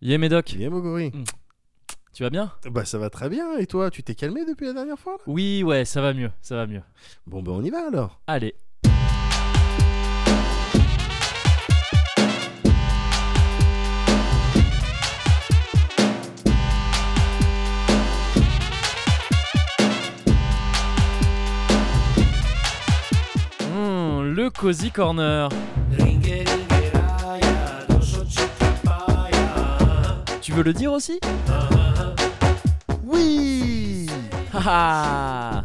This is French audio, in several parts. Yé Médoc, Guillaume Mogori. tu vas bien Bah ça va très bien et toi, tu t'es calmé depuis la dernière fois là Oui, ouais, ça va mieux, ça va mieux. Bon bah on y va alors. Allez. Hmm, le Cozy Corner. Tu veux le dire aussi Oui Ah ah.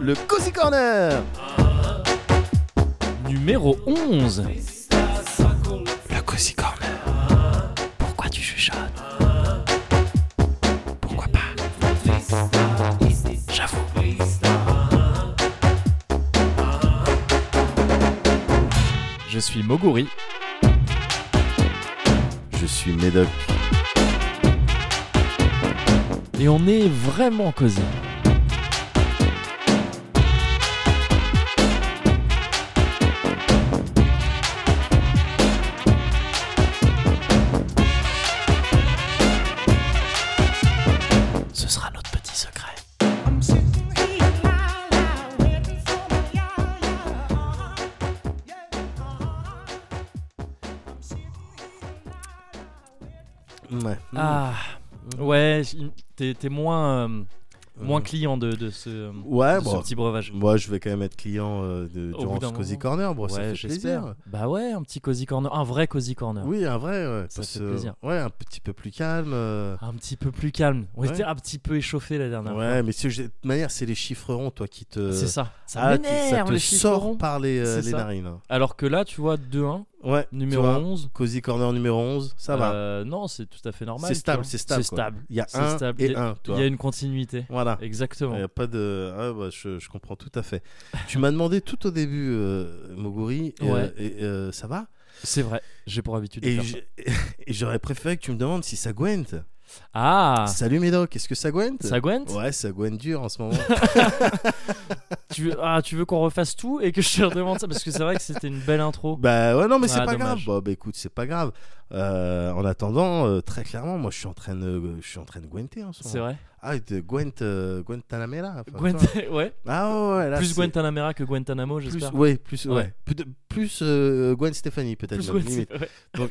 Le Cozy Corner Numéro 11 Le Cozy Corner Pourquoi tu chuchotes Pourquoi pas J'avoue. Je suis Moguri. Je suis Médoc. Et on est vraiment cosy. Ce sera notre petit secret. uh-huh. Ouais. Ah, ouais, j- t'es t'es moins, euh, Mm. moins client de, de ce, euh, Ouais, de ce bon. petit breuvage. Moi je vais quand même être client euh, de, Au durant bout d'un ce Cozy moment. Corner, bon, ça ouais, fait j'espère. plaisir. Bah ouais, un petit cozy corner, un vrai cozy corner. Oui, un vrai. ouais, Ça parce fait que- plaisir. Ouais, un petit peu plus calme. euh, Un petit peu plus calme. On Ouais. était un petit peu échauffé la dernière fois. Ouais, mais c'est- de toute manière, c'est les chiffres ronds, toi, qui te. C'est ça. Ça Ah, tu- ça m'énerve te les chiffres sort ronds. par les, euh, C'est les ça. narines. Alors que là, tu vois, 2-1, Ouais, tu numéro vois, 11. Cozy Corner numéro 11, ça va. euh, non, c'est tout à fait normal. C'est tu stable, vois. c'est stable, C'est quoi. stable. Il y a c'est un stable. Il et y a- un, Il toi. Ah. y a une continuité. Voilà. Exactement. Il y a pas de. Ah, bah, je, je comprends tout à fait. tu m'as demandé tout au début, euh, Moguri, et, Ouais. euh, et, euh, ça va C'est vrai. J'ai pour habitude de Et faire ça. j'ai- et j'aurais préféré que tu me demandes si ça Gwent. Ah Salut Médoc, est-ce que ça Gwent Ça Gwent Ouais, ça Gwent dure en ce moment. tu, veux- ah, tu veux qu'on refasse tout et que je te redemande ça Parce que c'est vrai que c'était une belle intro. bah ouais, non, mais c'est Ah, pas dommage. grave. Bah, bah, écoute, c'est pas grave. Euh, en attendant, euh, très clairement, moi je suis en train de, je suis en train de Gwenter en ce moment. c'est vrai. Ah, de Gwent, euh, Gwentanamera. enfin, Gwent, tu vois. ouais. Ah ouais, ouais, là, Plus c'est- Guantanamera que Guantanamo, Plus, j'espère. ouais, plus, ouais. Ouais. Peut- Plus euh, Gwen Stéphanie, peut-être. Plus même, Gwent- limite. ouais.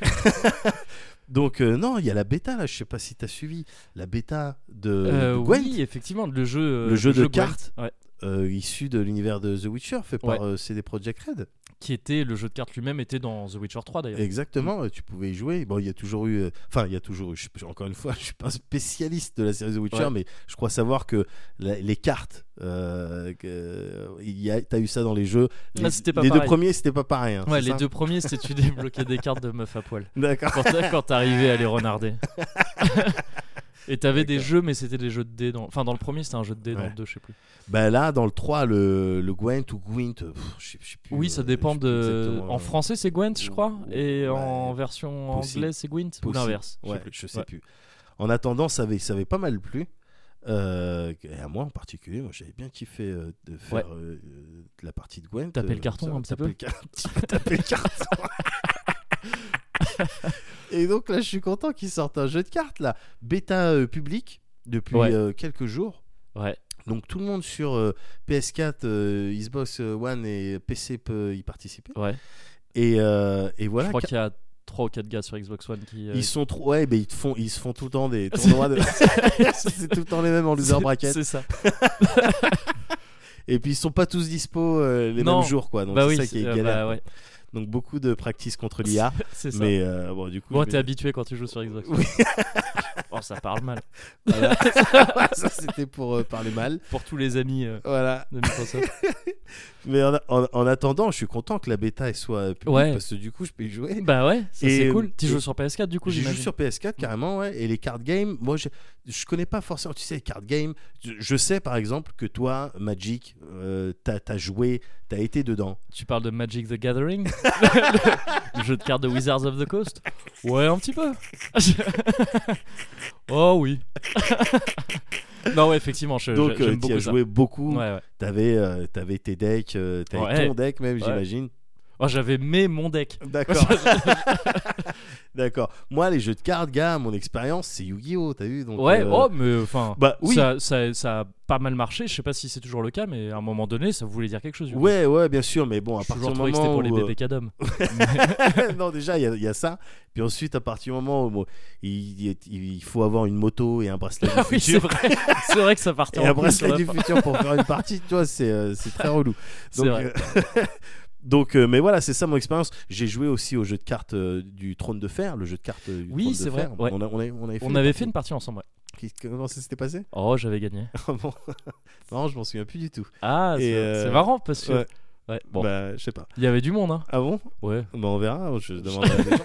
Donc, euh, non, il y a la bêta, là. Je sais pas si t'as suivi. La bêta de, Euh, de Gwent, oui, effectivement, le jeu, euh, Le jeu de Gwent, cartes. ouais, euh, issue de l'univers de The Witcher, fait Ouais. par euh, CD Projekt Red. qui était le jeu de cartes lui-même était dans The Witcher 3 d'ailleurs. Exactement, euh, tu pouvais y jouer. Bon, il y a toujours eu. euh, Enfin, il y a toujours eu. je suis- Encore une fois, je suis pas un spécialiste de la série The Witcher, Ouais. mais je crois savoir que la- les cartes. Euh, que- il y a- T'as eu ça dans les jeux. Les, Ah, c'était pas les deux pareil. premiers, c'était pas pareil. hein, Ouais, c'est les ça deux premiers, c'était tu débloquais des cartes de meufs à poil. D'accord. Quand t'as- quand t'arrivais à les renarder. Et t'avais des jeux, mais c'était des jeux de dés. Dans... Enfin, dans le premier, c'était un jeu de dés, dans Ouais. le 2, je sais plus. Bah là, dans le 3, le, le Gwent ou Gwent, euh, pff, je sais- je sais plus. Oui, euh, ça je dépend sais plus de. exactement, En euh, français, c'est Gwent, je crois. Et en Ouais. version Possible. anglaise, c'est Gwent. Ou Possible. l'inverse. je sais Ouais, plus. je sais Ouais. plus. En attendant, ça avait, ça avait pas mal plu. Euh, et à moi en particulier, moi j'avais bien kiffé euh, de faire Ouais. euh, euh, de la partie de Gwent. Taper le euh, carton ça, un petit taper peu. le car- un petit peu taper le carton. et donc là, je suis content qu'ils sortent un jeu de cartes là, bêta euh, public depuis Ouais. euh, quelques jours. Ouais. Donc tout le monde sur euh, PS4, euh, Xbox One et PC peut y participer. ouais. Et, euh, et voilà. je crois ca- qu'il y a 3 ou 4 gars sur Xbox One qui. euh, Ils sont trop. Ouais, mais ils, te font... ils se font tout le temps des tournois. De... c'est tout le temps les mêmes en loser c'est- bracket. C'est ça. Et puis ils sont pas tous dispo euh, les Non. mêmes jours, quoi. Donc bah c'est oui, ça qui est c'est- euh, galère. bah ouais. Donc beaucoup de practice contre l'IA. C'est ça. mais euh, bon, du coup. Bon, je t'es vais- habitué quand tu joues sur Xbox. Oui. Oh, ça parle mal. Voilà. ça c'était pour euh, parler mal. Pour tous les amis euh, Voilà. de Microsoft. Mais en, en- en attendant, je suis content que la bêta elle soit publique Ouais. parce que du coup je peux y jouer. bah ouais, ça Et- c'est cool. Tu et- joues sur PS4 du coup, J'ai joué j'imagine. Mm. sur PS4 carrément, ouais. Et les card games, moi je, je connais pas forcément, tu sais, les card games. Je, je sais par exemple que toi, Magic, euh, t'as as joué, t'as été dedans. Tu parles de Magic the Gathering Le- Le jeu de cartes de Wizards of the Coast Ouais, un petit peu. oh oui. non, ouais, effectivement, je- je- Donc j'aime euh, t'y beaucoup as ça. joué beaucoup, Ouais, ouais. t'avais euh, t'avais tes decks, euh, t'avais Ouais. ton deck même j'imagine. Oh, j'avais mes mon deck. D'accord. D'accord. Moi, les jeux de cartes, gars, mon expérience, c'est Yu-Gi-Oh! T'as vu donc, Ouais, euh, oh, mais enfin, Bah oui. ça, ça, ça a pas mal marché. Je sais pas si c'est toujours le cas, mais à un moment donné, ça voulait dire quelque chose. du coup. Ouais, ouais, bien sûr, mais bon, à je partir toujours trouvé du que moment c'était pour les où, euh, bébés cadom. non, déjà, il y a- il y, a ça. Puis ensuite, à partir du moment où bon, il, il- il faut avoir une moto et un bracelet Ah du oui, c'est futur, vrai. C'est vrai que ça partait et un en couille sur bracelet la du fin. futur pour faire une partie, tu vois, c'est euh, c'est très relou. C'est Donc, vrai. euh, donc, euh, mais voilà, c'est ça mon expérience. J'ai joué aussi au jeu de cartes euh, du Trône de Fer, le jeu de cartes euh, du Oui, Trône de c'est vrai, Fer. ouais. On, a- on a- on avait fait, On avait fait une partie ensemble. ouais. Qu'est- Comment ça s'était passé Oh, j'avais gagné. Ah bon Non, je m'en souviens plus du tout. Ah, Et, c'est euh, c'est marrant parce que. ouais. Ouais. bon, il Bah, je sais pas. y avait du monde, hein. Ah bon Ouais. Bah, on verra. Je demanderai à des gens.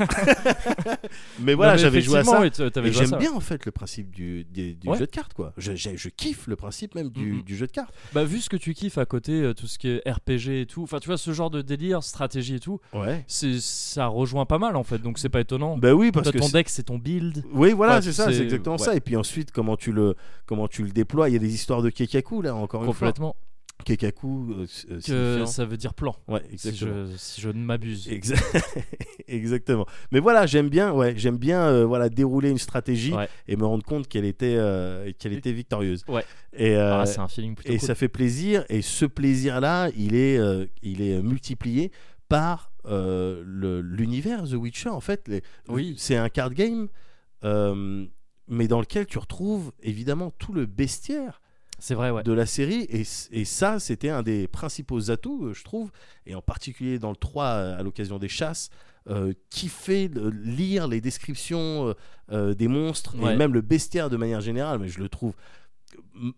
mais voilà, Non, mais j'avais joué à ça. effectivement, oui, t- t'avais Et joué à j'aime ça. bien en fait le principe du, du, du Ouais. jeu de cartes quoi. Je, j'ai- je kiffe le principe même du, Mhm. du jeu de cartes. Bah, vu ce que tu kiffes à côté, euh, tout ce qui est RPG et tout, enfin, tu vois, ce genre de délire, stratégie et tout, Ouais. c'est- ça rejoint pas mal en fait, donc c'est pas étonnant. Bah oui parce Toi, que ton c'est- deck, c'est ton build. oui voilà Enfin, c'est ça c'est- c'est exactement ouais. ça et puis ensuite comment tu le comment tu le déploies il y a des histoires de kekaku là encore une fois Complètement. kekaku euh, s- euh, Que signifiant- ça veut dire plan, ouais si exactement je, si je ne m'abuse. Exa- Exactement. Mais voilà, j'aime bien, ouais, j'aime bien, euh, voilà, dérouler une stratégie Ouais. et me rendre compte qu'elle était, euh, qu'elle était victorieuse. Ouais. Et, euh, Ah, c'est un feeling plutôt et cool. ça fait plaisir. Et ce plaisir-là, il est, euh, il est multiplié par euh, le- l'univers The Witcher. En fait, les- Oui. c'est un card game, euh, mais dans lequel tu retrouves évidemment tout le bestiaire C'est vrai, ouais. de la série. Et, c- et ça, c'était un des principaux atouts, euh, je trouve, et en particulier dans le 3, euh, à l'occasion des chasses, euh, kiffer de lire les descriptions euh, euh, des monstres et Ouais. même le bestiaire de manière générale. Mais je le trouve euh,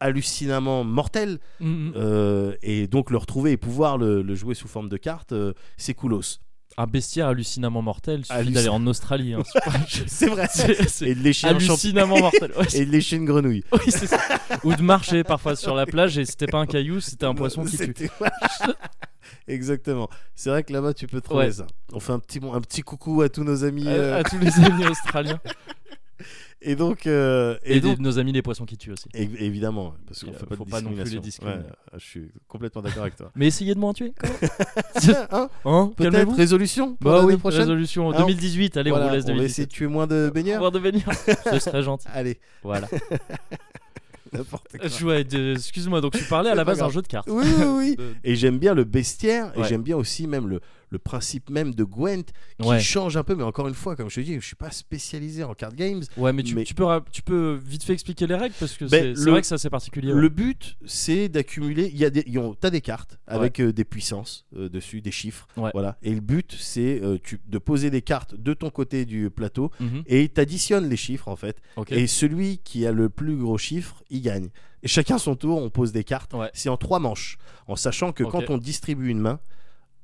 hallucinamment mortel. Mm, mm. Euh, et donc le retrouver et pouvoir le, le jouer sous forme de carte, euh, c'est coolos. Un bestiaire hallucinamment mortel, il suffit Hallucin- d'aller en Australie. hein. c'est vrai. C'est- c'est Et de lécher un champ- hallucinamment mortel. Ouais, et de lécher une grenouille. Oui, c'est ça. Ou de marcher parfois sur la plage et c'était pas un caillou, c'était un poisson qui tue. C'était- Exactement. C'est vrai que là-bas, tu peux trouver Ouais. ça. On fait un petit, bon- un petit coucou à tous nos amis. À, euh, à tous les amis australiens. Et donc. euh, Et, et donc des- nos amis les poissons qui tuent aussi. é- évidemment, parce qu'on Il fait pas faut de pas non plus les discrimination. Ouais, ah, discriminer. je suis complètement d'accord avec toi. Mais essayez de moins tuer. quand même. Tiens, hein, Hein Peut-être Calmez-vous. résolution pour Bah l'année oui, prochaine. résolution Alors, 2018. Allez, Voilà, on vous laisse on va 2018. essayer de tuer moins de baigneurs. Voir de venir. Ce serait gentil. Allez, Voilà. n'importe quoi. Je jouais de- Excuse-moi, donc tu parlais à la pas base d'un grave. jeu de cartes. Oui, oui, oui. De- Et j'aime bien le bestiaire, et Euh, Ouais. j'aime bien aussi même le, le principe même de Gwent, qui Ouais. change un peu, mais encore une fois, comme je te dis, je suis pas spécialisé en card games. Ouais, mais tu, Mais- Tu, peux, ra- tu peux vite fait expliquer les règles parce que Ben, c'est c'est le- vrai que c'est assez particulier. ouais. Le but, c'est d'accumuler. Il y a des, ils ont- t'as des cartes avec euh, des puissances euh, dessus, des chiffres, Ouais. voilà. Et le but, c'est euh, tu- de poser des cartes de ton côté du plateau Mhm, et t'additionnes les chiffres en fait. ok. Et celui qui a le plus gros chiffre, il gagne. Et chacun son tour, on pose des cartes. Ouais. C'est en trois manches, en sachant que Ok. quand on distribue une main.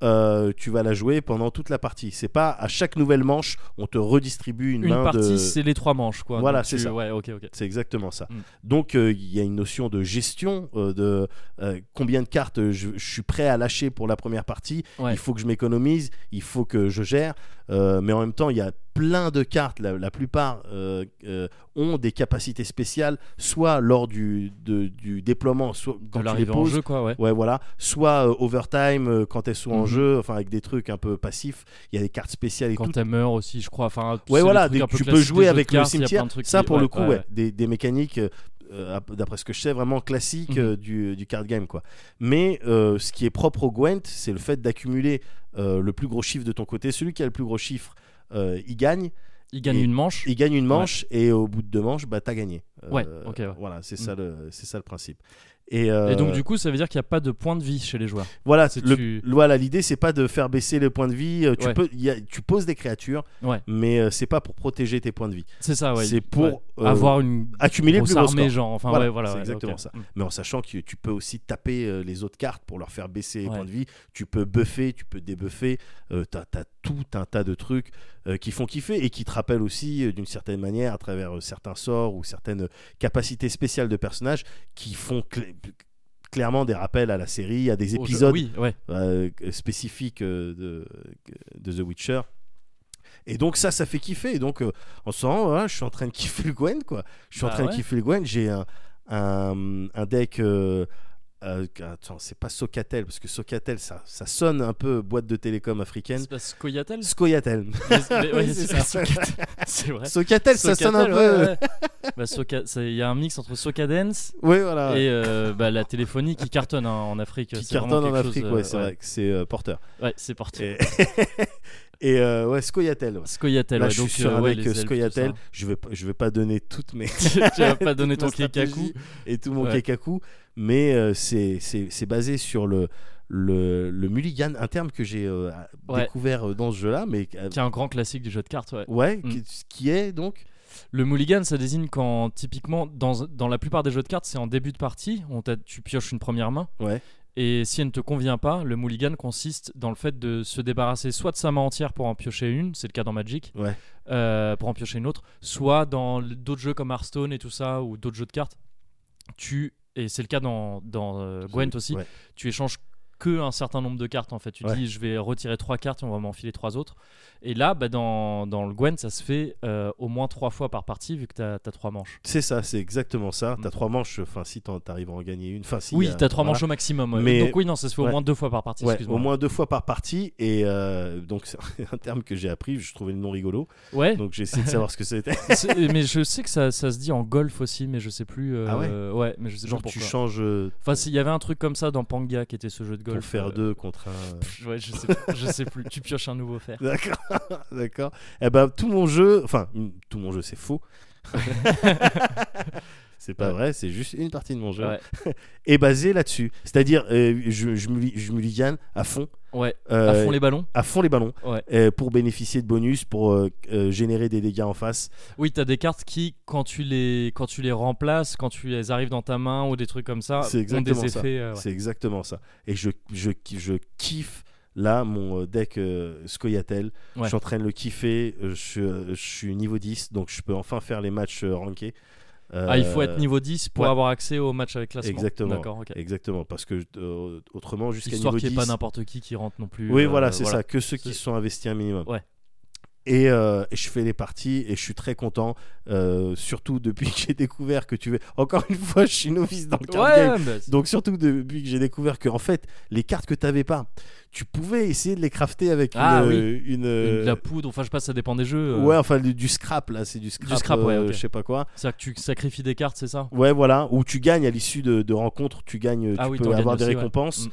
euh, tu vas la jouer pendant toute la partie. C'est pas à chaque nouvelle manche, on te redistribue une, Une main partie, de. c'est les trois manches, quoi. Voilà, Donc c'est tu- ça. Ouais, ok, ok. C'est exactement ça. Mm. Donc euh, il y a une notion de gestion euh, de euh, combien de cartes euh, je, je suis prêt à lâcher pour la première partie. Ouais. Il faut que je m'économise, il faut que je gère. Euh, mais en même temps, il y a plein de cartes. La, la plupart euh, euh, ont des capacités spéciales, soit lors du, de- du déploiement, soit quand De tu les l'arrivée en poses. jeu, quoi, ouais. Ouais, voilà. Soit euh, overtime euh, quand elles sont en Mhm. jeu, enfin avec des trucs un peu passifs. Il y a des cartes spéciales et tout. quand elle meurt aussi, je crois. Enfin, c'est Ouais, les voilà, trucs des- un peu tu peux classiques des jouer jeux de avec le cartes, il y a cimetière. plein de trucs Ça, qui- pour le coup, ouais, ouais. Des, des mécaniques, euh, euh, d'après ce que je sais, vraiment classiques Mhm. euh, du, du card game. Quoi. Mais euh, ce qui est propre au Gwent, c'est le fait d'accumuler euh, le plus gros chiffre de ton côté. Celui qui a le plus gros chiffre, euh, il gagne. Il gagne Et- une manche. Il gagne une manche et au bout de deux manches, bah, t'as gagné. Euh, Ouais, ok, ouais. Voilà, c'est Mhm. ça, le- c'est ça le principe. Et, euh, Et donc, du coup, ça veut dire qu'il n'y a pas de point de vie chez les joueurs. voilà, c'est le- tu- voilà, l'idée c'est pas de faire baisser les points de vie. Euh, Tu, Ouais. peux, il y a- tu poses des créatures, Ouais. mais euh, c'est pas pour protéger tes points de vie. C'est ça, ouais. c'est Il- pour ouais. euh, avoir une accumuler grosse plus gros armée, score. genre. Enfin, Voilà, ouais, voilà. c'est ouais, exactement ok. ça. Mm. Mais en sachant que tu peux aussi taper euh, les autres cartes pour leur faire baisser les Ouais. points de vie. Tu peux buffer, tu peux débuffer. Euh, t'as, t'as tout un tas de trucs euh, qui font kiffer et qui te rappellent aussi euh, d'une certaine manière à travers euh, certains sorts ou certaines euh, capacités spéciales de personnages qui font cl- clairement des rappels à la série, à des Au jeu- épisodes Oh, Oui, ouais. euh, spécifique euh, de, de The Witcher. Et donc ça, ça fait kiffer. Et donc, euh, en ce moment, voilà, je suis en train de kiffer le Gwen, quoi. Je suis en Bah train ouais. de kiffer le Gwen. J'ai un, un, un deck euh, euh, attends, c'est pas Socatel, parce que Socatel, ça, ça sonne un peu boîte de télécom africaine. C'est pas Scoyatel Scoyatel. Mais- mais- ouais, Oui, c'est c'est ça. Socatel. C'est vrai. Socatel, ça sonne un Socatel, peu. euh. ouais, ouais. Bah, Soca- c'est- Il y a un mix entre Socadence Oui, voilà. et euh, bah, la téléphonie qui cartonne hein, en Afrique. Ah, qui c'est vraiment cartonne en quelque chose, Afrique, euh, ouais, c'est vrai que c'est euh, porteur. Ouais, c'est porté. Et, et euh, ouais, Scoyatel. ouais. Scoyatel, Là, ouais, je donc suis sur euh, un ouais, mec les elfes, Scoyatel. tout ça. Je vais, pas- je vais pas donner toutes mes. tu vas pas donner ton toute ma kékaku. stratégie et tout mon Ouais. kékaku, mais euh, c'est c'est- c'est basé sur le, le, le mulligan, un terme que j'ai euh, Ouais. découvert euh, dans ce jeu-là, mais euh, qui est un grand classique du jeu de cartes. Ouais. ouais, Mm. qui, ce qui est donc Le mulligan, ça désigne quand, typiquement, dans, dans la plupart des jeux de cartes, c'est en début de partie, on t'a- tu pioches une première main. ouais, Et si elle ne te convient pas, le mulligan consiste dans le fait de se débarrasser soit de sa main entière pour en piocher une, c'est le cas dans Magic, Ouais. euh, pour en piocher une autre, soit dans l- d'autres jeux comme Hearthstone et tout ça, ou d'autres jeux de cartes, tu, et c'est le cas dans, dans euh, Gwent aussi, ouais. tu échanges que un certain nombre de cartes en fait. Tu Ouais. dis je vais retirer trois cartes et on va m'enfiler trois autres. Et là, bah, dans, dans le Gwent, ça se fait euh, au moins trois fois par partie vu que tu as, trois manches. c'est ça, c'est exactement ça. Mm. T'as trois manches, enfin si t'en- t'arrives à en gagner une, enfin si. oui, euh, tu as trois voilà. manches au maximum. ouais. Mais- Donc oui, non, ça se fait au ouais. moins deux fois par partie. Ouais, excuse-moi. au moins deux fois par partie et euh, donc c'est un terme que j'ai appris, je trouvais le nom rigolo, Ouais. donc j'ai essayé de savoir ce que c'était. C'est- mais je sais que ça, ça se dit en golf aussi, mais je sais plus. euh, Ah mais je sais Genre pas tu pourquoi. changes euh, Enfin, s'il y avait un truc comme ça dans Panga qui était ce jeu de ton golf. fer euh, 2 contre un. pff, Ouais, je sais, je sais plus. Tu pioches un nouveau fer. D'accord, d'accord. Eh ben tout mon jeu, enfin une- tout mon jeu, c'est faux. c'est pas Ouais. vrai, c'est juste une partie de mon jeu Ouais. est basée là-dessus. C'est-à-dire, euh, je, je, mulli- je mulligan à fond, Ouais. euh, À fond les ballons. à fond les ballons, Ouais. euh, pour bénéficier de bonus, pour euh, euh, générer des dégâts en face. Oui, t'as des cartes qui, quand tu les, quand tu les remplaces, quand tu elles arrivent dans ta main ou des trucs comme ça, C'est ont exactement des ça. effets. euh, ouais. C'est exactement ça. Et je, je, je kiffe. Là, mon euh, deck euh, Scoyatel, Ouais. je suis en train de le kiffer. euh, Je, suis, euh, je suis niveau 10, donc je peux enfin faire les matchs euh, rankés. Ah, il faut Euh, être niveau 10 pour ouais. avoir accès au match avec classement. Exactement. D'accord, ok. Exactement, parce que euh, autrement, jusqu'à Histoire niveau qu'il n'y 10, ait pas n'importe qui qui rentre non plus. Oui, euh, voilà, c'est ça, que ceux qui C'est- sont investis un minimum. Ouais. Et, euh, et je fais les parties et je suis très content, euh, surtout depuis que j'ai découvert que tu veux. Encore une fois, je suis novice dans le card game. Ouais, bah, c'est- Donc surtout depuis que j'ai découvert que en fait les cartes que t'avais pas, tu pouvais essayer de les crafter avec Ah, une, oui. une, euh, de la poudre, enfin je sais pas, ça dépend des jeux. euh, ouais enfin du, du scrap là, c'est du scrap, euh, scrap, ouais, ok. je sais pas quoi. C'est-à-dire que tu sacrifies des cartes, c'est ça Ouais voilà, où tu gagnes à l'issue de, de rencontres, tu gagnes, Ah tu oui, peux t'en gagnes avoir des aussi, ouais. récompenses. Mm.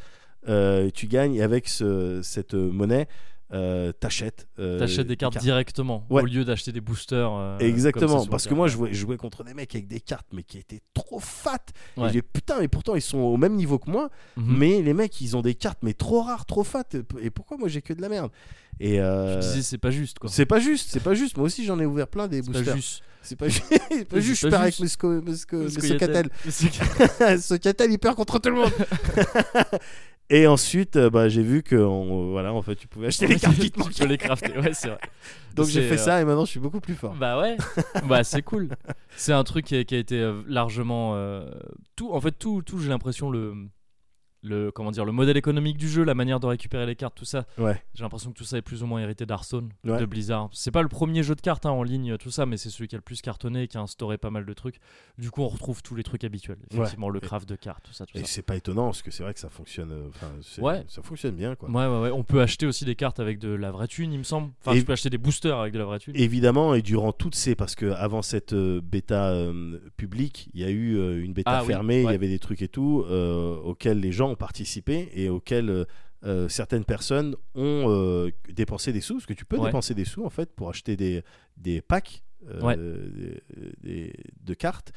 Euh, tu gagnes et avec ce- cette euh, monnaie, euh, t'achètes. euh, T'achètes des cartes directement Ouais. au lieu d'acheter des boosters. euh, comme ça Exactement, se parce que voit. moi je jouais, je jouais contre des mecs avec des cartes mais qui étaient trop fat. Et Ouais. j'ai, putain, mais pourtant ils sont au même niveau que moi, Mhm. mais les mecs ils ont des cartes mais trop rares, trop fat. Et pourquoi moi j'ai que de la merde Et euh, Je disais, c'est pas juste quoi. c'est pas juste, c'est pas juste. Moi aussi j'en ai ouvert plein des C'est pas boosters. juste. C'est pas, ju- c'est pas C'est juste, je pas perds avec juste. Mosco, Mosco, Parce Mosco qu'il y a Euh, Catel. tel- c'est- Socatel, il perd contre tout le monde. Et ensuite, euh, bah, j'ai vu que on- euh, voilà, en fait, tu pouvais acheter les cartes qui te Tu manquaient. peux les crafter, ouais, c'est vrai. Donc j'ai C'est, fait euh, ça et maintenant je suis beaucoup plus fort. Bah ouais, bah c'est cool. C'est un truc qui a, qui a été euh, largement euh, tout. En fait, tout, tout. J'ai l'impression le le comment dire le modèle économique du jeu, la manière de récupérer les cartes, tout ça. Ouais. J'ai l'impression que tout ça est plus ou moins hérité d'Hearthstone, Ouais. de Blizzard. C'est pas le premier jeu de cartes hein, en ligne, tout ça, mais c'est celui qui a le plus cartonné et qui a instauré pas mal de trucs. Du coup, on retrouve tous les trucs habituels. Effectivement, le craft de cartes, tout ça, tout Et ça. c'est pas étonnant parce que c'est vrai que ça fonctionne. euh, enfin, c'est- Ouais. Ça fonctionne bien, quoi. Ouais, ouais, ouais. On peut acheter aussi des cartes avec de la vraie thune, il me semble. Enfin, Et- tu peux acheter des boosters avec de la vraie thune. Évidemment, et durant toutes ces, parce que avant cette euh, bêta euh, publique, il y a eu euh, une bêta Ah oui, fermée, il y ouais. avait des trucs et tout euh, auxquels les gens ont participé et auxquels euh, euh, certaines personnes ont euh, dépensé des sous, parce que tu peux Ouais. dépenser des sous en fait pour acheter des, des packs euh, Ouais. des- des- de cartes.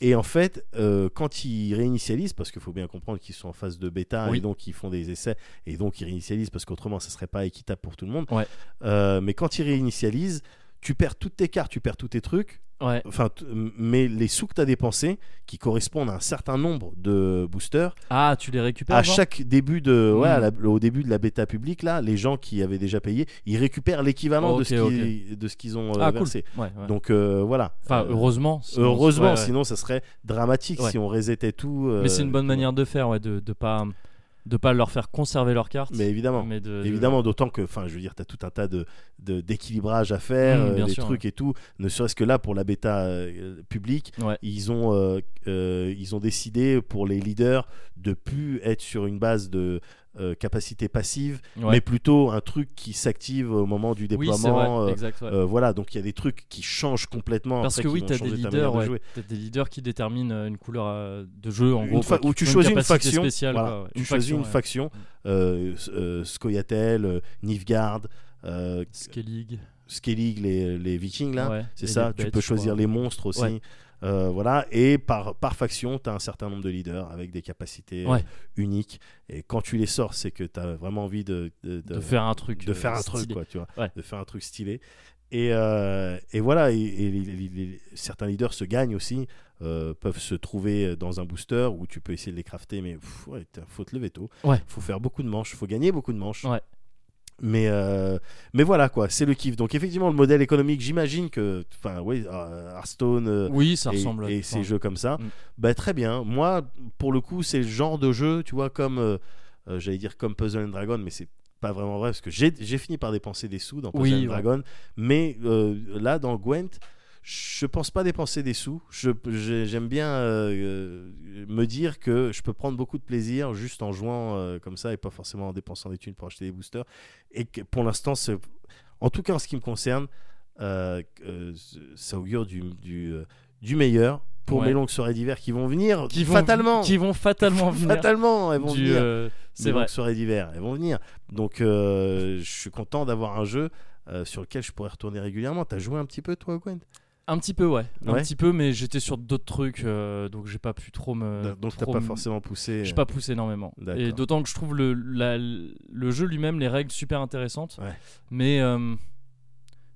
Et en fait, euh, quand ils réinitialisent, parce qu'il faut bien comprendre qu'ils sont en phase de bêta Oui. et donc ils font des essais et donc ils réinitialisent parce qu'autrement ça serait pas équitable pour tout le monde. Ouais. Euh, mais quand ils réinitialisent, tu perds toutes tes cartes, tu perds tous tes trucs, Ouais. enfin, t- mais les sous que tu as dépensés, qui correspondent à un certain nombre de boosters, Ah, tu les récupères à avant chaque début de, ouais, Mm. à la- au début de la bêta publique, là, les gens qui avaient déjà payé, ils récupèrent l'équivalent Ok, de ce qu'ils- de ce qu'ils ont euh, Ah, cool. versé. Ouais, ouais. Donc euh, voilà. Enfin, Euh, heureusement. sinon- heureusement, ouais, ouais. sinon ça serait dramatique Ouais. si on resetait tout. euh, Mais c'est une bonne tout. manière de faire, ouais, de, de pas. de pas leur faire conserver leurs cartes. Mais évidemment. mais de- de- Évidemment, d'autant que, enfin, je veux dire, tu as tout un tas de de- d'équilibrages à faire, Mm, euh, bien des sûr, trucs et tout. Ne serait-ce que là, pour la bêta euh, publique, Ouais. ils ont euh, euh, ils ont décidé pour les leaders de plus être sur une base de euh, capacité passive, ouais. mais plutôt un truc qui s'active au moment du oui, c'est vrai, déploiement. euh, exact. ouais. euh, voilà, donc il y a des trucs qui changent complètement. Parce après, que qui oui, vont t'as changer des ta leaders, manière de ouais, jouer. t'as des leaders qui déterminent euh, une couleur euh, de jeu en Une gros. fa- quoi, où qui tu font choisis une capacité faction, spéciale, voilà. quoi, ouais. tu Une choisis faction, une ouais. faction, euh, S- euh, Scoia'tael, euh, Nilfgaard, euh, Skellig, Skellig, les, les Vikings là, ouais. c'est Et ça. des Tu bêtes, peux je crois. choisir les monstres aussi. Ouais. Euh, voilà, et par, par faction, tu as un certain nombre de leaders avec des capacités euh, Ouais. uniques. Et quand tu les sors, c'est que tu as vraiment envie de, de- de- de faire un truc. de euh, faire un truc, stylé. quoi, tu vois, Ouais. de faire un truc stylé. Et, euh, et voilà, et, et les- les- les- certains leaders se gagnent aussi, euh, peuvent se trouver dans un booster où tu peux essayer de les crafter, mais pff, ouais, t'as- faut te lever tôt, Ouais. faut faire beaucoup de manches, faut gagner beaucoup de manches. Ouais. Mais, euh, mais voilà quoi, c'est le kiff. Donc effectivement, le modèle économique, j'imagine que, enfin, oui, euh, Hearthstone, euh, Oui, ça et, ressemble. et enfin, ces jeux comme ça. Mm. Bah, très bien. Moi, pour le coup, c'est le genre de jeu, tu vois, comme euh, euh, j'allais dire comme Puzzle and Dragon, mais c'est pas vraiment vrai parce que j'ai j'ai fini par dépenser des sous dans Puzzle Oui, and ouais. Dragon, mais euh, là dans Gwent. Je pense pas dépenser des sous. Je- je- J'aime bien euh, euh, me dire que je peux prendre beaucoup de plaisir juste en jouant euh, comme ça et pas forcément en dépensant des thunes pour acheter des boosters. Et que pour l'instant, c'est- en tout cas en ce qui me concerne, euh, euh, ça augure du, du, euh, du meilleur pour Ouais. mes longues soirées d'hiver qui vont venir Qui vont- fatalement. Qui vont fatalement venir. Fatalement, elles vont du, venir. euh, Mes C'est vrai. longues soirées d'hiver, elles vont venir. Donc, euh, je suis content d'avoir un jeu euh, sur lequel je pourrais retourner régulièrement. T'as joué un petit peu, toi, Gwen Un petit peu, ouais. Un Ouais. petit peu, mais j'étais sur d'autres trucs, euh, donc j'ai pas pu trop me. Donc, t'as Euh, trop pas me- forcément poussé. euh, J'ai pas poussé énormément. D'accord. Et d'autant que je trouve le, la- le jeu lui-même, les règles super intéressantes. Ouais. Mais euh,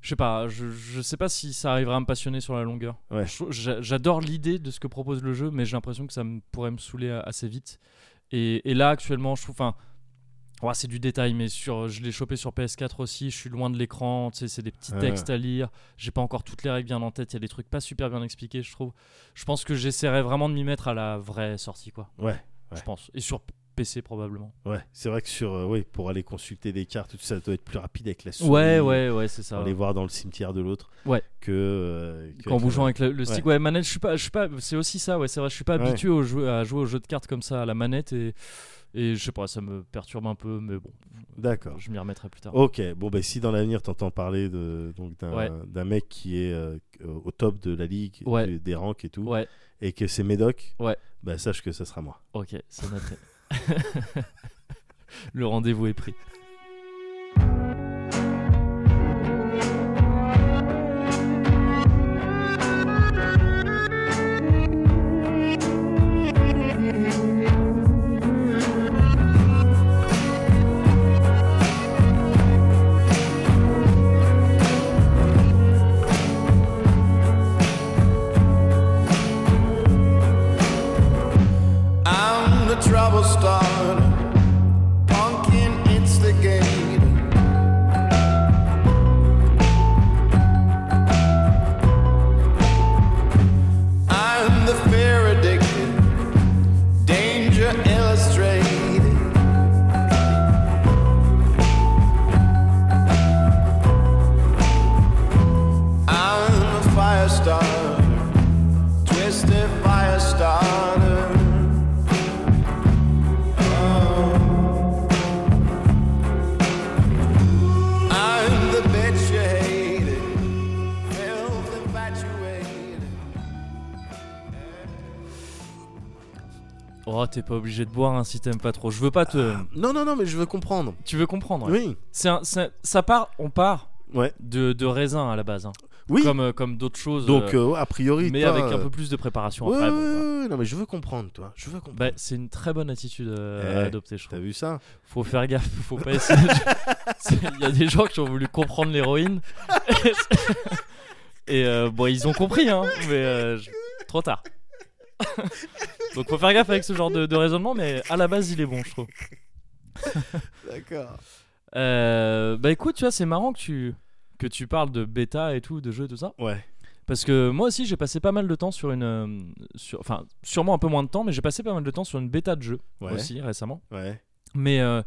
je sais pas, je, je sais pas si ça arrivera à me passionner sur la longueur. Ouais. Bah, Je trou- j'a- J'adore l'idée de ce que propose le jeu, mais j'ai l'impression que ça me, pourrait me saouler a- assez vite. Et, et là, actuellement, je trouve. enfin, ouais, c'est du détail, mais sur, je l'ai chopé sur PS4 aussi. Je suis loin de l'écran, tu sais, c'est des petits Ouais. textes à lire. J'ai pas encore toutes les règles bien en tête. Il y a des trucs pas super bien expliqués, je trouve. Je pense que j'essaierai vraiment de m'y mettre à la vraie sortie, quoi Ouais, Ouais. je pense. Et sur PC probablement. ouais. C'est vrai que sur, euh, ouais, pour aller consulter des cartes, tout ça, ça doit être plus rapide avec la souris. Ouais, ouais, ouais, c'est ça. Aller voir dans le cimetière de l'autre. Ouais. Que. euh, que- Quand que- vous jouez avec le, le stick, ouais, manette, je suis pas, je suis pas, c'est aussi ça, ouais, c'est vrai, je suis pas Ouais. habitué au jeu, à jouer aux jeux de cartes comme ça à la manette et, et je sais pas, ça me perturbe un peu, mais bon, D'accord. je m'y remettrai plus tard. Ok, bon, bah, si dans l'avenir t'entends parler de, donc, d'un, Ouais. d'un mec qui est euh, au top de la ligue, Ouais. des, des ranks et tout, Ouais, et que c'est Médoc, Ouais. bah, sache que ça sera moi. ok, c'est noté. le rendez-vous est pris. I'm the trouble starter, pumpkin instigator. I'm the fear addicted, danger illustrated. I'm a fire starter, twisted fire starter. I'm the bitch you hated, filth infatuated. Oh, t'es pas obligé de boire hein, si t'aimes pas trop. Je veux pas te. Non, non, non, mais je veux comprendre. Tu veux comprendre ouais. Ah. Oui, C'est un- c'est un- ça part, on part ouais. de, de raisin à la base, hein. Oui, comme euh, comme d'autres choses. donc, euh, euh, a priori, mais toi, avec un euh, peu plus de préparation. ouais, après, bon, ouais, voilà. ouais, non, mais je veux comprendre, toi. Je veux comprendre. Bah, c'est une très bonne attitude euh, à Eh, adopter, je T'as trouve. vu ça Faut faire gaffe, faut pas essayer. de- C'est- Il y a des gens qui ont voulu comprendre l'héroïne. Et euh, bon, ils ont compris, hein, mais euh, je- trop tard. Donc faut faire gaffe avec ce genre de, de raisonnement, mais à la base, il est bon, je trouve. D'accord. Euh, bah écoute, tu vois, c'est marrant que tu que tu parles de bêta et tout, de jeux et tout ça. Ouais, Parce que moi aussi, j'ai passé pas mal de temps sur une. euh, sur- Enfin, sûrement un peu moins de temps, mais j'ai passé pas mal de temps sur une bêta de jeu ouais, aussi récemment. ouais. Mais, euh,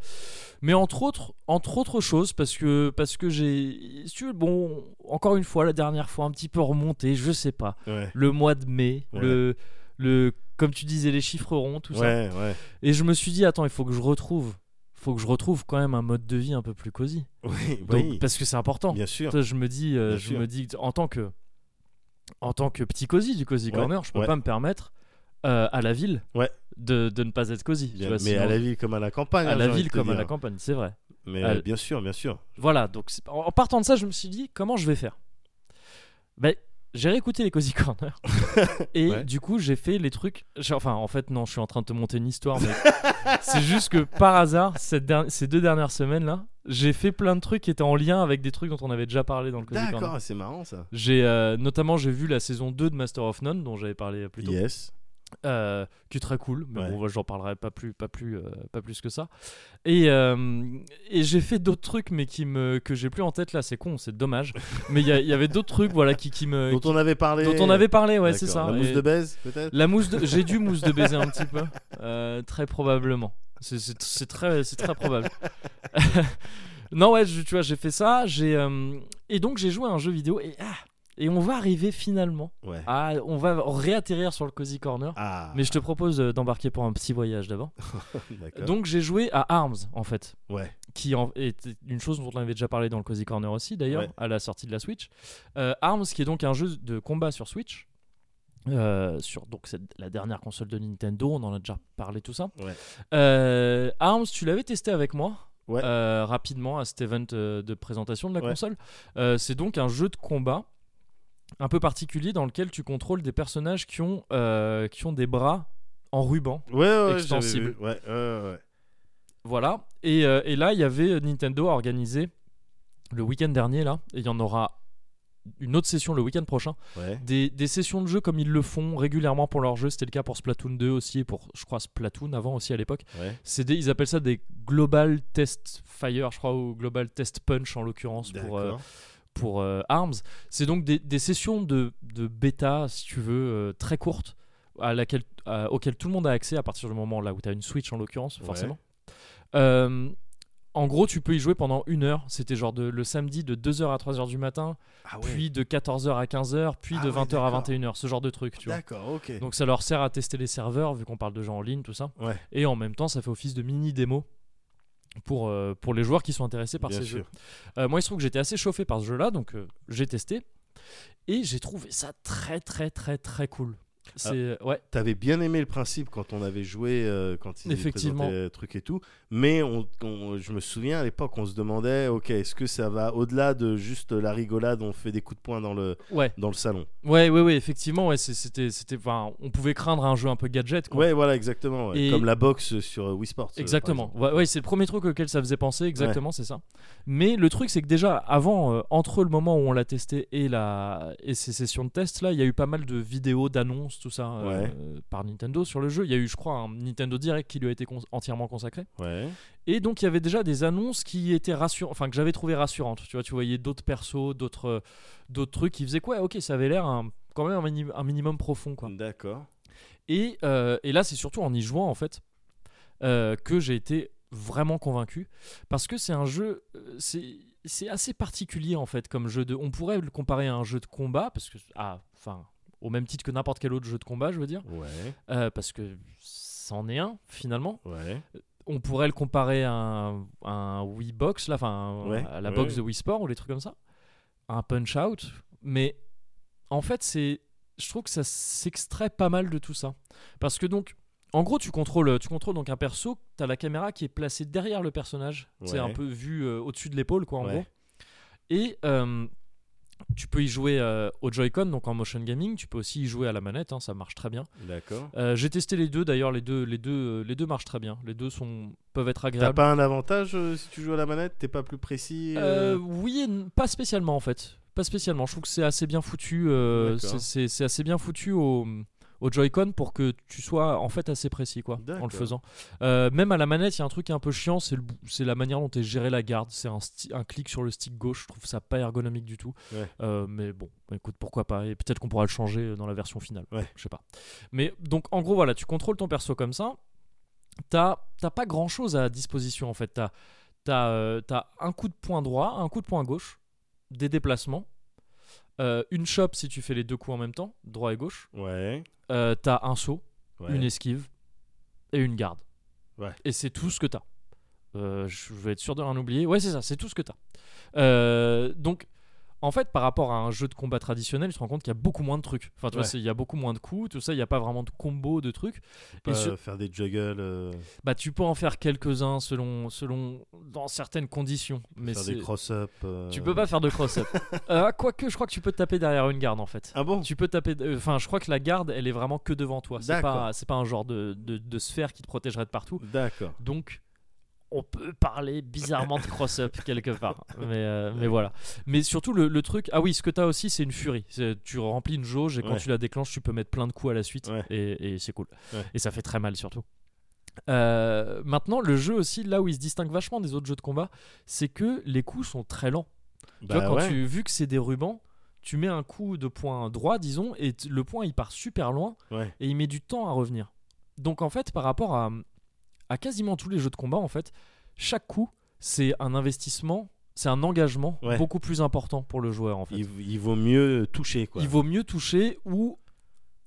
mais entre, autres, entre autres choses, parce que, parce que j'ai. si tu veux, Bon, encore une fois, la dernière fois, un petit peu remonté, je sais pas. Ouais, Le mois de mai, Ouais. le, le, comme tu disais, les chiffres ronds, tout ça. ouais, ouais. Et je me suis dit, attends, il faut que je retrouve. faut que je retrouve quand même un mode de vie un peu plus cosy. Oui, Donc, oui, Parce que c'est important. bien sûr. Toi, je me dis, euh, Bien je sûr. me dis, que en tant que, en tant que petit cosy du cosy Ouais, corner, je peux ouais. pas me permettre euh, à la ville Ouais. de, de ne pas être cosy. tu Bien- vois, mais sinon- à la ville comme à la campagne. à hein, la j'ai envie ville de te comme à dire. la campagne, c'est vrai. Mais à- euh, bien sûr, bien sûr. Voilà, donc c'est- en en partant de ça, je me suis dit, comment je vais faire Ben, j'ai réécouté les Cozy Corner. et Ouais. du coup, j'ai fait les trucs. j'ai- Enfin, en fait, non, je suis en train de te monter une histoire, mais c'est juste que par hasard, cette derni- ces deux dernières semaines-là, j'ai fait plein de trucs qui étaient en lien avec des trucs dont on avait déjà parlé dans le Cozy Corner. D'accord, c'est marrant ça. J'ai euh, notamment j'ai vu la saison 2 de Master of None dont j'avais parlé plus tôt Yes. euh, qui est très cool, mais Ouais. bon, j'en parlerai pas plus, pas plus, euh, pas plus que ça. Et, euh, et j'ai fait d'autres trucs, mais qui me que j'ai plus en tête là, c'est con, c'est dommage. mais il y, a- il y avait d'autres trucs, voilà, qui, qui me Dont on avait parlé. qui- dont on avait parlé, ouais, c'est D'accord. ça. La mousse Et de baise, peut-être la mousse de- j'ai dû mousse de baiser un petit peu, euh, très probablement. C'est- C'est c'est très, c'est très probable. non ouais, je- tu vois, j'ai fait ça, j'ai euh, et donc j'ai joué à un jeu vidéo et ah, et on va arriver finalement. Ouais. à on va réatterrir sur le cozy corner. Ah, Mais je te propose euh, d'embarquer pour un petit voyage d'abord. d'accord. Donc j'ai joué à Arms en fait, Ouais, qui en- est une chose dont on avait déjà parlé dans le Cozy Corner aussi d'ailleurs, Ouais. à la sortie de la Switch. Euh, Arms qui est donc un jeu de combat sur Switch. euh, sur donc cette- la dernière console de Nintendo, on en a déjà parlé tout ça. Ouais. Euh, Arms, tu l'avais testé avec moi Ouais. euh, rapidement à cet event euh, de présentation de la Ouais. console. Euh, c'est donc un jeu de combat un peu particulier dans lequel tu contrôles des personnages qui ont, euh, qui ont des bras en ruban. ouais, ouais, j'avais Extensible. vu. Ouais, ouais, ouais. Voilà. Et, euh, et là, il y avait Nintendo a organisé le week-end dernier, là, et il y en aura une autre session le week-end prochain, ouais. des, des sessions de jeu comme ils le font régulièrement pour leurs jeux. C'était le cas pour Splatoon 2 aussi, et pour, je crois, Splatoon avant aussi à l'époque. ouais. C'est des- ils appellent ça des Global Test Fire, je crois, ou Global Test Punch en l'occurrence pour, euh, D'accord. pour euh, Arms. C'est donc des, des sessions de, de bêta, si tu veux, euh, très courtes, à laquelle, à- auxquelles tout le monde a accès à partir du moment là où tu as une Switch en l'occurrence, Ouais. forcément. Euh, en gros, tu peux y jouer pendant une heure. C'était genre de, le samedi de 2h à 3h du matin, Ah ouais. puis de 14h à 15h, puis Ah de ouais, 20h à d'accord. 21h, ce genre de truc. Tu vois. D'accord, ok. Donc ça leur sert à tester les serveurs, vu qu'on parle de gens en ligne, tout ça. Ouais. Et en même temps, ça fait office de mini démo pour, euh, pour les joueurs qui sont intéressés par Bien ces jeux. sûr. Euh, moi, il se trouve que j'étais assez chauffé par ce jeu-là, donc euh, j'ai testé. Et j'ai trouvé ça très, très, très, très cool. C'est Ah. ouais, T'avais bien aimé le principe quand on avait joué, euh, quand ils Effectivement. présentaient le truc et tout. Mais on, on- je me souviens à l'époque, on se demandait, ok, est-ce que ça va au-delà de juste la rigolade, on fait des coups de poing dans le, ouais, dans le salon ouais, ouais, ouais, effectivement, ouais, c'est- c'était, c'était, enfin, on pouvait craindre un jeu un peu gadget, quoi. Ouais, voilà, exactement. ouais. Et- Comme la boxe sur euh, Wii Sports. euh, par Exactement. exemple. Ouais, ouais, c'est le premier truc auquel ça faisait penser, exactement, c'est ça. Mais le truc, c'est que déjà, avant, euh, entre le moment où on l'a testé et, la... et ces sessions de test, là, il y a eu pas mal de vidéos, d'annonces, tout ça, euh, Ouais. euh, par Nintendo sur le jeu. Il y a eu, je crois, un Nintendo Direct qui lui a été cons- entièrement consacré. Ouais. Et donc, il y avait déjà des annonces qui étaient rassurantes, enfin, que j'avais trouvé rassurantes. Tu vois, tu voyais d'autres persos, d'autres euh, d'autres trucs qui faisaient quoi, ok, ça avait l'air un- quand même un, mini- un minimum profond, quoi. D'accord. Et, euh, et là, c'est surtout en y jouant, en fait, euh, que j'ai été vraiment convaincu. Parce que c'est un jeu. euh, C'est. C'est assez particulier en fait comme jeu de. On pourrait le comparer à un jeu de combat parce que ah, enfin au même titre que n'importe quel autre jeu de combat, je veux dire, Ouais, euh, parce que c'en est un finalement. ouais. On pourrait le comparer à un, un Wii Box, là, enfin Ouais, à la ouais, box ouais. de Wii Sport ou des trucs comme ça, un Punch Out. Mais en fait, c'est, je trouve que ça s'extrait pas mal de tout ça, parce que donc, en gros, tu contrôles, tu contrôles donc un perso, t'as la caméra qui est placée derrière le personnage, c'est Ouais. un peu vu euh, au-dessus de l'épaule, quoi, en Ouais. gros. Et euh, tu peux y jouer euh, au Joy-Con, donc en motion gaming. Tu peux aussi y jouer à la manette, hein, ça marche très bien. D'accord. Euh, j'ai testé les deux d'ailleurs, les deux, les deux, euh, les deux marchent très bien. Les deux sont peuvent être T'as agréables. pas un avantage euh, si tu joues à la manette T'es pas plus précis Euh, euh oui, et n- pas spécialement en fait, pas spécialement. Je trouve que c'est assez bien foutu. euh, D'accord. c'est- c'est c'est assez bien foutu au au Joy-Con pour que tu sois en fait assez précis quoi en le D'accord. faisant. Euh, même à la manette, il y a un truc qui est un peu chiant, c'est le bou- c'est la manière dont est gérée la garde. C'est un, sti- un clic sur le stick gauche, je trouve ça pas ergonomique du tout. Ouais. Euh, mais bon, bah, écoute, pourquoi pas Et peut-être qu'on pourra le changer dans la version finale. Ouais. Je sais pas. Mais donc en gros voilà, tu contrôles ton perso comme ça. t'as t'as pas grand chose à disposition en fait. T'as as, un coup de poing droit, un coup de poing gauche, des déplacements, euh, une chope si tu fais les deux coups en même temps, droit et gauche. Ouais. Euh, t'as un saut, ouais. une esquive et une garde. Ouais. Et c'est tout ce que t'as. Euh, je vais être sûr de rien oublier. Ouais, c'est ça, c'est tout ce que t'as. Euh, donc, en fait, par rapport à un jeu de combat traditionnel, tu te rends compte qu'il y a beaucoup moins de trucs. Enfin, tu vois, Ouais. c'est- il y a beaucoup moins de coups, tout ça, il n'y a pas vraiment de combo, de trucs. Pas, sur- euh, faire des juggles, euh, Bah, tu peux en faire quelques-uns selon, selon dans certaines conditions. Mais faire c'est- des cross-up. euh, tu peux pas faire de cross-up. Euh, Quoique, je crois que tu peux te taper derrière une garde en fait. Ah bon Tu peux taper. euh, Enfin, je crois que la garde, elle est vraiment que devant toi. C'est D'accord. pas, c'est pas un genre de, de, de sphère qui te protégerait de partout. D'accord. Donc, on peut parler bizarrement de cross-up quelque part. Mais, euh, mais voilà. Mais surtout, le, le truc. Ah oui, ce que tu as aussi, c'est une furie. C'est- Tu remplis une jauge et quand Ouais. tu la déclenches, tu peux mettre plein de coups à la suite. Ouais. Et, et c'est cool. Ouais. Et ça fait très mal surtout. Euh, maintenant, le jeu aussi, là où il se distingue vachement des autres jeux de combat, c'est que les coups sont très lents. Tu vois, Bah quand ouais. tu, vu que c'est des rubans, tu mets un coup de poing droit, disons, et t- le point il part super loin Ouais. et il met du temps à revenir. Donc en fait, par rapport à, à quasiment tous les jeux de combat, en fait, chaque coup, c'est un investissement, c'est un engagement Ouais. beaucoup plus important pour le joueur en fait. Il, Il, il vaut mieux toucher, quoi. vaut mieux toucher ou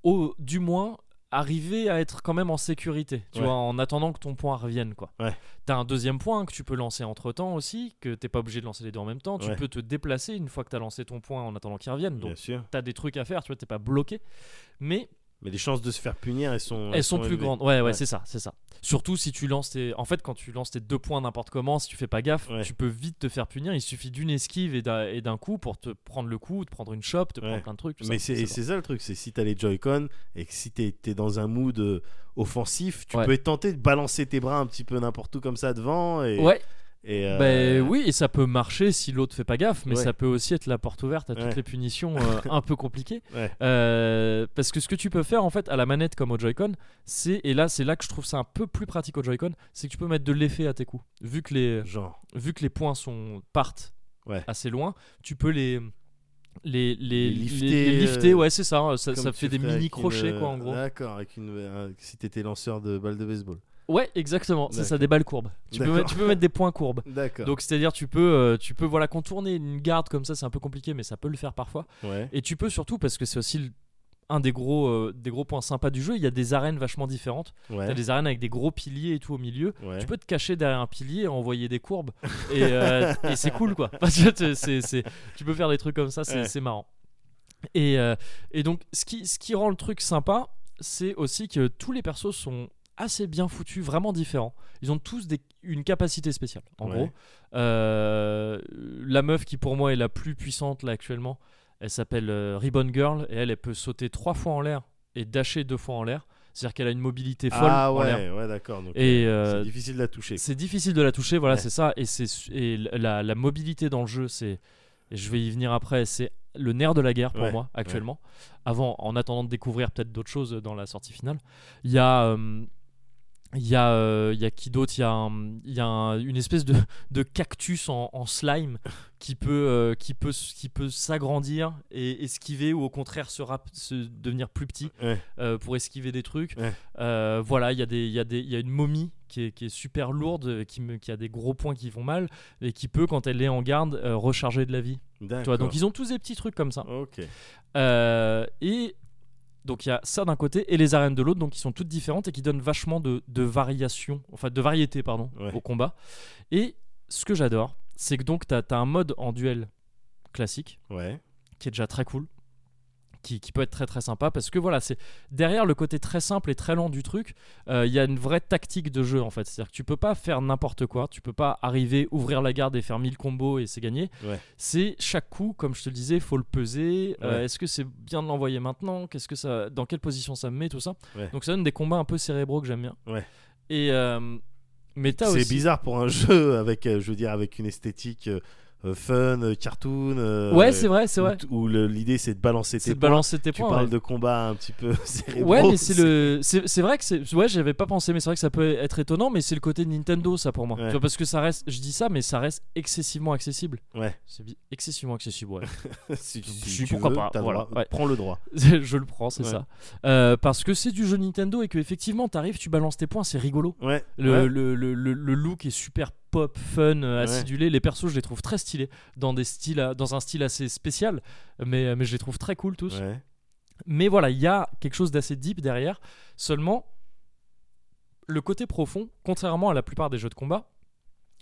au, du moins arriver à être quand même en sécurité, tu Ouais. vois, en attendant que ton point revienne quoi. Ouais. T'as un deuxième point que tu peux lancer entre temps aussi, que t'es pas obligé de lancer les deux en même temps. Tu Ouais. peux te déplacer une fois que t'as lancé ton point en attendant qu'il revienne. Donc Bien sûr. t'as des trucs à faire, tu vois, t'es pas bloqué. Mais Mais les chances de se faire punir, elles sont. elles sont, plus élevées. grandes. Ouais, ouais, Ouais. c'est ça, c'est ça. Surtout si tu lances tes. En fait, quand tu lances tes deux points n'importe comment, si tu fais pas gaffe, Ouais. tu peux vite te faire punir. Il suffit d'une esquive et d'un et d'un coup pour te prendre le coup, te prendre une chope, te Ouais. prendre plein de trucs. tout ça. Mais c'est bon. c'est ça le truc, c'est si t'as les Joy-Con et que si t'es t'es dans un mood euh, offensif, tu Ouais. peux être tenté de balancer tes bras un petit peu n'importe où comme ça devant. Et, Ouais, et, euh, ben oui, et ça peut marcher si l'autre fait pas gaffe, mais Ouais. ça peut aussi être la porte ouverte à toutes Ouais. les punitions euh, un peu compliquées. Ouais. Euh, parce que ce que tu peux faire en fait à la manette comme au Joy-Con, c'est et là c'est là que je trouve ça un peu plus pratique au Joy-Con, c'est que tu peux mettre de l'effet à tes coups. Vu que les Genre. vu que les points sont partent Ouais. assez loin, tu peux les les les, Les lifter, les lifter, euh, ouais c'est ça, hein, ça, comme ça tu fait des ferais avec mini une, crochets quoi en euh, gros. D'accord, avec une un- si t'étais lanceur de balles de baseball. Ouais exactement, c'est ça D'accord. des balles courbes. Tu peux D'accord. mettre- tu peux mettre des points courbes. D'accord. Donc c'est-à-dire tu peux euh, tu peux voilà contourner une garde comme ça, c'est un peu compliqué mais ça peut le faire parfois. ouais. Et tu peux surtout parce que c'est aussi le- un des gros euh, des gros points sympas du jeu, il y a des arènes vachement différentes. Ouais. T'as des arènes avec des gros piliers et tout au milieu. ouais. Tu peux te cacher derrière un pilier, envoyer des courbes et, euh, et c'est cool quoi. Parce que t'es- c'est- c'est- tu peux faire des trucs comme ça, c'est Ouais. c'est marrant. Et, euh, et donc ce qui, ce qui rend le truc sympa, c'est aussi que tous les persos sont assez bien foutus, vraiment différents. Ils ont tous des- une capacité spéciale, en Ouais. gros. Euh, la meuf qui pour moi est la plus puissante là actuellement, elle s'appelle euh, Ribbon Girl et elle, elle peut sauter trois fois en l'air et dasher deux fois en l'air. C'est-à-dire qu'elle a une mobilité folle Ah en l'air. ouais, ouais d'accord. Donc, Et, euh, euh, c'est difficile de la toucher. C'est difficile de la toucher, voilà, Ouais. c'est ça. Et, c'est, et la, la mobilité dans le jeu, c'est, et je vais y venir après, c'est le nerf de la guerre pour Ouais, moi actuellement. Avant, en attendant de découvrir peut-être d'autres choses euh, dans la sortie finale, il y a. euh, il y, a, euh, il y a qui d'autre Il y a, un- il y a un- une espèce de, de cactus en, en slime qui peut, euh, qui peut, s- qui peut s'agrandir et esquiver ou au contraire se, rap- se devenir plus petit Ouais. euh, pour esquiver des trucs. Ouais. Euh, voilà, il y, a des- il y, a des- il y a une momie qui est, qui est super lourde, euh, qui, me- qui a des gros points qui font mal et qui peut, quand elle est en garde, euh, recharger de la vie. Tu vois, D'accord. donc ils ont tous des petits trucs comme ça. Ok. Euh, et donc il y a ça d'un côté et les arènes de l'autre, donc qui sont toutes différentes et qui donnent vachement de, de variation, enfin de variété, pardon, Ouais. au combat. Et ce que j'adore, c'est que donc tu as, un mode en duel classique Ouais. qui est déjà très cool. Qui, qui peut être très très sympa parce que voilà c'est derrière le côté très simple et très lent du truc euh, il y a une vraie tactique de jeu en fait c'est à dire que tu peux pas faire n'importe quoi tu peux pas arriver ouvrir la garde et faire 1000 combos et c'est gagné Ouais. c'est chaque coup comme je te le disais faut le peser euh, Ouais. est-ce que c'est bien de l'envoyer maintenant qu'est-ce que ça dans quelle position ça me met tout ça Ouais. donc ça donne des combats un peu cérébraux que j'aime bien Ouais. et euh, mais t'as C'est aussi bizarre pour un jeu avec, euh, je veux dire, avec une esthétique euh, euh, fun, euh, cartoon. euh, Ouais, c'est vrai, c'est où vrai. t- Où, le- l'idée c'est de balancer tes C'est de points. balancer tes Tu points. parles ouais. de combat un petit peu cérébraux. Ouais, mais c'est le, c'est c'est vrai que c'est, ouais, j'avais pas pensé, mais c'est vrai que ça peut être étonnant, mais c'est le côté Nintendo, ça pour moi. Ouais. Tu vois, parce que ça reste, je dis ça, mais ça reste excessivement accessible. Ouais. C'est bi- excessivement accessible. Ouais. si, Je si suis- tu pourquoi veux, pas, t'as le voilà, droit. ouais. Prends le droit. je le prends, c'est Ouais. ça. Euh, parce que c'est du jeu Nintendo et que effectivement, t'arrives, tu balances tes points, c'est rigolo. Ouais. Le, ouais. le, le, le- le look est super pop, fun, euh, Ouais. acidulé. Les persos, je les trouve très stylés, dans des styles, à- dans un style assez spécial, mais, mais je les trouve très cool tous. Ouais. Mais voilà, il y a quelque chose d'assez deep derrière. Seulement, le côté profond, contrairement à la plupart des jeux de combat,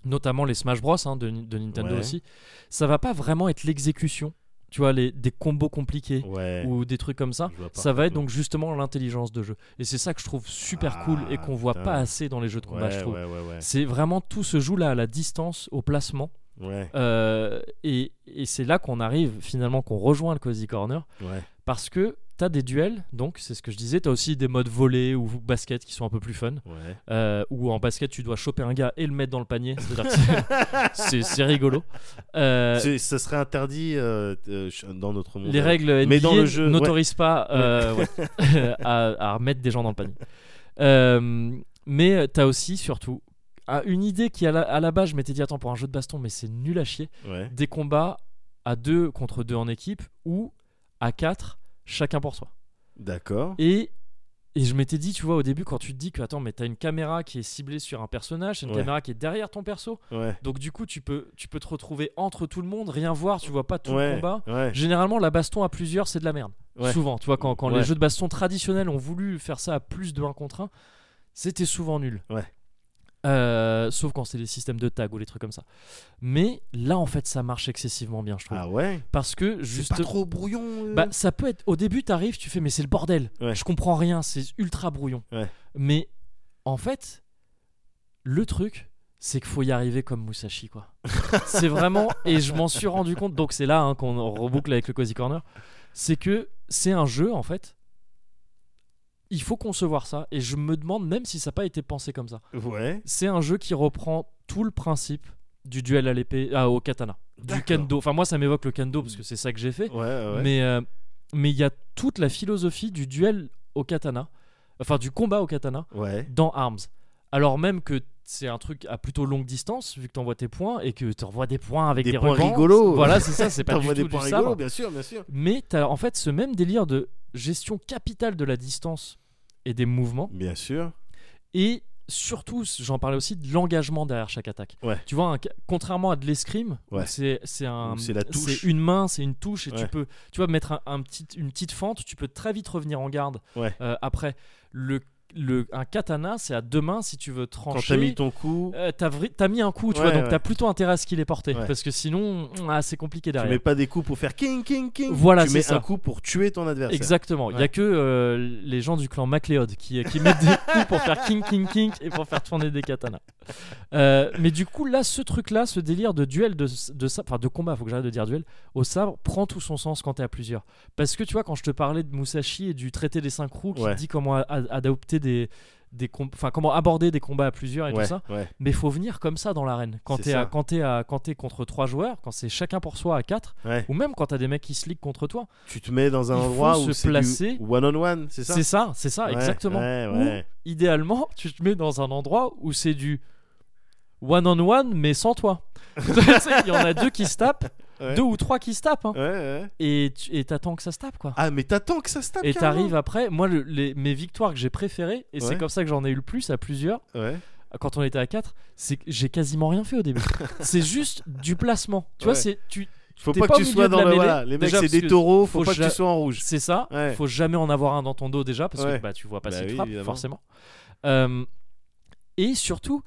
notamment les Smash Bros hein, de, Ni- de Nintendo Ouais. aussi, ça va pas vraiment être l'exécution. Tu vois, les, des combos compliqués Ouais. ou des trucs comme ça. Je vois pas. Ça va être donc justement l'intelligence de jeu. Et c'est ça que je trouve super Ah, cool et qu'on voit putain. pas assez dans les jeux de combat, ouais, bah, je trouve. Ouais, ouais, ouais. C'est vraiment tout se joue là à la distance, au placement. Ouais, Euh, et et c'est là qu'on arrive finalement, qu'on rejoint le Cozy Corner ouais. parce que t'as des duels, donc c'est ce que je disais, t'as aussi des modes volés ou basket qui sont un peu plus fun, ouais. euh, où en basket tu dois choper un gars et le mettre dans le panier, C'est-à-dire que c'est- c'est c'est rigolo. Euh, C'est- ça serait interdit euh, euh, ch- dans notre monde. les règles NBA Mais dans le jeu, ouais. n'autorisent pas euh, ouais, à, à remettre des gens dans le panier. Euh, mais t'as aussi surtout ah, une idée qui à la, à la base je m'étais dit attends pour un jeu de baston mais c'est nul à chier, Ouais. des combats à deux contre deux en équipe ou à quatre chacun pour soi. D'accord. Et, et je m'étais dit, tu vois, au début, quand tu te dis que, attends, mais t'as une caméra qui est ciblée sur un personnage, c'est une Ouais. caméra qui est derrière ton perso. Ouais. Donc, du coup, tu peux, tu peux te retrouver entre tout le monde, rien voir, tu vois pas tout ouais. le combat. Ouais. Généralement, la baston à plusieurs, c'est de la merde. Ouais. Souvent, tu vois, quand, quand Ouais. les jeux de baston traditionnels ont voulu faire ça à plus de 1 contre 1, c'était souvent nul. Ouais. Euh, sauf quand c'est des systèmes de tag ou des trucs comme ça. Mais là, en fait, ça marche excessivement bien, je trouve. Ah ouais. Parce que C'est juste pas trop brouillon. euh bah, ça peut être. Au début, t'arrives, tu fais, mais c'est le bordel. Ouais. Je comprends rien, c'est ultra brouillon. Ouais. Mais en fait, le truc, c'est qu'il faut y arriver comme Musashi, quoi. c'est vraiment. Et je m'en suis rendu compte, donc c'est là hein, qu'on reboucle avec le Cozy Corner. C'est que c'est un jeu, en fait. Il faut concevoir ça. Et je me demande même si ça n'a pas été pensé comme ça. Ouais. C'est un jeu qui reprend tout le principe du duel à l'épée, ah, au katana. Du D'accord. Mm. kendo. Enfin, moi, ça m'évoque le kendo parce que c'est ça que j'ai fait. Ouais, ouais. Mais euh, mais il y a toute la philosophie du duel au katana, enfin du combat au katana Ouais. dans Arms. Alors même que c'est un truc à plutôt longue distance vu que t'envoies tes points et que t'envoies des points avec Des des, points rubans. rigolos. Voilà, c'est ça, c'est pas du T'envoies tout des du points sabre. rigolos, bien sûr, bien sûr. Mais t'as en fait ce même délire de gestion capitale de la distance et des mouvements Bien sûr. et surtout, j'en parlais aussi de l'engagement derrière chaque attaque. Ouais. Tu vois, un ca- contrairement à de l'escrime, Ouais. où c'est c'est un, Où c'est la touche. c'est une main, c'est une touche, et Ouais. tu peux, tu vois, mettre un, un petit, une petite fente, tu peux très vite revenir en garde. Ouais. euh, après, le, le, un katana, c'est à deux mains si tu veux Quand trancher. t'as mis ton coup, Euh, t'as vri- t'as mis un coup, tu Ouais, vois, donc ouais. t'as plutôt intérêt à ce qu'il est porté, Ouais. parce que sinon, ah, c'est compliqué tu derrière. mets pas des coups pour faire king, king, king. Voilà, tu c'est mets ça. un coup pour tuer ton adversaire. Exactement. Il y Ouais. a que euh, les gens du clan MacLeod qui, qui mettent des coups pour faire king king king et pour faire tourner des katanas. Euh, mais du coup là, ce truc-là, ce délire de duel de de sabre- enfin de combat, faut que j'arrête de dire duel au sabre, prend tout son sens quand t'es à plusieurs. Parce que tu vois, quand je te parlais de Musashi et du traité des cinq roues qui Ouais. dit comment a- a- adopter des des com- enfin comment aborder des combats à plusieurs et ouais, tout ça, ouais. mais faut venir comme ça dans l'arène. Quand C'est t'es à- ça. quand t'es à- quand t'es contre trois joueurs, quand c'est chacun pour soi à quatre, Ouais. ou même quand t'as des mecs qui se liguent contre toi. Tu te mets dans un Il faut endroit où se c'est placer. du one on one, c'est ça C'est ça, c'est ça, Ouais, exactement. ouais, Ou, ouais. idéalement, tu te mets dans un endroit où c'est du one-on-one, mais sans toi. Tu sais, Il y en a deux qui se tapent, Ouais. deux ou trois qui se tapent, hein. Ouais, ouais. et tu- et t'attends que ça se tape, quoi. Ah, mais t'attends que ça se tape. et carrément. t'arrives après, moi, le- les- mes victoires que j'ai préférées, et Ouais. c'est comme ça que j'en ai eu le plus à plusieurs, Ouais. quand on était à 4, c'est que j'ai quasiment rien fait au début. c'est juste du placement. Tu Ouais. vois, c'est tu, Faut T'es pas, pas que tu au milieu sois de dans la le. mêlée. Voilà, les mecs, Déjà, c'est parce des que taureaux, faut, faut pas que ja- tu sois en rouge. C'est ça. Ouais. Faut jamais en avoir un dans ton dos déjà parce Ouais. que bah tu vois pas Bah s'il oui, frappe évidemment. forcément. Euh, et surtout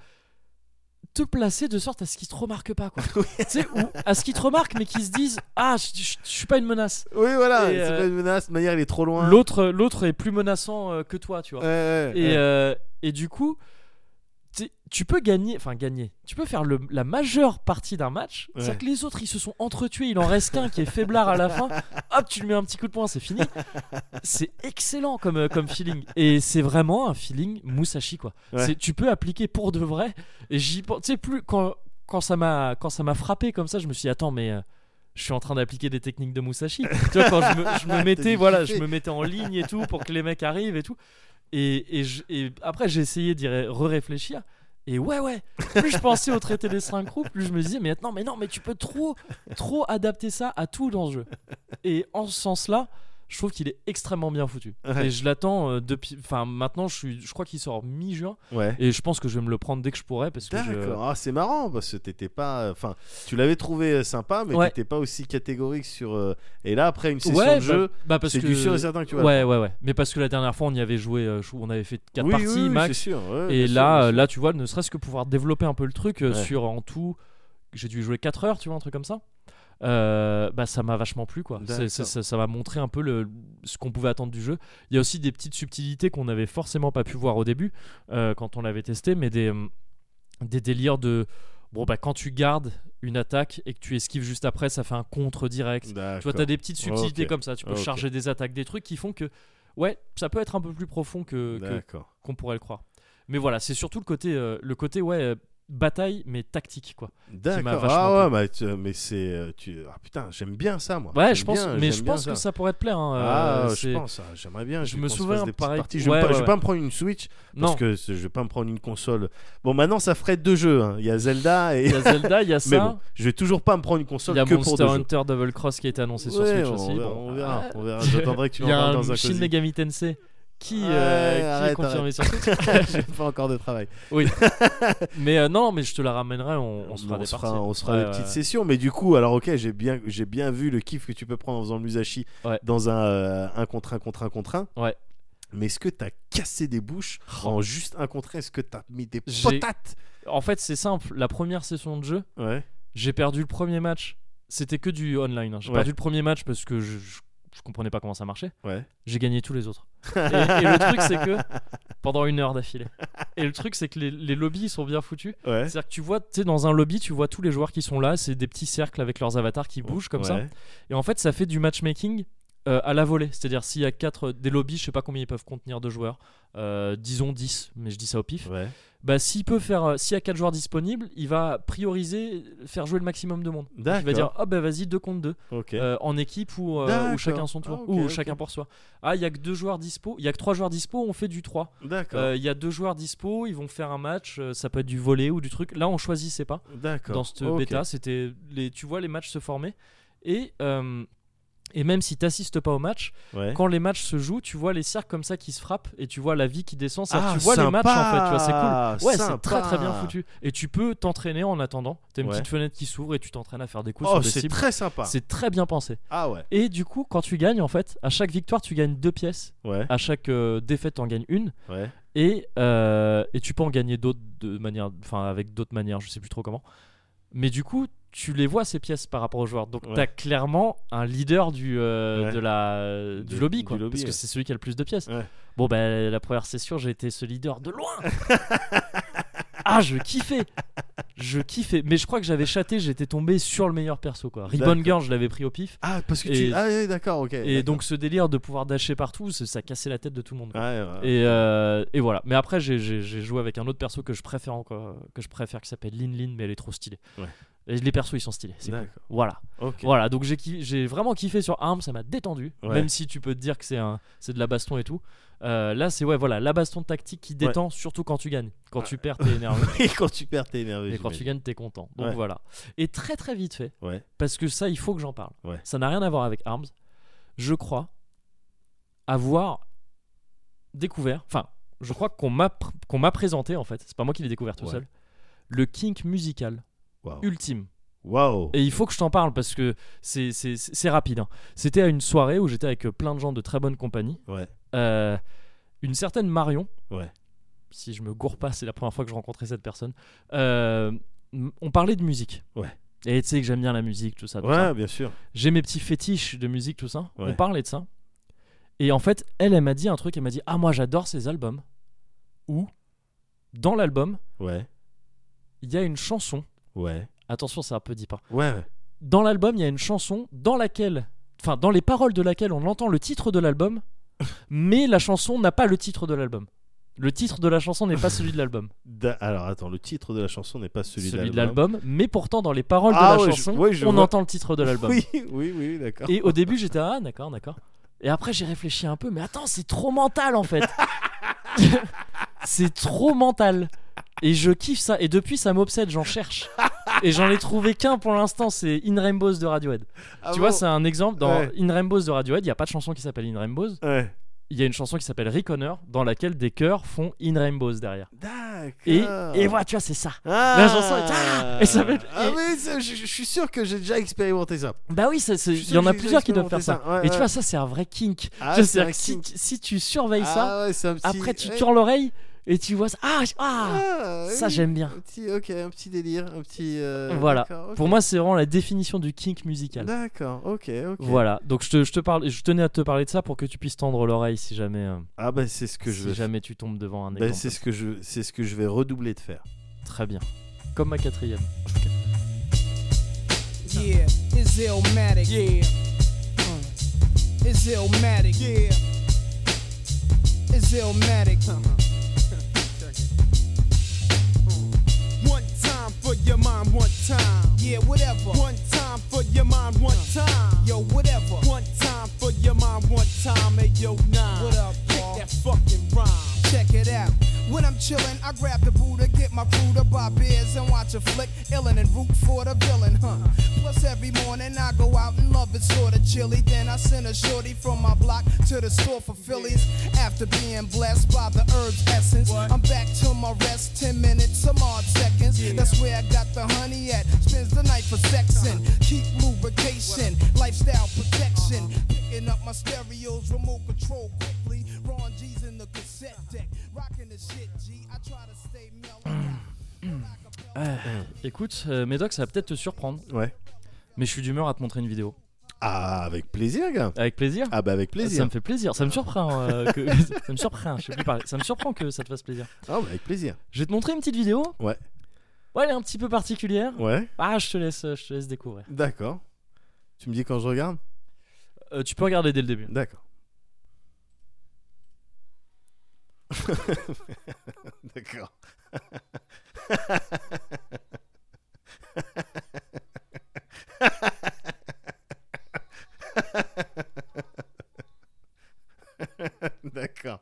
te placer de sorte à ce qu'ils te remarquent pas quoi. tu sais ou à ce qu'ils te remarquent mais qu'ils se disent ah je, je- je suis pas une menace. Oui, voilà, Et, c'est euh, pas une menace, de manière, il est trop loin. L'autre l'autre est plus menaçant euh, que toi tu vois. Ouais, ouais, et ouais. euh, et du coup t'es- tu peux gagner, enfin gagner, tu peux faire le- la majeure partie d'un match, Ouais. c'est-à-dire que les autres ils se sont entretués, il en reste qu'un qui est faiblard à la fin, hop tu lui mets un petit coup de poing, c'est fini. C'est excellent comme, euh, comme feeling. Et c'est vraiment un feeling Musashi quoi. Ouais. C'est- Tu peux appliquer pour de vrai, et j'y pense, tu sais plus quand... quand ça m'a quand ça m'a frappé comme ça, je me suis dit, attends mais euh, je suis en train d'appliquer des techniques de Musashi. tu vois quand je me, je me T'as mettais dû voilà, kiffer. je me mettais en ligne et tout pour que les mecs arrivent et tout. Et, et je- et après j'ai essayé d'y ré- re-réfléchir. Et ouais ouais, plus je pensais au traité des cinq roues, plus je me disais mais non mais non mais tu peux trop trop adapter ça à tout dans ce jeu. Et en ce sens-là, je trouve qu'il est extrêmement bien foutu. Ouais. Et je l'attends euh, depuis enfin maintenant je suis je crois qu'il sort mi-juin. Ouais. Et je pense que je vais me le prendre dès que je pourrai euh, parce que je- D'accord. Ah, c'est marrant parce que t'étais pas. Enfin, tu l'avais trouvé euh, sympa, mais Ouais. t'étais pas aussi catégorique sur. euh, Et là, après une session ouais, de bah- jeu, bah parce c'est que du sûr et certain que tu vas. ouais, ouais, ouais. Mais parce que la dernière fois, on y avait joué, euh, je- on avait fait quatre oui, parties oui, oui, c'est max. sûr. ouais, et bien sûr, là, bien euh, sûr. là, tu vois, ne serait-ce que pouvoir développer un peu le truc euh, Ouais. sur en tout, j'ai dû jouer 4 heures, tu vois, un truc comme ça. Euh, bah ça m'a vachement plu quoi. C'est- D'accord. c'est- ça, ça m'a montré un peu le, ce qu'on pouvait attendre du jeu. Il y a aussi des petites subtilités qu'on n'avait forcément pas pu voir au début euh, quand on l'avait testé, mais des, hum, des délires de bon bah quand tu gardes une attaque et que tu esquives juste après, ça fait un contre direct. euh, Tu vois, D'accord. t'as des petites subtilités Ok. comme ça. Tu peux Ok. charger des attaques, des trucs qui font que, ouais, ça peut être un peu plus profond que que- D'accord. qu'on pourrait le croire. Mais voilà, c'est surtout le côté, euh, le côté ouais, euh, bataille mais tactique quoi. m'a D'accord. vachement Ah ouais, bah, tu- mais c'est. euh, Tu... Ah putain, j'aime bien ça, moi. Ouais, Ah, J'aime je pense, bien- mais j'aime je bien pense que ça pourrait te plaire. hein, Ah, euh, je c'est- pense. ah, J'aimerais bien. Je qu'on me se fasse souviens, des petites pareil- parties. Je ouais, vais pas- ouais, je vais ouais. pas me prendre une Switch Non, parce que c'est- je vais pas me prendre une console. Bon, maintenant, ça ferait deux jeux. hein. Il y a Zelda et. il y a Zelda, il y a Mais ça. bon, je vais toujours pas me prendre Il une console y a que pour Monster deux jeux. Hunter Double Cross qui a été annoncé sur Ouais, Switch on aussi. verra, Bon, on verra, ah, on verra. J'attendrai que tu Il m'en y a parles dans un un Shin cosy. Megami Tensei qui, Ouais, euh, qui est arrête, confirmé arrête. sur Switch. J'ai pas encore de travail. mais euh, non, mais je te la ramènerai. On, on se fera des fera, parties. on se fera Ouais, des petites ouais. sessions, mais du coup, alors ok, j'ai bien, j'ai bien vu le kiff que tu peux prendre en faisant le Musashi Ouais. dans un, euh, un contre un contre un contre un. Ouais. Mais est-ce que t'as cassé des bouches Oh. en juste un contre un Est-ce que t'as mis des J'ai- potates En fait, c'est simple. La première session de jeu, Ouais. J'ai perdu le premier match. C'était que du online. hein. J'ai Ouais. perdu le premier match parce que je, je, je comprenais pas comment ça marchait. Ouais. J'ai gagné tous les autres. et, et le truc, c'est que pendant une heure d'affilée. Et le truc, c'est que les, les lobbies ils sont bien foutus. Ouais. C'est-à-dire que tu vois, tu sais, dans un lobby, tu vois tous les joueurs qui sont là. C'est des petits cercles avec leurs avatars qui bougent comme ça. Ouais. Et en fait, ça fait du matchmaking euh, à la volée. C'est-à-dire, s'il y a quatre euh, des lobbies, je sais pas combien ils peuvent contenir de joueurs. Euh, disons 10, mais je dis ça au pif Ouais. bah s'il peut faire euh, s'il y a 4 joueurs disponibles il va prioriser faire jouer le maximum de monde D'accord. il va dire oh bah vas-y 2 contre 2 Ok. en équipe ou, euh, D'accord. ou chacun son tour Ah, ok, ou ok. chacun pour soi ah il y a que 2 joueurs dispo il y a que 3 joueurs dispo on fait du 3 D'accord. Euh, il y a 2 joueurs dispo ils vont faire un match euh, ça peut être du volet ou du truc là on choisissait pas D'accord. dans cette Ok. bêta c'était les tu vois les matchs se former et euh, et même si t'assistes pas au match, Ouais. quand les matchs se jouent, tu vois les cercles comme ça qui se frappent et tu vois la vie qui descend. Ça, Ah, tu vois les matchs en fait, tu vois, c'est cool. sympa, Ouais, c'est très sympa. très bien foutu. Et tu peux t'entraîner en attendant. T'as une Ouais. petite fenêtre qui s'ouvre et tu t'entraînes à faire des coups Oh, sur des c'est cibles. très sympa. C'est très bien pensé. Ah ouais. Et du coup, quand tu gagnes, en fait, à chaque victoire, tu gagnes deux pièces. Ouais. À chaque euh, défaite, t'en gagnes une. Ouais. Et, euh, et tu peux en gagner d'autres de manière, enfin avec d'autres manières, je sais plus trop comment. Mais du coup, tu les vois ces pièces par rapport aux joueurs. Donc Ouais. t'as clairement un leader du euh, Ouais. de la du Du- lobby du quoi, lobby, parce que ouais. c'est celui qui a le plus de pièces. Ouais. Bon ben la première session, j'ai été ce leader de loin. ah je kiffais, je kiffais. Mais je crois que j'avais chaté, j'étais tombé sur le meilleur perso quoi. Ribbon D'accord. Girl, je l'avais pris au pif. Ah parce que Et- tu. Ah ouais, d'accord. Ok. Et d'accord. donc ce délire de pouvoir dasher partout, ça ça cassait la tête de tout le monde. quoi. Ouais, ouais. Et, euh, et voilà. Mais après, j'ai- j'ai j'ai joué avec un autre perso que je préfère encore, que je préfère, qui s'appelle Lin Lin, mais elle est trop stylée. Ouais. Et les persos, ils sont stylés. c'est cool. D'accord. Voilà. Ok. Voilà. Donc j'ai kiff- j'ai vraiment kiffé sur Arm, ça m'a détendu. Ouais. Même si tu peux te dire que c'est un- c'est de la baston et tout. Euh, là, c'est ouais, voilà, la baston tactique qui détend, surtout quand tu gagnes. Quand tu perds, t'es énervé. Et quand tu perds, t'es énervé. Mais quand tu j'imagine. gagnes, t'es content. Donc Ouais. voilà. Et très très vite fait, Ouais. parce que ça, il faut que j'en parle. Ouais. Ça n'a rien à voir avec Arms. Je crois avoir découvert, enfin, je crois qu'on m'a pr- qu'on m'a présenté en fait, c'est pas moi qui l'ai découvert tout Ouais. Oh. seul, le kink musical Waouh. ultime. Waouh. Et il faut que je t'en parle parce que c'est- c'est c'est- c'est rapide. hein. C'était à une soirée où j'étais avec euh, plein de gens de très bonne compagnie. Ouais. Euh, une certaine Marion. Ouais. Si je me gourre pas, c'est la première fois que je rencontrais cette personne. Euh, m- on parlait de musique. Ouais. Et tu sais que j'aime bien la musique, tout ça. tout ça. Ouais, bien sûr. J'ai mes petits fétiches de musique, tout ça. Ouais. On parlait de ça. Et en fait, elle, elle m'a dit un truc. Elle m'a dit Ah, moi, j'adore ces albums. Où, dans l'album, Ouais. il y a une chanson. Ouais. Attention, c'est un peu hein. dit pas. Ouais. ouais. Dans l'album, il y a une chanson dans laquelle. Enfin, dans les paroles de laquelle on entend le titre de l'album, mais la chanson n'a pas le titre de l'album. Le titre de la chanson n'est pas celui de l'album. Da- Alors attends, le titre de la chanson n'est pas celui, Celui, de l'album, mais pourtant dans les paroles Ah de la ouais, je- chanson, ouais, je on vois. entend le titre de l'album. Oui, oui, oui, d'accord. Et au début, j'étais ah d'accord, d'accord. Et après, j'ai réfléchi un peu, mais attends, c'est trop mental en fait. c'est trop mental. Et je kiffe ça. Et depuis, ça m'obsède. J'en cherche. Et j'en ai trouvé qu'un pour l'instant, c'est In Rainbows de Radiohead. Ah tu bon vois, c'est un exemple. Dans Ouais. In Rainbows de Radiohead, il n'y a pas de chanson qui s'appelle In Rainbows. Ouais. Il y a une chanson qui s'appelle Rick Honor, dans laquelle des chœurs font In Rainbows derrière. D'accord. Et, et voilà, tu vois, c'est ça. Ah la chanson est- Ah Et ça fait- Ah et- oui, ça, je, je suis sûr que j'ai déjà expérimenté ça. Bah oui, c'est- c'est- Je suis il y sûr en a que j'ai plusieurs qui doivent faire ça. expérimenté ça, ouais, et tu ouais. vois, ça, c'est un vrai kink. Ah, Tu vois, c'est c'est-à-dire un que si, kink. tu- si tu surveilles ça, Ah ouais, c'est un petit- après tu ouais. tends l'oreille et tu vois ça. Ah, je- ah, Ah, ça oui. j'aime bien. Un petit, ok, un petit délire, un petit. euh, Voilà. d'accord, ok. Pour moi, c'est vraiment la définition du kink musical. D'accord, ok, ok. Voilà, donc je te, je te parle, je tenais à te parler de ça pour que tu puisses tendre l'oreille si jamais, euh, Ah bah c'est ce que si je vais. jamais tu tombes devant un bah, écran. c'est ce que je, c'est ce que je vais redoubler de faire. Très bien. Comme ma quatrième. Yeah, it's illmatic. Yeah, uh, it's illmatic. Yeah, it's illmatic. One time for your mind, one time. Yeah, whatever. Uh, One time for your mind, one time. Yo, whatever. One time for your mind, one time. Hey, yo, nine. What up, Kick Paul? that fucking rhyme. Check it out. When I'm chillin', I grab the Buddha, get my crew to buy beers and watch a flick, illin' and root for the villain, huh? Plus every morning I go out and love it sorta chilly. Then I send a shorty from my block to the store for Phillies. After being blessed by the herb's essence, I'm back to my rest, 10 minutes, some odd seconds. That's where I got the honey at. Spends the night for sexin'. Keep lubrication, lifestyle protection. Picking up my stereos, remote control quickly. Ron G's in the cassette deck. Rocking the shit, G. I try to stay mellow. Écoute, euh, Médoc, ça va peut-être te surprendre, Ouais. mais je suis d'humeur à te montrer une vidéo. Ah avec plaisir, gars. Avec plaisir Ah bah avec Ça plaisir. me fait plaisir, ça me surprend. euh, que... ça me surprend, je sais plus parler. Ça me surprend que ça te fasse plaisir. Ah bah avec plaisir. Je vais te montrer une petite vidéo. Ouais. Ouais, elle est un petit peu particulière. Ouais. Ah, je te laisse, euh, je te laisse découvrir. D'accord. Tu me dis quand je regarde. Euh, tu peux regarder dès le début. D'accord. D'accord. D'accord.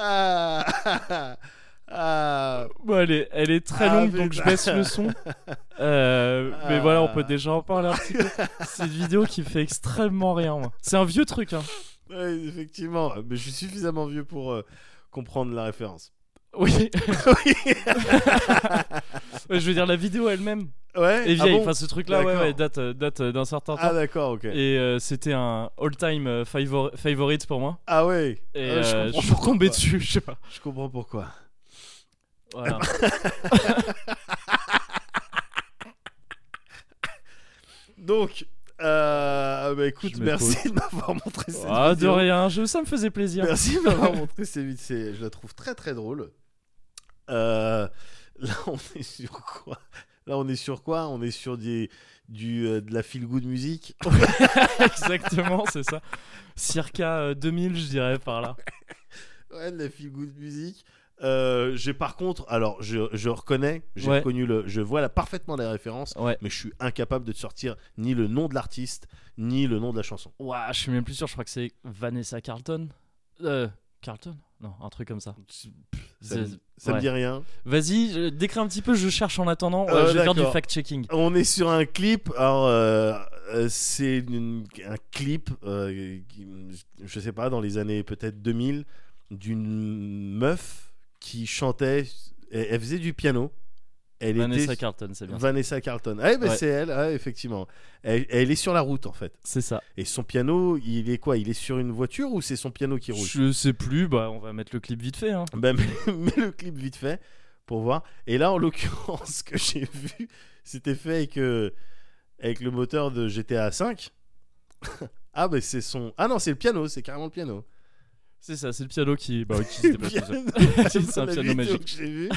Ah, ah, Bon, elle est, elle est très Ah, longue, donc je putain. baisse le son. Euh, Mais Ah. voilà, on peut déjà en parler un petit peu. C'est une vidéo qui me fait extrêmement rien. moi. C'est un vieux truc. Hein. ouais, effectivement, mais je suis suffisamment vieux pour euh, comprendre la référence. Oui. Ouais, je veux dire, la vidéo elle-même Ouais. est ah vieille. bon enfin, ce truc-là, ouais, D'accord. ouais, date, euh, date euh, d'un certain temps. Ah d'accord, ok. Et euh, c'était un all-time euh, favor- favorite pour moi. Ah ouais. Et Ah, euh, je, comprends suis retombé pourquoi. dessus, je sais pas. Je comprends pourquoi. Voilà. Ah, Donc, euh, bah, écoute, Je m'écoute. merci de m'avoir montré cette Ah, de vidéo. rien, je- ça me faisait plaisir. Merci de m'avoir montré cette vidéo. C'est- Je la trouve très très drôle. Euh, là, on est sur quoi Là, on est sur quoi On est sur des, du, euh, de la feel good musique. Exactement, c'est ça. Circa euh, 2000, je dirais, par là. Ouais, de la feel good musique. Euh, j'ai par contre, alors je, je reconnais, j'ai Ouais. reconnu le, je vois là parfaitement les références, Ouais. mais je suis incapable de te sortir ni le nom de l'artiste ni le nom de la chanson. Ouah, je suis même plus sûr, je crois que c'est Vanessa Carlton. Euh, Carlton Non, un truc comme ça. Ça, me- C'est- ça me ouais. dit rien. Vas-y, je- décris un petit peu, je cherche en attendant. Euh, euh, je vais faire du d'accord. fact-checking. On est sur un clip. Alors, euh, euh, c'est une- un clip, euh, qui- je sais pas, dans les années peut-être 2000, d'une meuf qui chantait, elle, elle faisait du piano Elle Vanessa était... Carlton, c'est bien. ça. Vanessa Carlton. Ah, ben Ouais. c'est elle, ah, effectivement. Elle, elle est sur la route en fait. C'est ça. Et son piano, il est quoi Il est sur une voiture ou c'est son piano qui roule Je sais plus, bah on va mettre le clip vite fait. Hein. Ben, mets, mets le clip vite fait pour voir. Et là, en l'occurrence, ce que j'ai vu, c'était fait avec, euh, avec le moteur de GTA V. ah, ben c'est son. Ah non, c'est le piano, c'est carrément le piano. C'est ça, c'est le piano qui, bah, qui se déplace tout seul. Piano- C'est un la piano vidéo magique. que j'ai vue,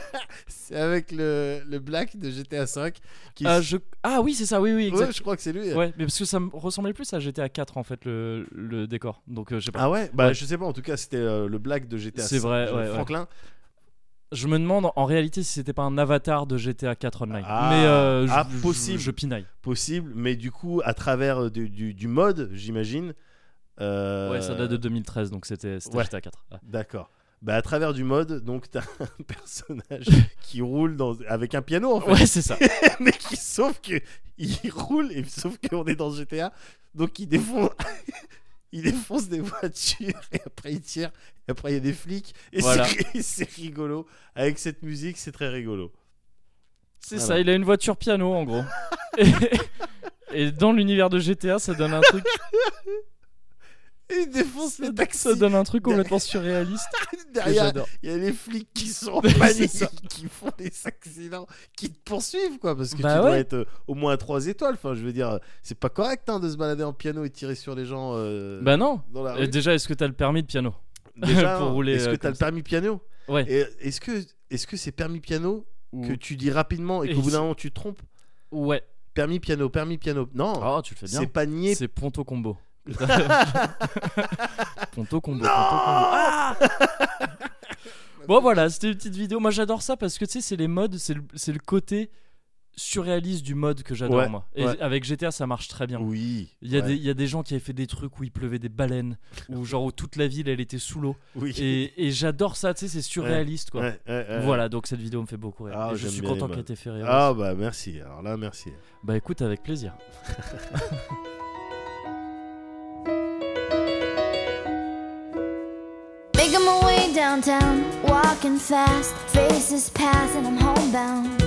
c'est avec le, le Black de GTA V. Qui... Ah, je- ah oui, c'est ça, oui, oui, Ouais, exact. je crois que c'est lui. Ouais, mais parce que ça me ressemblait plus à GTA 4 en fait, le, le décor. Donc euh, je sais pas. Ah ouais Bah Ouais. je sais pas, en tout cas c'était euh, le Black de GTA C'est V, vrai, euh, ouais, ouais. Franklin. Je me demande en réalité si c'était pas un avatar de GTA 4 Online. Ah, mais euh, je, ah, je- possible. je pinaille. Possible, mais du coup à travers euh, du, du- du mode, j'imagine. euh, Ouais, ça date de 2013, donc c'était c'était ouais. GTA 4. ouais. D'accord. Bah à travers du mode, donc t'as un personnage qui roule dans... avec un piano en fait, Ouais, c'est ça. mais qui sauf que il roule et sauf qu'on est dans GTA, donc il défonce, il défonce des voitures et après il tire et après il y a des flics et Voilà. c'est- c'est rigolo. Avec cette musique, c'est très rigolo. C'est Voilà. ça, il a une voiture piano en gros. et, et dans l'univers de GTA, ça donne un truc, Et il défonce les taxis. ça donne un truc complètement surréaliste. que Derrière, J'adore. il y a les flics qui sont en C'est panique, ça. qui font des accidents, qui te poursuivent, quoi, parce que Bah tu dois ouais. être euh, au moins à 3 étoiles. Enfin, je veux dire, euh, c'est pas correct hein, de se balader en piano et de tirer sur les gens euh, Bah non. dans la Euh, rue. Déjà, est-ce que t'as le permis de piano Déjà, hein, pour rouler, Est-ce euh, que t'as comme le permis piano Ouais. Et Est-ce que est-ce que c'est permis piano Ou- que tu dis rapidement et Et qu'au bout c'est- d'un moment tu te trompes Ouais. Permis piano, permis piano. Non, Oh, tu le fais bien. c'est pas nier. C'est Ponto Combo. Ponto Combo. Ponto Combo. Ah bon voilà, c'était une petite vidéo. Moi j'adore ça parce que tu sais, c'est les modes, c'est le, c'est le côté surréaliste du mode que j'adore Ouais, moi. Et ouais. avec GTA ça marche très bien. Oui. Il y, a ouais, des, il y a des gens qui avaient fait des trucs où il pleuvait des baleines, ou genre où toute la ville elle était sous l'eau. Oui. Et, et j'adore ça, tu sais, c'est surréaliste quoi. Ouais, ouais, ouais. Voilà, donc cette vidéo me fait beaucoup rire. Ah, Et je j'aime suis bien les content qu'elle modes. ait été fait rire. Ah bah merci. Alors là, merci. Bah écoute, avec plaisir. Making my way downtown, walking fast, faces pass and I'm homebound.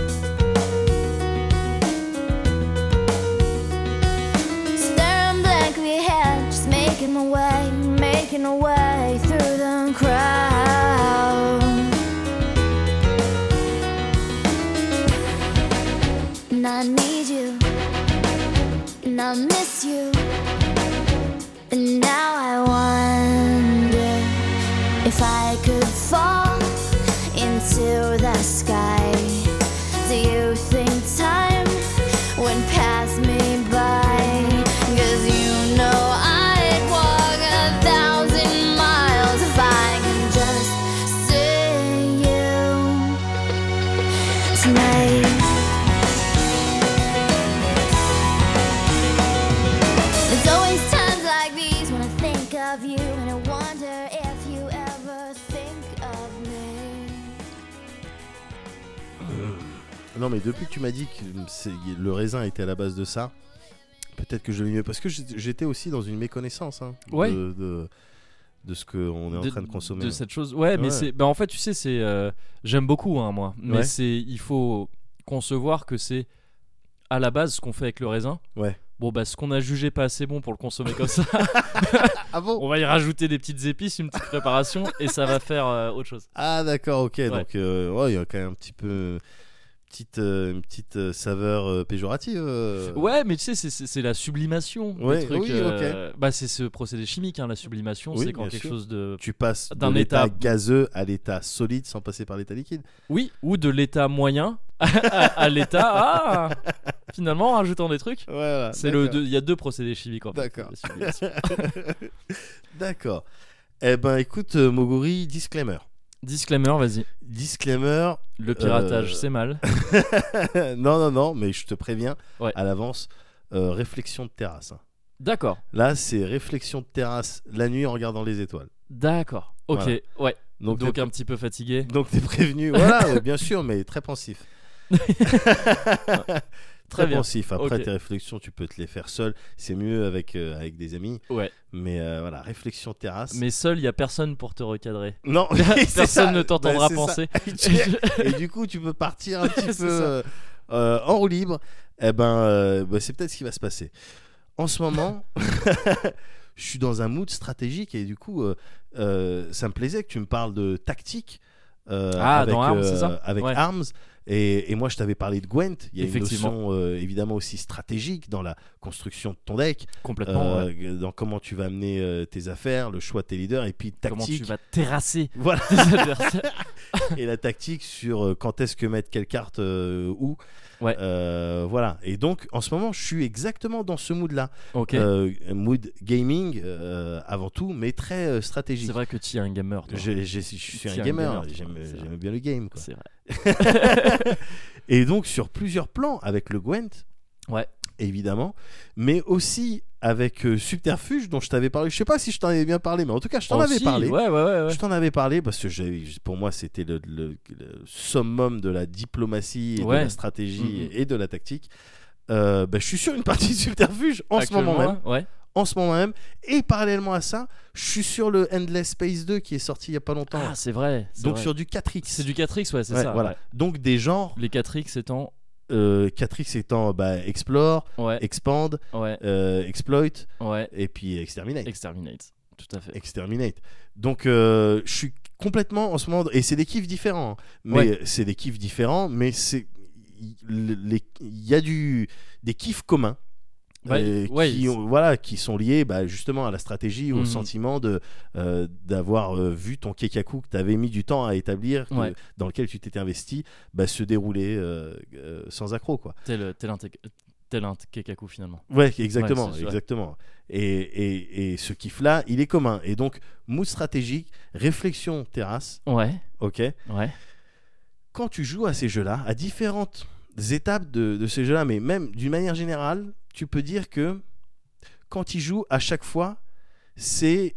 Staring blankly ahead, just making my way, making my way through the crowd. And I need you, and I miss you, and now I wonder. If I could fall into the sky, do you think time would pass me by? Cause you know I'd walk a thousand miles if I could just see you tonight. There's always times like these when I think of you and I wonder if you ever think of me. Non, mais depuis que tu m'as dit que c'est- le raisin était à la base de ça, peut-être que je l'ai mieux. Parce que j'étais j'étais aussi dans une méconnaissance hein, Ouais. de, de, de ce qu'on est en train de consommer. hein. de cette chose. Ouais, Ouais. mais c'est. bah, en fait, tu sais, c'est. euh, J'aime beaucoup, hein, moi. Mais Ouais. c'est. Il faut concevoir que c'est à la base ce qu'on fait avec le raisin. Ouais. Bon, bah, ce qu'on a jugé pas assez bon pour le consommer comme ça, Ah bon on va y rajouter des petites épices, une petite préparation, et ça va faire euh, autre chose. Ah d'accord, ok. Donc euh, ouais, il y a quand même un petit peu petite, euh, une petite euh, saveur euh, péjorative. euh. Ouais, mais tu sais, c'est- c'est c'est la sublimation. des Ouais, trucs, oui, euh, Bah, c'est ce procédé chimique, hein, la sublimation, Oui, c'est quand bien quelque sûr. chose de. Tu passes d'un D'un état, état- gazeux à l'état solide sans passer par l'état liquide. Oui, ou de l'état moyen à, à l'état. Ah Finalement, en rajoutant des trucs. Voilà. C'est le, deux- il y a deux procédés chimiques en fait. Ah, euh, D'accord. la sublimation. D'accord. Eh ben écoute, euh, Moguri, disclaimer. Disclaimer, vas-y. Disclaimer, Le piratage, Euh, c'est mal. non, non, non, mais je te préviens Ouais. à l'avance, euh, réflexion de terrasse. hein. D'accord, Là, c'est réflexion de terrasse la nuit en regardant les étoiles. d'accord. Ok, Voilà. ouais. Donc, Donc, donc, un petit peu fatigué. donc t'es prévenu. voilà, ouais, bien sûr, mais très pensif. Très bien. pensif. Après, Ok. tes réflexions, tu peux te les faire seul. C'est mieux avec, euh, avec des amis. Ouais. Mais euh, voilà, réflexion terrasse. Mais seul, il y a personne pour te recadrer. Non, c'est ça. Personne ne t'entendra Bah, c'est ça. penser. Et du coup, tu peux partir un petit C'est peu ça. euh, euh, en roue libre. Eh ben, euh, bah, c'est peut-être ce qui va se passer. En ce moment, je suis dans un mood stratégique et du coup, euh, euh, ça me plaisait que tu me parles de tactique. euh, Ah, avec, euh, dans Arms, c'est ça avec Ouais. Arms. Et, et moi, je t'avais parlé de Gwent. Il y a une Effectivement. notion euh, évidemment aussi stratégique dans la construction de ton deck, Complètement. euh, ouais. dans comment tu vas amener euh, tes affaires, le choix de tes leaders, et puis Comment tu tactique. vas terrasser Voilà. tes adversaires. et la tactique sur euh, quand est-ce que mettre quelle carte euh, où. Ouais. Euh, voilà. Et donc, en ce moment, je suis exactement dans ce mood-là. Ok. Euh, mood gaming euh, avant tout, mais très euh, stratégique. c'est vrai que tu es un gamer. toi. Je, je- je suis un Tiens, gamer, gamer, toi. j'aime C'est vrai. j'aime bien le game. quoi. C'est vrai. Et donc, sur plusieurs plans, avec le Gwent, Ouais. évidemment, mais aussi avec euh, Subterfuge, dont je t'avais parlé. Je sais pas si je t'en avais bien parlé, mais en tout cas, je t'en Oh, avais si, parlé. Ouais, ouais, ouais. ouais. Je t'en avais parlé parce que j'ai- pour moi c'était le, le- le summum de la diplomatie, et de Ouais. la stratégie Mhm. et de la tactique. Euh, bah, je suis sur une partie de subterfuge en ce moment Actuellement, même. Ouais. En ce moment même. Et parallèlement à ça, je suis sur le Endless Space 2 qui est sorti il y a pas longtemps. Ah, c'est vrai. c'est Donc vrai. sur du 4X. C'est du 4X, ouais, c'est Ouais, ça. voilà. ouais. Donc des genres Les 4X étant. euh, 4X étant bah, Explore, Ouais, Expand, ouais, euh, Exploit ouais. et puis Exterminate. Exterminate. Tout à fait. Exterminate. Donc euh, je suis complètement en ce moment et c'est des kiffs différents. hein. Mais Ouais. c'est des kiffs différents, mais c'est il les- il y a du des kiffs communs Bah, euh, ouais, qui ont- voilà qui sont liés bah, justement à la stratégie au Mhm. sentiment de euh, d'avoir euh, vu ton kekaku que tu avais mis du temps à établir que- Ouais. dans lequel tu t'étais investi bah, se dérouler euh, euh, sans accroc quoi Tel, euh, tel un, tec- tel un kekaku finalement. Ouais, exactement, Ouais, c'est- ouais. exactement. Et, et, et ce kiff-là, il est commun. Et donc, mood stratégique, réflexion terrasse, Ouais, ok ouais. Quand tu joues à ces jeux-là, à différentes étapes de, de ces jeux-là, mais même d'une manière générale, tu peux dire que quand ils jouent, à chaque fois, c'est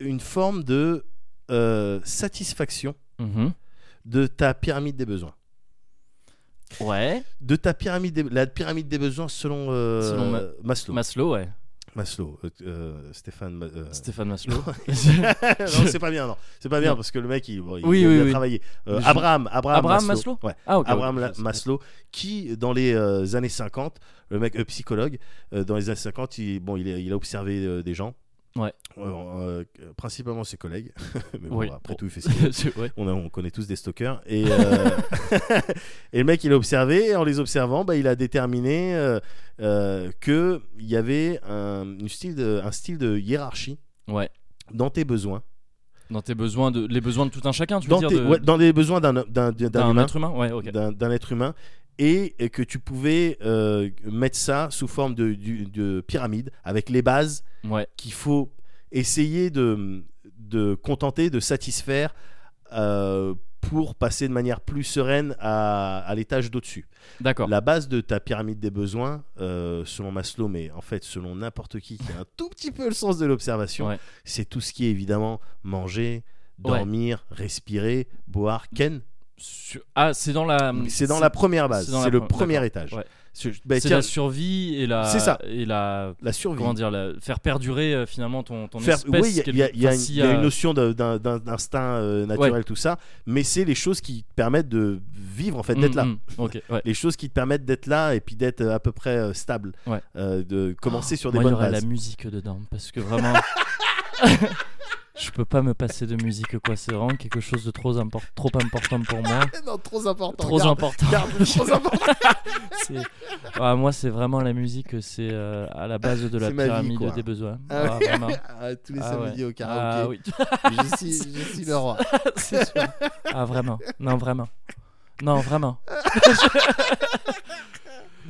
une forme de euh, satisfaction Mhm. de ta pyramide des besoins. Ouais. De ta pyramide des- la pyramide des besoins selon, euh, Selon Ma- Maslow. Maslow, ouais. Maslow, euh, euh, Stéphane. Ma- euh, Stéphane Maslow. non, c'est pas bien, non. C'est pas bien Non. parce que le mec, il, bon, il- Oui, il a oui, bien oui. travaillé. Euh, Je- Abraham, Abraham, Abraham Maslow. Maslow Ouais. ah, ok. Abraham ok, La- je sais. Maslow, qui dans les euh, années 50, le mec euh, psychologue, euh, dans les années 50, il, bon, il, a- il a observé euh, des gens. Ouais. Euh, euh, principalement ses collègues. Mais bon, Oui. Bon. après tout, il fait ce qu'il veut. C'est- ouais. On, a- on connaît tous des stalkers. Et, euh, et le mec, il a observé. Et en les observant, bah, il a déterminé euh, euh, que il y avait un, une style de, un style de hiérarchie Ouais. dans tes besoins Dans tes besoins de les besoins de tout un chacun, tu veux dans, dire tes- de- ouais, dans les besoins d'un d'un- d'un- d'un d'un humain, être humain, ouais, ok. d'un- d'un être humain et et que tu pouvais euh, mettre ça sous forme de, du- de pyramide avec les bases Ouais, qu'il faut essayer de, de contenter, de satisfaire euh, pour passer de manière plus sereine à, à l'étage d'au-dessus. d'accord. La base de ta pyramide des besoins, euh, selon Maslow, mais en fait selon n'importe qui qui a un tout petit peu le sens de l'observation, Ouais. c'est tout ce qui est évidemment manger, Ouais. dormir, respirer, boire, ken. Sur- Ah, c'est dans la. C'est dans la première base, c'est dans la c'est le pre- premier d'accord, étage. ouais. C'est- bah, c'est tiens, la survie et la. C'est ça. Et la. la survie. Comment dire, la... faire perdurer euh, finalement ton, ton Faire- espèce. oui, il y a- il y, a- quelque- il y a enfin, une- si, il y a euh, une notion d'un- d'un- d'un- d'instinct euh, naturel, tout ça, mais c'est les choses qui te permettent de vivre, en fait, d'être mm, là. mm, ok, ouais. Les choses qui te permettent d'être là et puis d'être euh, à peu près euh, stable. Ouais. Oh, Euh, de commencer sur des Moi, il y bonnes aurait bases. la musique dedans parce que vraiment. Je peux pas me passer de musique quoi, c'est vraiment quelque chose de trop, impor- trop important pour moi. Non, trop important. Trop garde- important. garde, trop important. C'est- Ah, moi, c'est vraiment la musique, c'est euh, à la base de la C'est ma vie, pyramide quoi. des besoins. Ah Ah, vraiment. Ah, tous les Ah ouais. samedis au Ah karaoké. oui, Je, suis, je suis le roi. c'est sûr. Ah vraiment, non vraiment, non vraiment.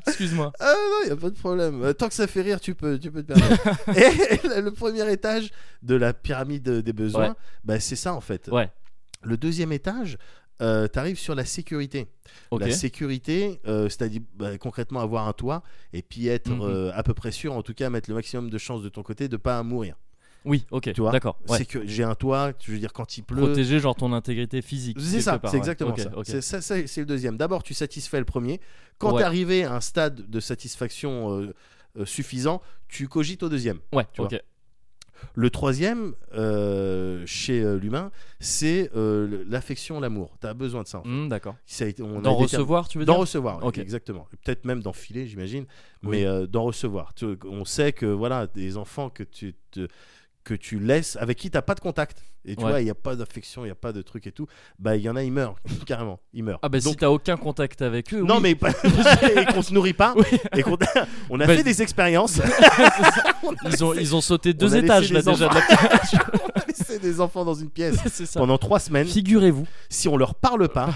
Excuse-moi. Ah non, il n'y a pas de problème. Euh, Tant que ça fait rire, tu peux, tu peux te permettre. et le- le premier étage de la pyramide des besoins, Ouais. bah, c'est ça en fait. Ouais. Le deuxième étage, tu arrives sur la sécurité. Ok. La sécurité, euh, c'est-à-dire bah, concrètement avoir un toit et puis être Mhm. euh, à peu près sûr, en tout cas mettre le maximum de chances de ton côté de pas mourir. Oui, ok, Tu vois, d'accord. ouais. C'est que j'ai un toit, je veux dire, quand il pleut. Protéger genre ton intégrité physique. C'est quelque ça, part, c'est ouais. exactement Ok, ça. ok. C'est, ça, ça, c'est le deuxième. D'abord, tu satisfais le premier. Quand Ouais. t'es arrivé à un stade de satisfaction euh, euh, suffisant, tu cogites au deuxième. Ouais, tu ok. Le troisième, euh, chez euh, l'humain, c'est euh, le- l'affection, l'amour. Tu as besoin de ça. en fait. Hmm, d'accord. Ça a été- on a D'en déterminé- recevoir, tu veux D'en dire recevoir, Ok. exactement. Peut-être même d'enfiler, j'imagine, Oui. mais euh, d'en recevoir. Tu- on sait que voilà, des enfants que tu te- que tu laisses, avec qui t'as pas de contact, et tu Ouais. vois, il n'y a pas d'affection, il n'y a pas de truc et tout, bah il y en a, ils meurent, carrément, ils meurent. Ah bah si Donc- t'as aucun contact avec eux. non, oui. mais pas- et qu'on se nourrit pas, Oui. et qu'on on a Bah, fait des expériences, ils ont ils ont sauté deux a étages laissé là les déjà. de la- c'est des enfants dans une pièce c'est ça. pendant trois semaines, Figurez-vous. si on leur parle pas,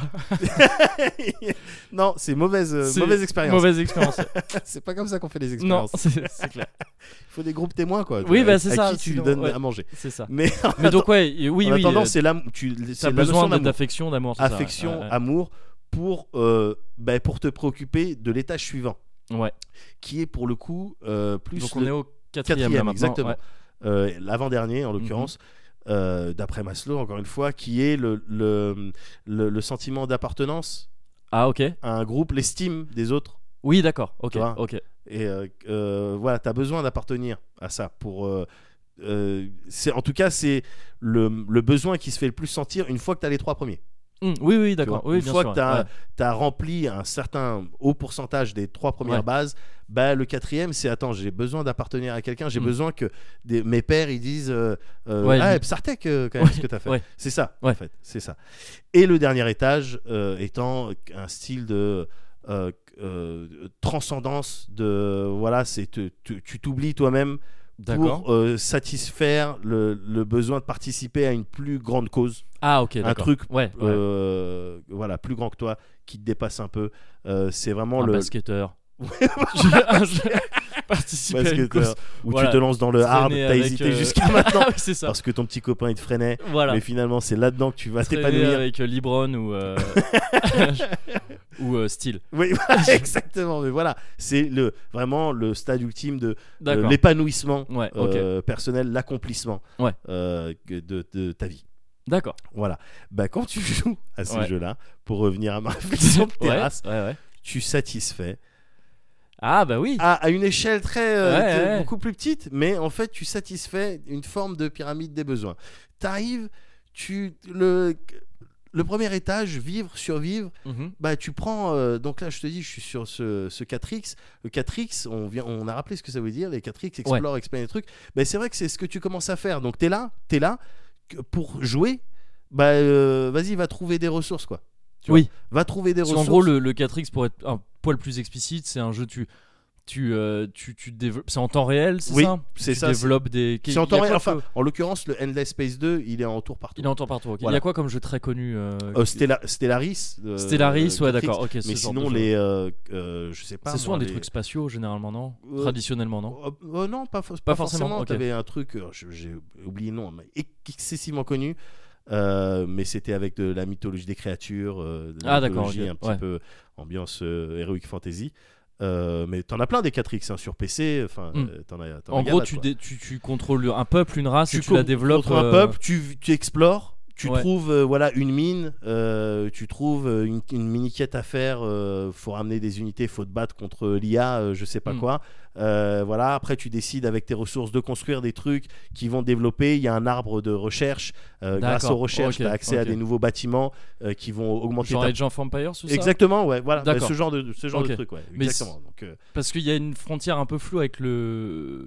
non, c'est mauvaise, euh, C'est mauvaise expérience. Mauvaise expérience. C'est pas comme ça qu'on fait les non, expériences. c'est c'est clair. Il faut des groupes témoins, quoi. Oui, bah, À- c'est à ça, Qui tu sinon, donnes ouais. à manger. C'est ça. Mais en Mais donc ouais, et- oui oui. attendant, euh, c'est l'am- tu- c'est T'as la notion besoin de- d'amour. d'affection, d'amour. c'est ça, ouais. Affection, Ouais, ouais. amour pour, euh, bah, pour te préoccuper de l'étage suivant. Ouais. Qui est pour le coup euh, plus Donc on le- est au quatrième là quatrième, maintenant. exactement. ouais. euh, l'avant-dernier en l'occurrence, Mhm. euh, d'après Maslow, encore une fois, qui est le, le, le, le sentiment d'appartenance Ah ok. à un groupe, l'estime des autres. Oui d'accord. Ok Tu vois ok. Et euh, euh, voilà, tu as besoin d'appartenir à ça pour. euh, euh, c'est en tout cas c'est le, le besoin qui se fait le plus sentir une fois que tu as les trois premiers Hmm, oui oui tu d'accord. vois. Oui une bien fois sûr. que tu as, ouais. rempli un certain haut pourcentage des trois premières Ouais. bases bah, le quatrième c'est attends j'ai besoin d'appartenir à quelqu'un j'ai Mm. besoin que des- mes pères ils disent euh, euh, Ouais, ah lui- Psartek euh, quand même Ouais, ce que t'as fait ouais. c'est ça en Ouais. fait c'est ça et le dernier étage euh, étant un style de euh, euh, transcendance de voilà c'est te- te- tu t'oublies toi-même D'accord. pour euh, satisfaire le, le besoin de participer à une plus grande cause Ah ok. d'accord. truc, Ouais. ouais. euh, voilà plus grand que toi qui te dépasse un peu Euh, c'est vraiment un le basketteur. Un jeu- Participer à une basketteur, course. où Voilà. tu te lances dans le hard Traîner t'as avec, hésité euh, jusqu'à maintenant Ah oui, c'est ça. parce que ton petit copain il te freinait Voilà. mais finalement c'est là dedans que tu vas Traîner t'épanouir avec euh, Libron ou euh, ou euh, Steel. oui exactement mais voilà c'est le vraiment le stade ultime de euh, D'accord. l'épanouissement Ouais. Ok. euh, personnel l'accomplissement Ouais. euh, que de, de ta vie D'accord. voilà bah quand tu joues à ces Ouais. jeux là pour revenir à ma réflexion de Ouais, terrasse ouais, ouais. tu satisfais Ah bah oui. à, à une échelle très euh, Ouais, de- ouais. beaucoup plus petite, mais en fait tu satisfais une forme de pyramide des besoins. T'arrives, tu le le premier étage, vivre, survivre, Mhm. bah tu prends. euh, donc là, je te dis, je suis sur ce, ce 4x. Le 4x, on vient, on a rappelé ce que ça veut dire. Les 4x, explore, explain les trucs. Mais c'est vrai que c'est ce que tu commences à faire. Donc t'es là, t'es là que- pour jouer. Bah euh, vas-y, va trouver des ressources quoi. Tu Oui. Va trouver des Parce qu'en ressources. gros, le, le 4X, pour être un poil plus explicite, c'est un jeu tu tu euh, tu, tu développes. C'est en temps réel, c'est Oui, ça c'est Tu ça, c'est- développes des. Si il y a on t'en- quoi enfin, que- en l'occurrence, le Endless Space 2, il est en tour partout. il entend partout. ok. Il y Voilà. a quoi comme jeu très connu euh, Euh, Stella- Stellaris. euh, Stellaris, ouais, Matrix. d'accord. Ok. ce Mais genre sinon, de jeu. les. euh, euh, je sais pas. C'est souvent moi, des les- trucs spatiaux, généralement, non Euh, Traditionnellement, non Oh, oh, non, pas, pas, forcément, forcément. ok. T'avais un truc, euh, je- j'ai oublié le nom, mais ex- excessivement connu. euh, mais c'était avec de la mythologie des créatures, euh, de la Ah, d'accord, mythologie ok, un petit ouais. peu ambiance euh, heroic fantasy. Euh, mais t'en as plein des 4X hein, sur PC. Enfin, Mm. euh, t'en as. t'en as En gros, gabache, tu, quoi. dé- tu, tu contrôles un peuple, une race, et tu con- la développes. contre un euh, peuple, tu, tu explores, tu Ouais. trouves euh, voilà une mine, euh, tu trouves euh, une, une mini quête à faire, euh, faut ramener des unités, faut te battre contre l'IA, euh, je sais pas Mm. quoi. Euh, voilà, après tu décides avec tes ressources de construire des trucs qui vont développer. Il y a un arbre de recherche. Euh, grâce D'accord. aux recherches, Ok, tu as accès à ok. des nouveaux bâtiments euh, qui vont augmenter. Genre ta- Age of Empires, tout ça Exactement, ouais, voilà, bah, D'accord. ce genre de ce genre Ok. de truc, ouais, Mais exactement. Donc, euh, Parce qu'il y a une frontière un peu floue avec le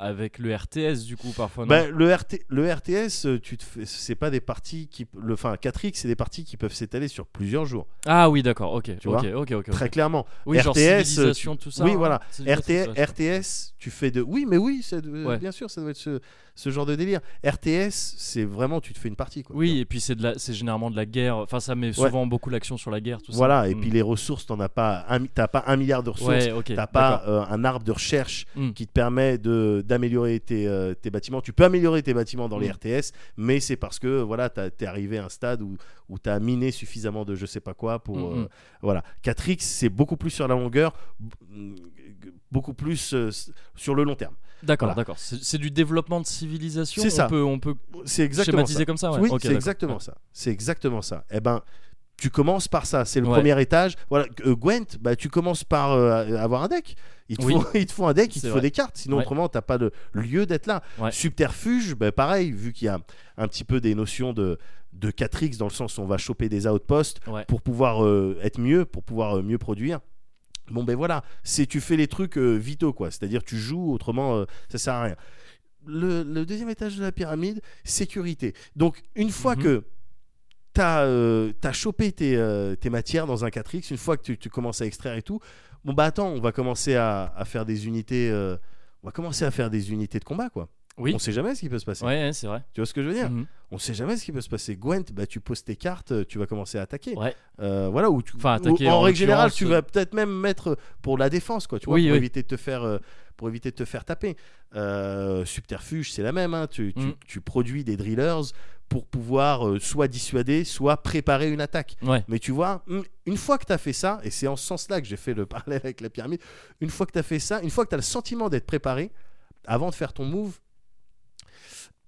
avec le RTS du coup parfois. non Ben, le, RT le RTS, euh, tu te fais- c'est pas des parties qui. Le, enfin, 4X, c'est des parties qui peuvent s'étaler sur plusieurs jours, ah oui d'accord ok Tu ok ok ok. très clairement. oui genre RTS, euh, civilisation tout ça. oui, hein, voilà. civilisation, RT- tout ça. RTS, tu fais de. Oui, mais oui, ça doit- Ouais. bien sûr, ça doit être ce, ce genre de délire. RTS, c'est vraiment, tu te fais une partie. Quoi, Oui et puis c'est de la c'est généralement de la guerre. Enfin ça met souvent beaucoup l'action sur la guerre tout ça. Voilà, et Mm. puis les ressources, t'en as pas. un mi- T'as pas un milliard de ressources. ouais ok. T'as pas d'accord. euh, un arbre de recherche Mm. qui te permet de d'améliorer tes, euh, tes bâtiments. Tu peux améliorer tes bâtiments dans les Mm. RTS, mais c'est parce que voilà, t'as- t'es arrivé à un stade où, où t'as miné suffisamment de je sais pas quoi pour Mm, euh, mm. voilà. 4X, c'est beaucoup plus sur la longueur, b- beaucoup plus euh, s- sur le long terme. D'accord, Voilà. d'accord. C'est c'est du développement de civilisation. C'est ça. On peut, on peut C'est exactement ça. schématiser comme ça. ouais. Oui, Ok, c'est d'accord. exactement Ouais. ça. C'est exactement ça. Eh ben, tu commences par ça. C'est le Ouais. premier étage. Voilà, Euh, Gwent, bah, tu commences par euh, avoir un deck. Il te, Oui. faut, il te faut un deck, il te C'est faut vrai. des cartes. Sinon, Ouais. autrement, t'as pas de lieu d'être là. Ouais. Subterfuge, bah, pareil, vu qu'il y a un petit peu des notions de, de 4X dans le sens où on va choper des outposts Ouais. pour pouvoir euh, être mieux, pour pouvoir euh, mieux produire. Bon ben voilà, c'est tu fais les trucs euh, vitaux quoi, c'est-à-dire tu joues autrement euh, ça sert à rien. Le, le deuxième étage de la pyramide, sécurité. Donc une fois Mhm. que t'as euh, t'as chopé tes, euh, tes matières dans un 4x, une fois que tu, tu commences à extraire et tout, bon bah attends, on va commencer à, à faire des unités, euh, on va commencer à faire des unités de combat quoi. Oui. On sait jamais ce qui peut se passer. Ouais, ouais, c'est vrai. Tu vois ce que je veux dire Mhm. on sait jamais ce qui peut se passer. Gwent, bah, tu poses tes cartes, euh, tu vas commencer à attaquer. Ouais. Euh, voilà, ou tu- Enfin, attaquer, ou- en, en règle générale, l'occurrence, tu euh, vas peut-être même mettre pour la défense, quoi, tu vois, Oui, pour, oui. Éviter de te faire, euh, pour éviter de te faire taper. Euh, subterfuge, c'est la même. hein, Tu, tu- Mm. tu produis des drillers pour pouvoir euh, soit dissuader, soit préparer une attaque. Ouais. Mais tu vois, mm, une fois que tu as fait ça, et c'est en ce sens-là que j'ai fait le parallèle avec la pyramide, une fois que tu as fait ça, une fois que tu as le sentiment d'être préparé, avant de faire ton move,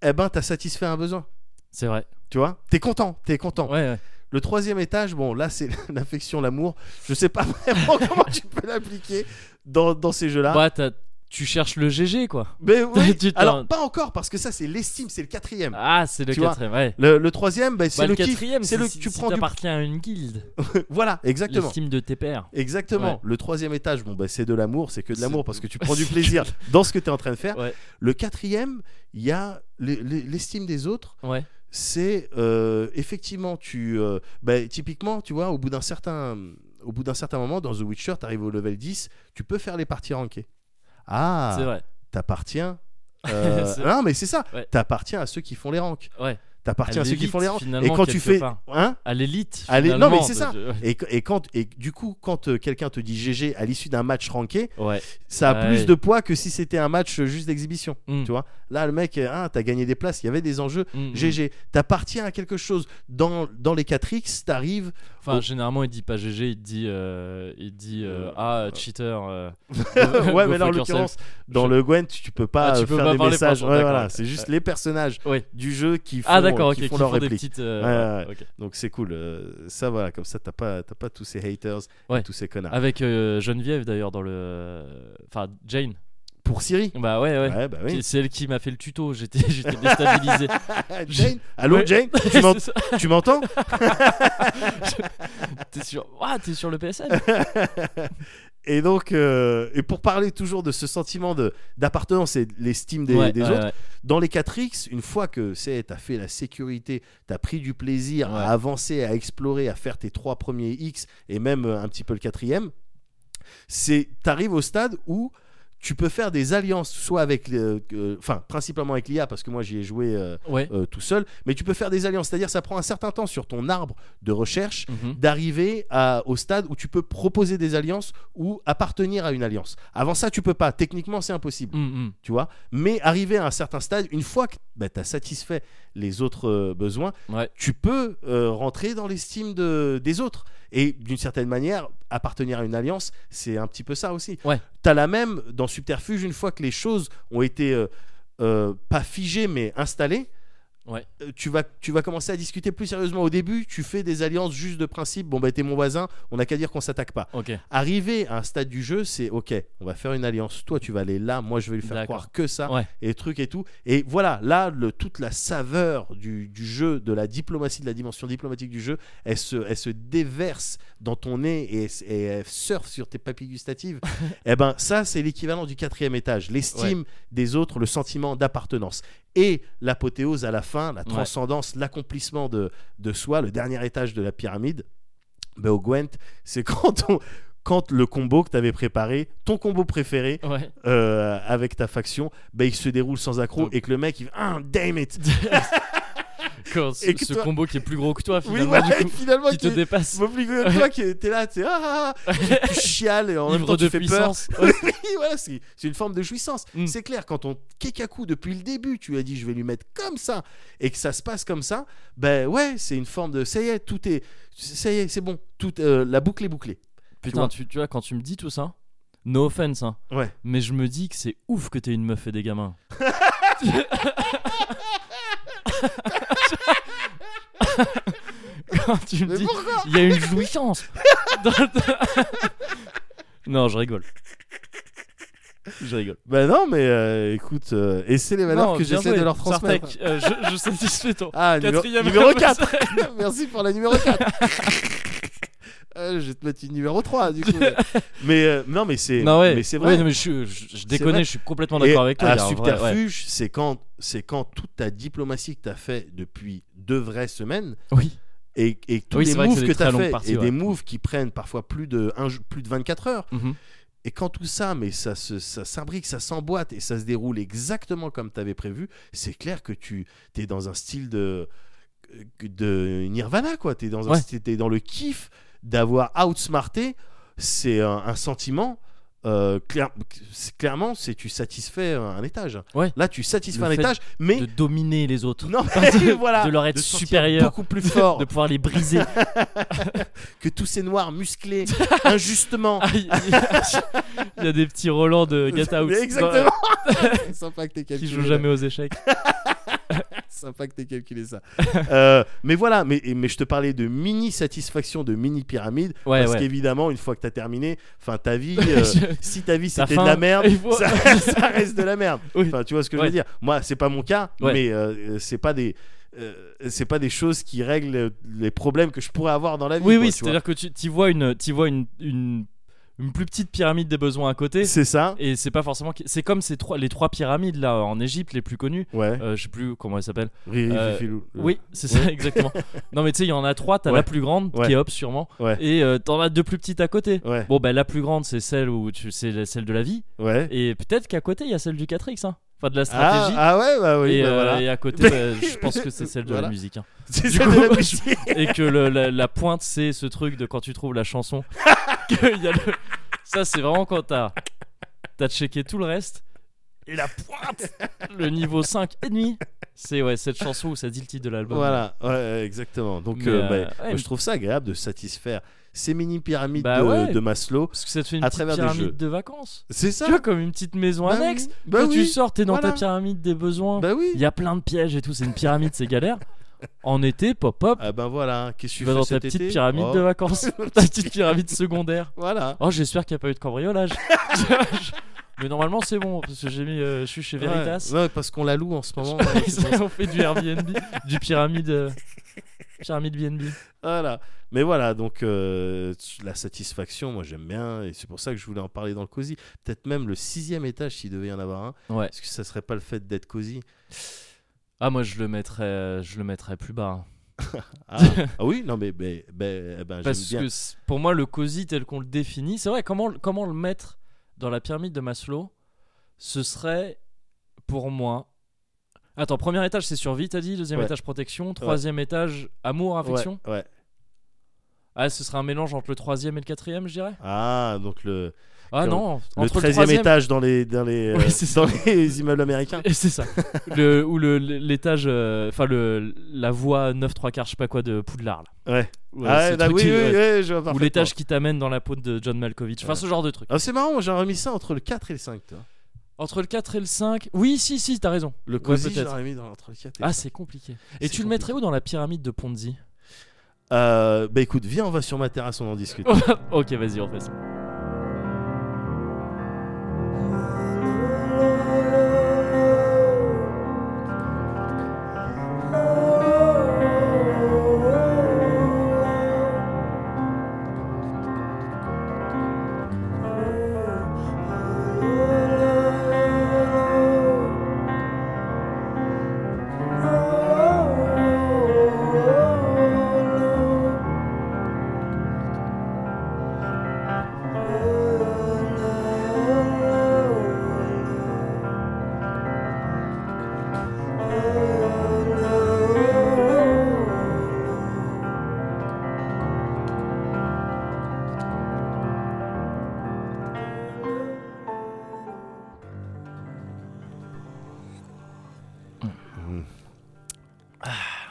eh ben, tu as satisfait un besoin. C'est vrai. Tu vois T'es content, t'es content. Ouais, ouais. Le troisième étage, bon, là, c'est l'affection, l'amour. Je sais pas vraiment comment tu peux l'appliquer dans, dans ces jeux-là. Bah, t'as- tu cherches le GG, quoi. Mais oui, Tu t'en- alors pas encore, parce que ça, c'est l'estime, c'est le quatrième. Ah, c'est le Mm. Tu vois, quatrième. Ouais. Le, le troisième, bah, c'est Bah, le, le kiff. quatrième, C'est le si- tu si prends du. t'appartiens à une guilde. Voilà, exactement. L'estime de tes pairs. Exactement. Ouais. Le troisième étage, bon, bah, c'est de l'amour, c'est que de C'est- l'amour parce que tu prends du c'est que- plaisir dans ce que tu es en train de faire. Ouais. Le quatrième, il y a le- le- l'estime des autres. Ouais. c'est euh, effectivement tu euh, bah, typiquement tu vois au bout d'un certain au bout d'un certain moment dans The Witcher tu arrives au level 10 tu peux faire les parties rankées C'est ah vrai. t'appartiens euh, C'est- non mais c'est ça Ouais. t'appartiens à ceux qui font les ranks Ouais. t'appartiens à, À ceux qui l'élite, font les ranks et finalement, quand tu quelque fais part. hein À l'élite. À l'é- non, mais finalement, c'est ça. de- et, et quand et du coup quand euh, quelqu'un te dit GG à l'issue d'un match ranké Ouais. ça a Ouais. plus de poids que si c'était un match euh, juste d'exhibition Mm. tu vois là le mec euh, ah, t'as gagné des places il y avait des enjeux Mm, mm. GG, t'appartiens à quelque chose. Dans, dans les 4X, t'arrives. Enfin, Oh. généralement, il dit pas GG, il dit, euh, il dit euh, Euh, ah cheater. euh, go ouais, mais là, en fuck yourself. l'occurrence, dans Je- le Gwent, tu peux pas Ah, tu euh, peux faire pas des parler messages. français, Ouais, d'accord, voilà, ok. c'est juste Ouais. les personnages Ouais. du jeu qui font, euh, Ah d'accord, ok. qui font qui leur font des réplique. petites. euh, Ouais, ouais, ouais. ok. Donc c'est cool. euh, ça, voilà, comme ça, t'as pas, t'as pas tous ces haters, et Ouais. tous ces connards. Avec euh, Geneviève d'ailleurs dans le, enfin Jane. Pour Siri Bah ouais ouais. bah oui. Qui- C'est elle qui m'a fait le tuto. J'étais j'étais déstabilisé. Jane Allô, Ouais. Jane Tu m'en- C'est ça. Tu m'entends T'es sur, Ouah, t'es sur le PSN. Et donc, euh, et pour parler toujours de ce sentiment de- d'appartenance et de l'estime des, Ouais, des ouais, autres, ouais. Dans les 4X, une fois que c'est t'as fait la sécurité, t'as pris du plaisir Ouais. à avancer, à explorer, à faire tes trois premiers X et même euh, un petit peu le quatrième, c'est t'arrives au stade où tu peux faire des alliances, soit avec, le- euh, enfin principalement avec l'IA parce que moi j'y ai joué euh, Ouais. euh, tout seul, mais tu peux faire des alliances, c'est-à-dire ça prend un certain temps sur ton arbre de recherche Mhm. d'arriver à- au stade où tu peux proposer des alliances ou appartenir à une alliance. Avant ça, tu peux pas. Techniquement, c'est impossible Mm, mm. tu vois. Mais arrivé à un certain stade, une fois que tu as satisfait les autres euh, besoins, Ouais. tu peux euh, rentrer dans l'estime de, des autres. Et d'une certaine manière, appartenir à une alliance, c'est un petit peu ça aussi. Ouais. Tu as la même dans Subterfuge, une fois que les choses ont été euh, euh, pas figées mais installées. Ouais. euh, Tu vas, tu vas commencer à discuter plus sérieusement. Au début, tu fais des alliances juste de principe. Bon, bah, t'es mon voisin, on n'a qu'à dire qu'on s'attaque pas. Ok. Arrivé à un stade du jeu, c'est ok, on va faire une alliance. Toi, tu vas aller là, moi, je vais lui faire D'accord. croire que ça, Ouais. et truc et tout. Et voilà, là, le- toute la saveur du, du jeu, de la diplomatie, de la dimension diplomatique du jeu, elle se, elle se déverse dans ton nez et, elle- et elle surfe sur tes papilles gustatives. et ben, ça, c'est l'équivalent du quatrième étage, l'estime des autres, le sentiment d'appartenance. Et l'apothéose à la fin, la transcendance, l'accomplissement de, de soi, le dernier étage de la pyramide, ben, au Gwent, c'est quand on- Quand le combo que tu avais préparé, ton combo préféré, Ouais. euh, avec ta faction, bah, il se déroule sans accro Donc- et que le mec il fait ah damn it Quand ce, Et que ce toi- combo qui est plus gros que toi oui finalement voilà du et coup, finalement qui te qui- dépasse. mon plus gros que toi qui t'es là t'es ah, ah, ah, tu chiales et en même Ivre temps tu de fais peur puissance. Oui, voilà, c'est c'est une forme de jouissance Mm. c'est clair quand on Kekaku depuis le début tu as dit je vais lui mettre comme ça et que ça se passe comme ça ben ouais c'est une forme de ça y est tout est ça y est c'est bon tout euh, la boucle est bouclée Putain, tu, tu vois, quand tu me dis tout ça, No offense, hein. Ouais. Mais je me dis que c'est ouf que t'aies une meuf et des gamins. Quand tu me Mais dis, il y a une jouissance. Dans le- non, je rigole. Je rigole. Bah non, mais euh, écoute, euh, et c'est les valeurs Non, que bien j'essaie joué, de leur transmettre. Sartek, euh, je, je satisfais ton. Ah, numéro, Quatrième numéro album. 4 Merci pour la numéro 4 Euh, Je vais te mettre une numéro 3 du coup. mais euh, non, mais c'est Non, ouais. mais c'est vrai. Ouais, non, mais je, je, je C'est vrai. déconne, je suis complètement Et d'accord avec toi. Un il y a un vrai- subterfuge, ouais. c'est quand, c'est quand toute ta diplomatie que tu as fait depuis deux vraies semaines Oui. et, et tous Oui, les c'est vrai que moves c'est que des tu as très longues fait parties, et des ouais. moves qui prennent parfois plus de, un, jou- plus de 24 heures. Mhm. Et quand tout ça, mais ça se- ça s'imbrique, ça s'emboîte et ça se déroule exactement comme tu avais prévu, c'est clair que tu es dans un style de, de Nirvana, quoi. Tu es, dans un Ouais. style- t'es dans le kiff d'avoir outsmarté. C'est un, un sentiment. euh, clair- c'est- clairement, c'est tu satisfais un étage. Ouais. Là, tu satisfais Le un fait étage, mais De dominer les autres. non, mais voilà, de leur être se sentir supérieur. beaucoup plus fort De pouvoir les briser. que tous ces noirs musclés injustement. Ah, Il il y a des petits Roland de Get Out. Mais Exactement. C'est sympa que t'aies Qui calculé jouent la- jamais aux échecs. Sympa que t'aies calculé ça. Euh, mais voilà, mais, mais je te parlais de mini satisfaction, de mini pyramide. Ouais, parce ouais. qu'évidemment, une fois que t'as terminé, enfin ta vie, euh, Je- si ta vie Ta c'était de la fin, merde, il faut- ça, ça reste de la merde. Oui. Enfin, tu vois ce que je Ouais. veux dire Moi, c'est pas mon cas, Ouais. mais euh, c'est pas des. euh, c'est pas des choses qui règlent les problèmes que je pourrais avoir dans la vie. Oui, quoi, oui, tu vois. c'est-à-dire que tu t'y vois, une, t'y vois une, une, une plus petite pyramide des besoins à côté. C'est ça. Et c'est pas forcément. qui- C'est comme ces trois, les trois pyramides là en Égypte les plus connues. Ouais. Euh, je sais plus comment elles s'appellent. Riri, euh, Fifilou. Oui, c'est ça, exactement. non, mais tu sais, il y en a trois. T'as Ouais. la plus grande, Ouais. qui est Hop sûrement. Ouais. Et euh, t'en as deux plus petites à côté. Ouais. Bon, bah la plus grande, c'est celle, où tu, c'est la- celle de la vie. Ouais. Et peut-être qu'à côté, il y a celle du 4X. Hein. Enfin, de la Ah, stratégie. ah ouais, bah oui, et, bah euh, voilà. et à côté, bah, je pense que c'est celle de Voilà. la musique. hein. C'est du ça coup, de la je- musique. Et que le- la, la pointe, c'est ce truc de quand tu trouves la chanson. que il y a le- Ça, c'est vraiment quand t'as as checké tout le reste. Et la pointe, le niveau 5 et demi, c'est ouais, cette chanson où ça dit le titre de l'album. Voilà, ouais, exactement. Bah Donc, Mais, euh, euh, bah, ouais, bah, mais- je trouve ça agréable de satisfaire ces mini pyramides Bah de, ouais. de Maslow. Parce que ça te fait une À petite travers des jeux. pyramide de vacances. C'est ça. Tu vois, comme une petite maison Bah annexe. oui, bah Toi, tu oui, sors, t'es dans voilà. ta pyramide des besoins. Bah oui. Il y a plein de pièges et tout, c'est une pyramide, c'est galère. En été, pop hop, Ah ben voilà. Qu'est-ce que tu tu vas fais dans ta cet petite été pyramide Oh, de vacances, ta petite pyramide secondaire. Voilà. Oh, j'espère qu'il n'y a pas eu de cambriolage. Mais normalement, c'est bon parce que j'ai mis, euh, je suis chez Veritas. Ouais. Non, parce qu'on la loue en ce moment. hein, ouais, c'est pour ça. Ils ont fait du Airbnb, du pyramide, euh, pyramide BNB. voilà. Mais voilà, donc euh, la satisfaction, moi j'aime bien, et c'est pour ça que je voulais en parler dans le cosy. Peut-être même le sixième étage s'il devait y en avoir un. Ouais. Est-ce que ça serait pas le fait d'être cosy Ah, moi, je le mettrais, euh, je le mettrais plus bas. hein. ah, ah oui, non mais, mais, mais, eh ben, j'aime Parce bien. que c'est- pour moi, le cosy tel qu'on le définit, c'est vrai. Comment, comment le mettre dans la pyramide de Maslow Ce serait pour moi. Attends, premier étage, c'est survie, t'as dit. Deuxième Ouais. étage, protection. Troisième étage, amour, affection. Ouais, ouais. Ah, ce serait un mélange entre le troisième et le quatrième, je dirais. Ah, donc le, Ah Genre, non, le entre 13 e troisième- étage dans les, dans les, euh, Ouais, c'est ça. dans les immeubles américains. Et c'est ça. le, ou le- l'étage, euh, enfin le, la voie 9 3 quarts, je sais pas quoi, de Poudlard. Là. Ouais. Ouais, Ah, ce là, truc oui, qui- oui, ouais. oui, je vois Ou parfaitement. l'étage qui t'amène dans la peau de John Malkovich. Enfin, Ouais. ce genre de truc. Ah, c'est marrant, moi, j'aurais mis ça entre le 4 et le 5. Toi. Entre le 4 et le 5. Oui, si, si, t'as raison. Le Ouais, cosy, peut-être. j'aurais mis dans- entre le 4 et le Ah, 5. c'est compliqué. C'est Et tu compliqué. le mettrais où dans la pyramide de Ponzi Euh, bah écoute, viens, on va sur ma terrasse, on en discute. Ok, vas-y, on fait ça.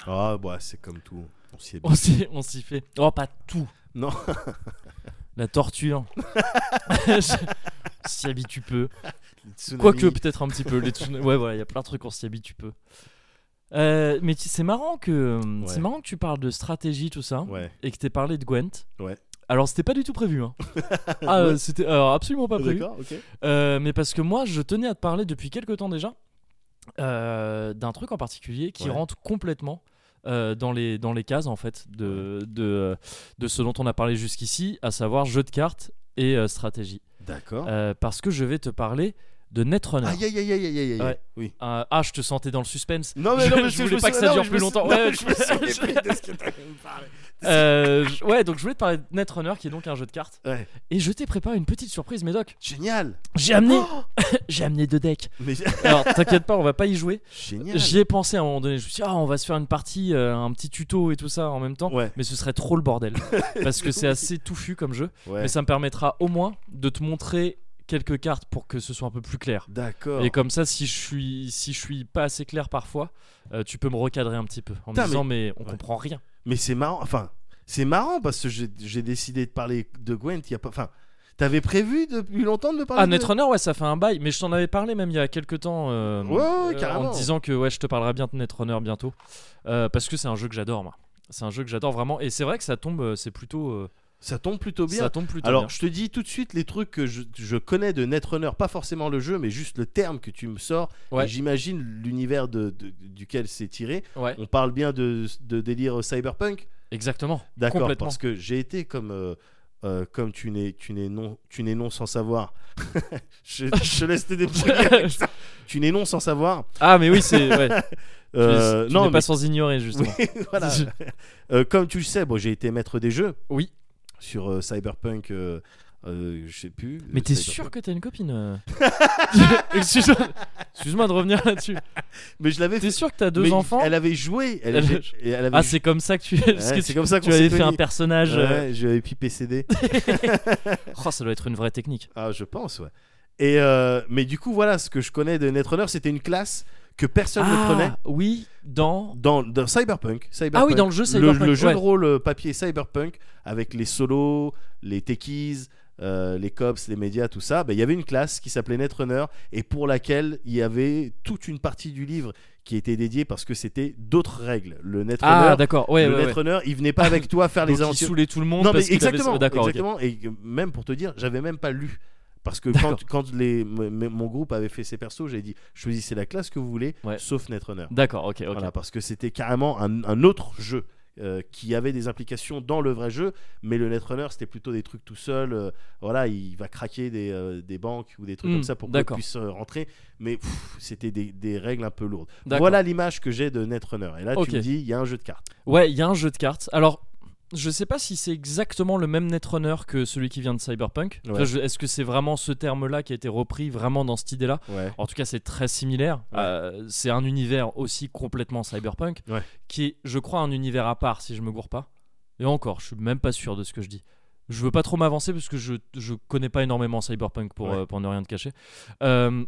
Ah, bah, c'est comme tout. On s'y est bien. On s'y, on s'y fait. Oh, pas tout. Non, La torture. s'y habitue peu. Les tsunamis. Quoique, peut-être un petit peu. Les tsunamis- ouais, voilà, il y a plein de trucs, on s'y habitue peu. Euh, mais tu- c'est marrant, que Ouais. c'est marrant que tu parles de stratégie, tout ça, Ouais. et que tu parlé de Gwent. Ouais. Alors, c'était pas du tout prévu. Hein. ah, euh, c'était alors, absolument pas prévu. D'accord, ok. Euh, mais parce que moi, je tenais à te parler depuis quelques temps déjà euh, d'un truc en particulier qui Ouais. rentre complètement euh, dans, les, dans les cases en fait de, de, de ce dont on a parlé jusqu'ici, à savoir jeu de cartes et euh, stratégie. D'accord. Euh, parce que je vais te parler de Netrunner. Ah. Aïe, aïe, aïe, aïe, aïe, aïe, aïe. Ouais. Oui. Euh, ah, je te sentais dans le suspense. Non, mais je, non, mais je c'est- voulais me pas que souviens- ça non, dure mais je plus me longtemps. souviens- Ouais, non, je me souviens je- plus de ce que t'allais me parler. Euh, je- ouais, donc je voulais te parler de Netrunner qui est donc un jeu de cartes. Ouais. Oh Et je t'ai préparé une petite surprise, Médoc. Génial. J'ai amené, j'ai amené deux decks. Mais... Alors t'inquiète pas, on va pas y jouer. Génial. J'y ai pensé à un moment donné. Je me suis dit, ah, on va se faire une partie, euh, un petit tuto et tout ça en même temps. Ouais. Mais ce serait trop le bordel. parce que c'est assez touffu comme jeu. Ouais. Mais ça me permettra au moins de te montrer quelques cartes pour que ce soit un peu plus clair. D'accord. Et comme ça, si je suis, si je suis pas assez clair parfois, euh, tu peux me recadrer un petit peu en Putain, me disant, mais, on Ouais. comprend rien. Mais c'est marrant. Enfin, c'est marrant parce que j'ai j'ai décidé de parler de Gwent. Il y a pas. Enfin, t'avais prévu depuis longtemps de parler. Ah, de... Netrunner, ouais, ça fait un bail, mais je t'en avais parlé même il y a quelques temps. euh, Ouais, ouais, euh, carrément. En te disant que ouais, je te parlerai bien de Netrunner bientôt. Euh, parce que c'est un jeu que j'adore, moi. C'est un jeu que j'adore vraiment. Et c'est vrai que ça tombe, euh, c'est plutôt. euh, Ça tombe plutôt bien. Ça tombe plutôt Alors, bien. je te dis tout de suite les trucs que je, je connais de Netrunner, pas forcément le jeu, mais juste le terme que tu me sors. Ouais. Et J'imagine l'univers de- de- duquel c'est tiré. Ouais, On parle bien de, de délire cyberpunk. exactement. D'accord, Complètement. parce que j'ai été comme, euh, euh, comme tu n'es tu n'es non, tu n'es non sans savoir. je, je te laisse tes débrouiller avec ça. Tu n'es non sans savoir. ah, mais oui, c'est. Ouais. Tu- Euh, tu non, n'es pas mais- sans ignorer, justement. voilà. Euh, comme tu le sais, bon, j'ai été maître des jeux Oui. sur euh, Cyberpunk. euh, euh, je sais plus. Mais euh, t'es Cyberpunk. sûr que t'as une copine euh Excuse- Excuse-moi de revenir là-dessus. Mais je l'avais T'es fait. sûr que t'as deux mais enfants Elle avait joué. Elle Elle- avait- et elle avait Ah, joué. c'est comme ça que tu. Ouais, parce que c'est tu- comme ça qu'on tu avais s'est fait un connus. personnage. euh, Ouais, j'avais pu PCD. Oh, ça doit être une vraie technique. Ah, je pense, ouais. Et euh, mais du coup, voilà, ce que je connais de Netrunner, c'était une classe que personne ne prenait Ah, oui, dans. dans, dans Cyberpunk, Ah oui, Cyberpunk. dans le jeu Cyberpunk. Le, jeu ouais. de rôle euh, papier Cyberpunk avec les solos, les techies, euh, les cops, les médias, tout ça. bah, Il y avait une classe qui s'appelait Netrunner et pour laquelle il y avait toute une partie du livre qui était dédiée parce que c'était d'autres règles. Le Ah, Netrunner, d'accord. Ouais, le ouais, ouais. Netrunner, il venait pas avec toi faire Donc, les il aventures. saoulait tout le monde Non, mais parce qu'il avait- exactement. D'accord, ok. exactement. Et euh, même pour te dire, j'avais même pas lu. Parce que D'accord. quand, quand les, m- m- mon groupe avait fait ses persos, j'ai dit choisissez la classe que vous voulez, Ouais. sauf Netrunner. D'accord, ok, ok. Voilà, parce que c'était carrément un, un autre jeu euh, qui avait des implications dans le vrai jeu, mais le Netrunner c'était plutôt des trucs tout seul. euh, voilà, il va craquer des, euh, des banques ou des trucs Hmm, comme ça pour qu'on d'accord. puisse euh, rentrer, mais pff, c'était des, des règles un peu lourdes. D'accord. Voilà l'image que j'ai de Netrunner. Et là, Ok. tu me dis, il y a un jeu de cartes. Ouais, il y a un jeu de cartes. Alors, je sais pas si c'est exactement le même Netrunner que celui qui vient de Cyberpunk. Tu Ouais. vois, je- Est-ce que c'est vraiment ce terme-là qui a été repris vraiment dans cette idée-là Ouais. En tout cas, c'est très similaire. Ouais. Euh, c'est un univers aussi complètement Cyberpunk, Ouais. qui est, je crois, un univers à part, si je me gourre pas. Et encore, je suis même pas sûr de ce que je dis. Je veux pas trop m'avancer parce que je, je connais pas énormément Cyberpunk pour, Ouais. euh, pour ne rien te cacher. Euh,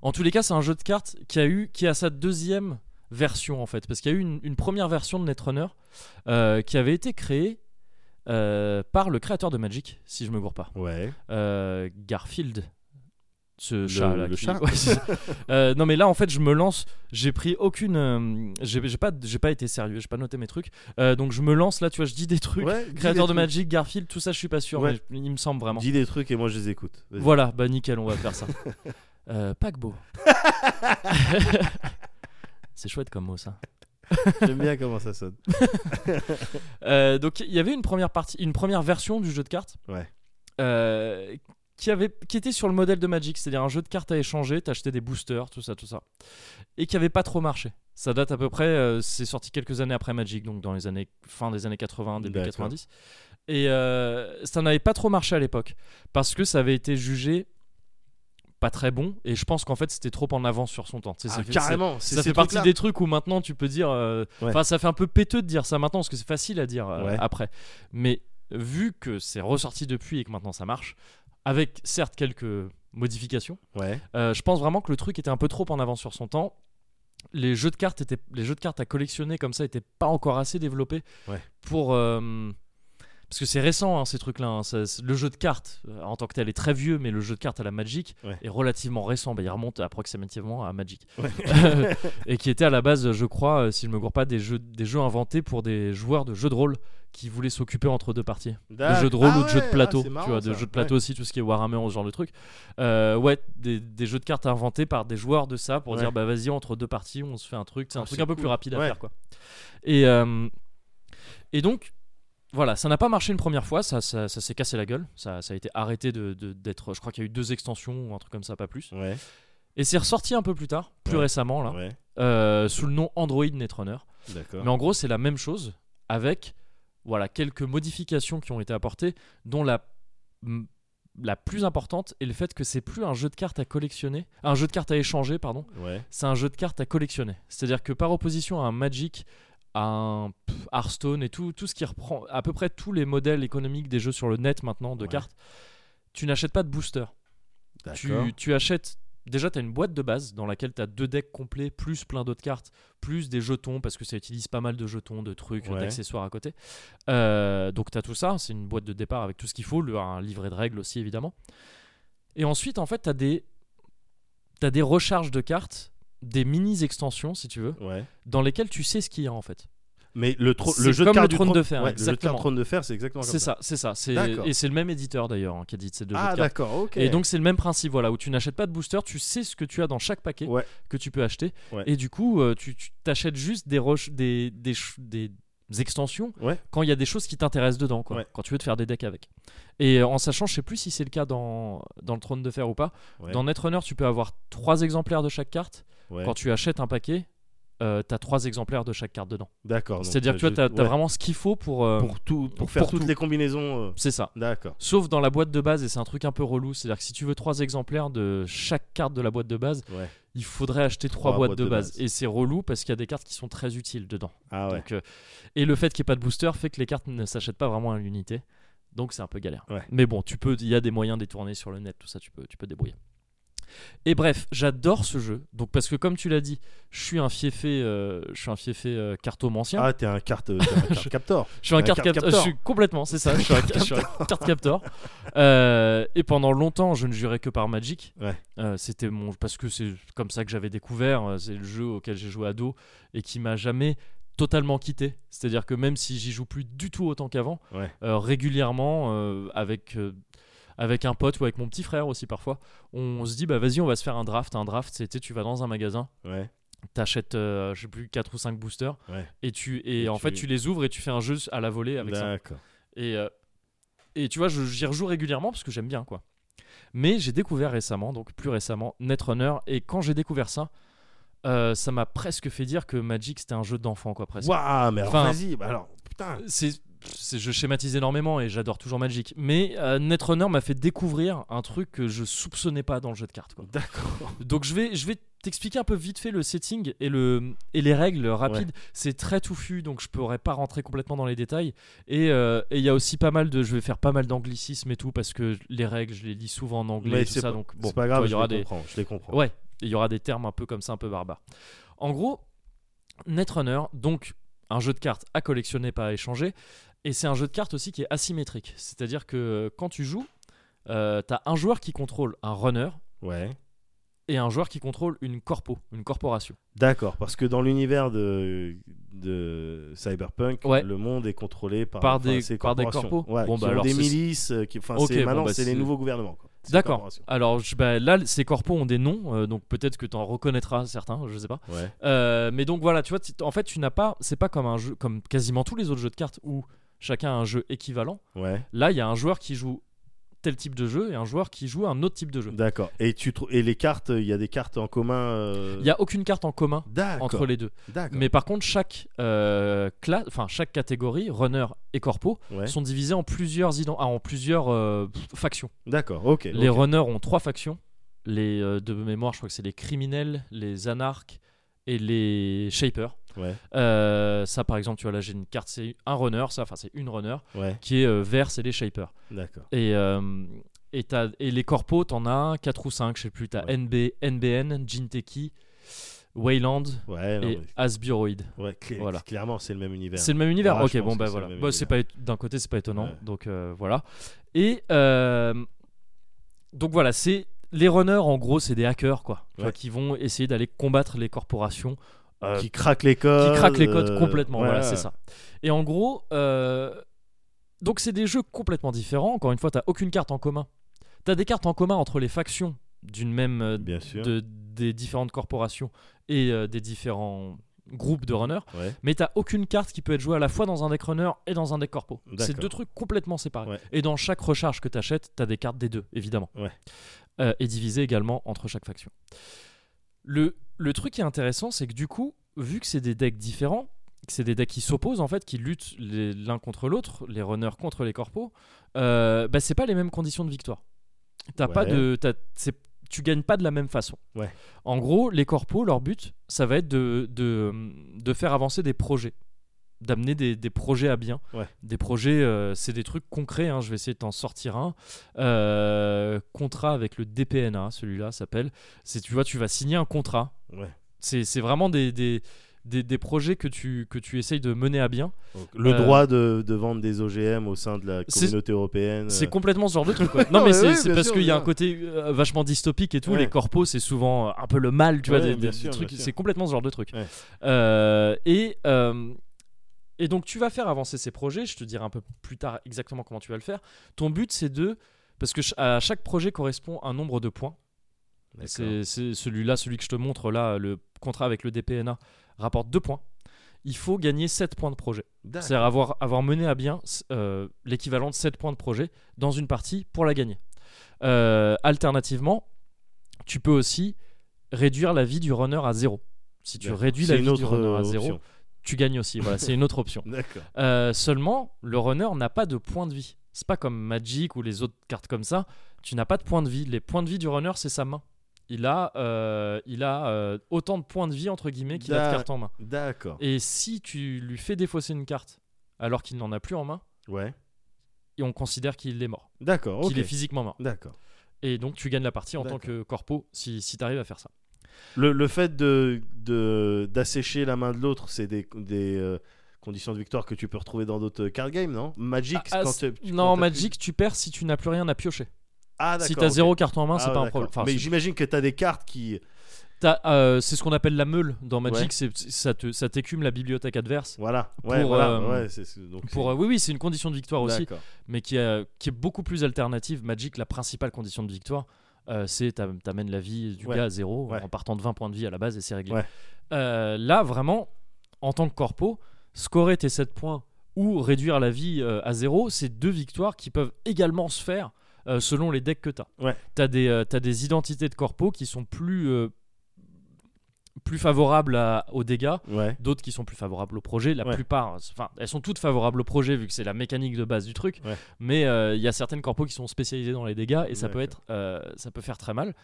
en tous les cas, c'est un jeu de cartes qui a eu, qui a sa deuxième version en fait, parce qu'il y a eu une, une première version de Netrunner euh, qui avait été créée euh, par le créateur de Magic, si je me gourre pas. Ouais. Euh, Garfield. Ce Le- chat là. le qui- chat Ouais, c'est ça. Euh, non mais là en fait je me lance. J'ai pris aucune. euh, j'ai j'ai pas j'ai pas été sérieux. J'ai pas noté mes trucs. Euh, donc je me lance là. Tu vois je dis des trucs. Ouais, dis Créateur des de trucs. Magic, Garfield, tout ça je suis pas sûr. Ouais. Mais il me semble vraiment. Dis des trucs et moi je les écoute. Vas-y. Voilà bah nickel on va faire ça. Euh, paquebot. C'est chouette comme mot ça. J'aime bien comment ça sonne. Euh, donc il y avait une première partie, une première version du jeu de cartes. Ouais. Euh, qui, avait, qui était sur le modèle de Magic, c'est-à-dire un jeu de cartes à échanger, t'achetais des boosters, tout ça, tout ça, et qui avait pas trop marché. Ça date à peu près, euh, c'est sorti quelques années après Magic, donc dans les années fin des années 80, début D'accord. 90. Et euh, ça n'avait pas trop marché à l'époque parce que ça avait été jugé pas très bon, et je pense qu'en fait c'était trop en avance sur son temps. Tu sais, Ah, c'est- c'est- carrément. c'est ça ces fait partie trucs-là. des trucs où maintenant tu peux dire. euh, Ouais. Enfin, ça fait un peu péteux de dire ça maintenant parce que c'est facile à dire euh, Ouais. après. Mais vu que c'est ressorti depuis et que maintenant ça marche, avec certes quelques modifications, Ouais. euh, je pense vraiment que le truc était un peu trop en avance sur son temps. Les jeux de cartes étaient, les jeux de cartes à collectionner comme ça étaient pas encore assez développés Ouais. pour. euh, parce Parce que c'est récent, hein, ces trucs-là. hein. Ça- c'est- Le jeu de cartes, euh, en tant que tel, est très vieux, mais le jeu de cartes à la Magic Ouais. est relativement récent. Bah, il remonte approximativement à Magic. Ouais. et qui était à la base, je crois, euh, si je ne me gourre pas, des jeux, des jeux inventés pour des joueurs de jeux de rôle qui voulaient s'occuper entre deux parties. De jeux de rôle Ah ou de jeux de ouais, plateau. ah, c'est marrant, tu vois, de ça. jeux de plateau aussi, tout ce qui est Warhammer, ce genre de truc. Euh, ouais, des, des jeux de cartes inventés par des joueurs de ça pour Ouais. dire, bah vas-y, entre deux parties, on se fait un truc. C'est un Ah, truc c'est un peu cool. plus rapide à Ouais. faire, quoi. Et, euh, et donc, voilà, ça n'a pas marché une première fois, ça, ça, ça s'est cassé la gueule, ça, ça a été arrêté de- de- d'être. je crois qu'il y a eu deux extensions ou un truc comme ça, pas plus. Ouais. Ouais. Et c'est ressorti un peu plus tard, plus Ouais. récemment, là, ouais. euh, sous le nom Android Netrunner. D'accord. Mais en gros, c'est la même chose avec voilà quelques modifications qui ont été apportées, dont la m- la plus importante est le fait que c'est plus un jeu de cartes à collectionner, un jeu de cartes à échanger, pardon. Ouais. C'est un jeu de cartes à collectionner. C'est-à-dire que par opposition à un Magic, à un pff, Hearthstone et tout, tout ce qui reprend à peu près tous les modèles économiques des jeux sur le net maintenant de Ouais. cartes, tu n'achètes pas de booster. Tu, D'accord. tu achètes. Déjà, tu as une boîte de base dans laquelle tu as deux decks complets, plus plein d'autres cartes, plus des jetons, parce que ça utilise pas mal de jetons, de trucs, Ouais. d'accessoires à côté. Euh, donc, tu as tout ça. C'est une boîte de départ avec tout ce qu'il faut, le- un livret de règles aussi, évidemment. Et ensuite, en fait, tu as des, t'as des recharges de cartes, des mini-extensions, si tu veux, Ouais. dans lesquelles tu sais ce qu'il y a, en fait. Mais le, tro- C'est le jeu de comme le cartes du trône de trône- fer, hein, ouais, le jeu de cartes exactement. trône de fer, c'est exactement comme C'est ça, c'est ça. C'est- D'accord. Et c'est le même éditeur, d'ailleurs, hein, qui a dit ces deux jeux Ah de cartes. d'accord, ok. Et donc c'est le même principe, voilà, où tu n'achètes pas de booster, tu sais ce que tu as dans chaque paquet Ouais. que tu peux acheter, Ouais. et du coup euh, tu tu t'achètes juste des, roches, des, des, ch- des extensions Ouais. quand il y a des choses qui t'intéressent dedans, quoi, Ouais. quand tu veux te faire des decks avec. Et euh, en sachant, je sais plus si c'est le cas dans, dans le Trône de Fer ou pas, Ouais. dans Netrunner tu peux avoir trois exemplaires de chaque carte, Ouais. quand tu achètes un paquet, euh, t'as trois exemplaires de chaque carte dedans. D'accord. donc, C'est-à-dire que tu euh, vois, t'as je- t'as ouais, vraiment ce qu'il faut pour... euh, pour tout, pour pour faire toutes tout. les combinaisons. euh, C'est ça. D'accord. Sauf dans la boîte de base, et c'est un truc un peu relou. C'est-à-dire que si tu veux trois exemplaires de chaque carte de la boîte de base, Ouais. il faudrait acheter trois, boîtes, de, base. base. Et c'est relou parce qu'il y a des cartes qui sont très utiles dedans. Ah ouais. Donc, euh, et le fait qu'il n'y ait pas de booster fait que les cartes ne s'achètent pas vraiment à l'unité. Donc c'est un peu galère. Ouais. Mais bon, tu peux, il y a des moyens détournés sur le net, tout ça, tu peux, tu peux te débrouiller. Et bref, j'adore ce jeu. Donc parce que comme tu l'as dit, je suis un fiefé, euh, je suis un fiefé euh, cartomancien. Ah t'es un carte, t'es un carte captor. Je suis un, Un carte, carte capteur. capteur. Je suis complètement, c'est ça. Je suis un, je suis un carte capteur. Euh, et pendant longtemps, je ne jurais que par Magic. Ouais. Euh, c'était mon parce que c'est comme ça que j'avais découvert. euh, C'est le jeu auquel j'ai joué ado et qui m'a jamais totalement quitté. C'est-à-dire que même si j'y joue plus du tout autant qu'avant, Ouais. euh, régulièrement euh, avec euh, avec un pote ou avec mon petit frère aussi parfois, on se dit bah vas-y on va se faire un draft. Un draft c'était tu vas dans un magasin, Ouais. t'achètes euh, je sais plus 4 ou 5 boosters Ouais. et tu et, Et en tu- fait tu les ouvres et tu fais un jeu à la volée avec ça. D'accord. Et, euh, et tu vois, je- j'y rejoue régulièrement parce que j'aime bien, quoi. Mais j'ai découvert récemment, donc plus récemment, Netrunner. Et quand j'ai découvert ça, euh, ça m'a presque fait dire que Magic c'était un jeu d'enfant, quoi, presque. Waouh, mais alors Enfin- vas-y, bah alors putain. C'est. c'est- Je schématise énormément et j'adore toujours Magic. Mais euh, Netrunner m'a fait découvrir un truc que je soupçonnais pas dans le jeu de cartes. Quoi. D'accord. Donc je vais, je vais t'expliquer un peu vite fait le setting et, le, et les règles rapides. C'est très touffu, donc je pourrais pas rentrer complètement dans les détails. Et euh, et il y a aussi pas mal de... Je vais faire pas mal d'anglicismes et tout, parce que les règles, je les lis souvent en anglais. Mais et tout c'est ça, pas, donc c'est bon, pas tu grave, vois, il y je aura les des... comprends. Je les comprends. Ouais, il y aura des termes un peu comme ça, un peu barbares. En gros, Netrunner, donc un jeu de cartes à collectionner, pas à échanger, et c'est un jeu de cartes aussi qui est asymétrique. C'est-à-dire que quand tu joues, euh, t'as un joueur qui contrôle un runner Ouais. et un joueur qui contrôle une corpo, une corporation. D'accord, parce que dans l'univers de, de Cyberpunk, Ouais. le monde est contrôlé par, Par enfin, des- ces par des corporations. corpos Ouais, Bon, qui bah ont alors, des c'est- milices, euh, qui, enfin, Ok, c'est- bon, maintenant bah, c'est les c'est- nouveaux gouvernements. quoi. C'est les D'accord. corporations. Alors je- bah, là, ces corpos ont des noms, euh, donc peut-être que tu en reconnaîtras certains, je sais pas. Ouais. Euh, mais donc voilà, tu vois, t- en fait, tu n'as pas, c'est pas comme un jeu, comme quasiment tous les autres jeux de cartes où chacun a un jeu équivalent. Ouais. Là, il y a un joueur qui joue tel type de jeu et un joueur qui joue un autre type de jeu. D'accord. Et tu trou- et les cartes, il y a des cartes en commun. euh, Il n'y a aucune carte en commun D'accord. entre les deux. D'accord. Mais par contre, chaque euh, cla- enfin chaque catégorie, runner et corpo, Ouais. sont divisés en plusieurs ident- ah, en plusieurs euh, factions. D'accord. Ok. Les ok. runners ont trois factions. Les euh, de mémoire, je crois que c'est les criminels, les anarches et les shapers. Ouais. Euh, ça, par exemple, tu vois là, j'ai une carte, c'est un runner, ça, enfin c'est une runner Ouais. qui est euh, vert, c'est les shapers. D'accord. Et euh, et, t'as- et les corpos, t'en as 4 ou 5, je sais plus. T'as Ouais. NB, NBN, Jinteki, Wayland Ouais, non, et Asburoid. mais- ouais, cl- voilà. clairement, c'est le même univers. C'est le même univers. Ouais, ok, je pense bon que bah c'est voilà. le même Bah, c'est pas é- d'un côté c'est pas étonnant. Ouais. Donc euh, voilà. Et euh, donc voilà, c'est les runners en gros, c'est des hackers quoi, tu vois, Ouais. qui vont essayer d'aller combattre les corporations. euh, qui craque les codes. qui craquent les codes euh, complètement. ouais. Voilà, c'est ça. Et en gros, euh, donc c'est des jeux complètement différents. Encore une fois, t'as aucune carte en commun. T'as des cartes en commun entre les factions d'une même euh, Bien sûr. de, des différentes corporations et euh, des différents groupes de runners, Ouais. mais t'as aucune carte qui peut être jouée à la fois dans un deck runner et dans un deck corpo. D'accord. C'est deux trucs complètement séparés. Ouais. Et dans chaque recharge que t'achètes, t'as des cartes des deux, évidemment. Ouais. Euh, et divisé également entre chaque faction. Le, le truc qui est intéressant, c'est que du coup, vu que c'est des decks différents, que c'est des decks qui s'opposent en fait, qui luttent les- l'un contre l'autre, les runners contre les corpos, euh, bah, c'est pas les mêmes conditions de victoire. T'as pas Ouais. de, t'as- c'est- tu gagnes pas de la même façon. Ouais. En gros, les corpos, leur but, ça va être de, de, de faire avancer des projets, d'amener des, des projets à bien. Ouais. Des projets, euh, c'est des trucs concrets, hein, je vais essayer de t'en sortir un. Euh, contrat avec le DPNA, celui-là s'appelle. C'est, tu vois, tu vas signer un contrat. Ouais. C'est, c'est vraiment des, des, des, des projets que tu, que tu essayes de mener à bien. Donc, le Euh, droit de, de vendre des OGM au sein de la c'est- communauté européenne. C'est euh, complètement ce genre de truc. quoi. Non, mais Ouais, c'est ouais, c'est bien parce sûr, qu'il y a bien. un côté euh, vachement dystopique et tout. Ouais. Les corpos, c'est souvent euh, un peu le mal, tu vois, Ouais, des, bien des sûr, trucs. bien sûr. C'est complètement ce genre de truc. Ouais. Euh, et euh, et donc tu vas faire avancer ces projets. Je te dirai un peu plus tard exactement comment tu vas le faire. Ton but, c'est de parce que ch- à chaque projet correspond un nombre de points. d'accord. C'est c'est celui-là, celui que je te montre là, le contrat avec le DPNA rapporte 2 points. Il faut gagner 7 points de projet. D'accord. C'est-à-dire avoir, avoir mené à bien euh, l'équivalent de 7 points de projet dans une partie pour la gagner. Euh, alternativement, tu peux aussi réduire la vie du runner à zéro. Si tu D'accord. réduis C'est la une vie autre du runner à euh, zéro, option. tu gagnes aussi. Voilà, c'est une autre option. D'accord. Euh, seulement, le runner n'a pas de point de vie. C'est pas comme Magic ou les autres cartes comme ça. Tu n'as pas de point de vie. Les points de vie du runner, c'est sa main. Il a, euh, il a euh, autant de points de vie entre guillemets qu'il a de D'ac- cartes en main. D'accord. Et si tu lui fais défausser une carte alors qu'il n'en a plus en main, Ouais. et on considère qu'il est mort, D'accord. ok. qu'il est physiquement mort. D'accord. Et donc tu gagnes la partie en tant D'accord. que corpo si, si tu arrives à faire ça. Le, le fait de de- d'assécher la main de l'autre, c'est des, des euh, conditions de victoire que tu peux retrouver dans d'autres euh, card games, non Magic, Ah, quand c'est- tu- tu- non, quand t'as Magic, tu perds si tu n'as plus rien à piocher. plus- Ah, Si d'accord, tu as ok. zéro carte en main, Ah, c'est pas un d'accord. problème. Enfin, Mais si j'imagine que tu as des cartes qui. t'as, euh, c'est ce qu'on appelle la meule dans Magic, Ouais. c'est, ça, te, ça t'écume la bibliothèque adverse. Voilà. Ouais, Pour, voilà. euh, ouais, c'est- c'est- donc Pour, c'est- euh, oui, oui, c'est une condition de victoire aussi, D'accord. mais qui, est- qui est beaucoup plus alternative. Magic, la principale condition de victoire, euh, c'est t'am- t'amènes la vie du Ouais. gars à zéro Ouais. en partant de 20 points de vie à la base et c'est réglé. Ouais. Euh, là, vraiment, en tant que corpo, scorer tes 7 points ou réduire la vie euh, à zéro, c'est deux victoires qui peuvent également se faire euh, selon les decks que t'as. Ouais. T'as des, euh, t'as des identités de corpo qui sont plus, euh, plus favorables à- aux dégâts Ouais. d'autres qui sont plus favorables au projet. La Ouais. plupart, hein, enfin, elles sont toutes favorables au projet vu que c'est la mécanique de base du truc. Ouais. Mais euh, il y a certaines corpos qui sont spécialisées dans les dégâts et ça peut être, D'accord. euh, ça peut faire très mal.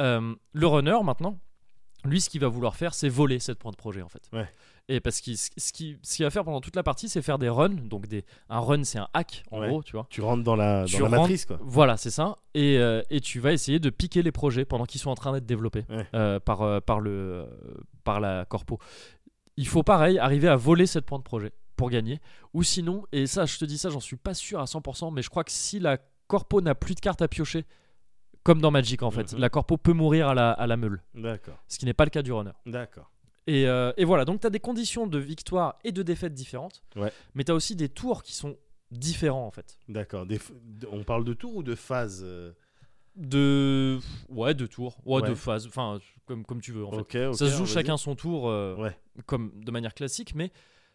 Euh, le runner maintenant, lui, ce qu'il va vouloir faire, c'est voler cette points de projet en fait. Ouais. Et parce qu'il, ce ce qu'il, ce qu'il va faire pendant toute la partie, c'est faire des runs. Donc des, un run, c'est un hack en Ouais. gros, tu vois. Tu rentres dans la, Tu dans la rentres- matrice, quoi. Voilà, c'est ça. Et, euh, et tu vas essayer de piquer les projets pendant qu'ils sont en train d'être développés Ouais. euh, par, euh, par, le, euh, par la corpo. Il faut pareil arriver à voler cette points de projet pour gagner. Ou sinon, et ça je te dis ça, j'en suis pas sûr à 100%, mais je crois que si la corpo n'a plus de cartes à piocher, comme dans Magic en fait, Mhm. la corpo peut mourir à la, à la meule, D'accord. ce qui n'est pas le cas du runner. D'accord. Et, euh, et voilà, donc tu as des conditions de victoire et de défaite différentes, Ouais. mais tu as aussi des tours qui sont différents en fait. D'accord. Des f- de- On parle de tour ou de phase euh De. Ouais, de tours. Ouais, de Ouais. phase. Enfin, comme, comme tu veux, en fait. Ok, ok, ça se joue vas-y. chacun son tour, euh, Ouais. comme de manière classique, mais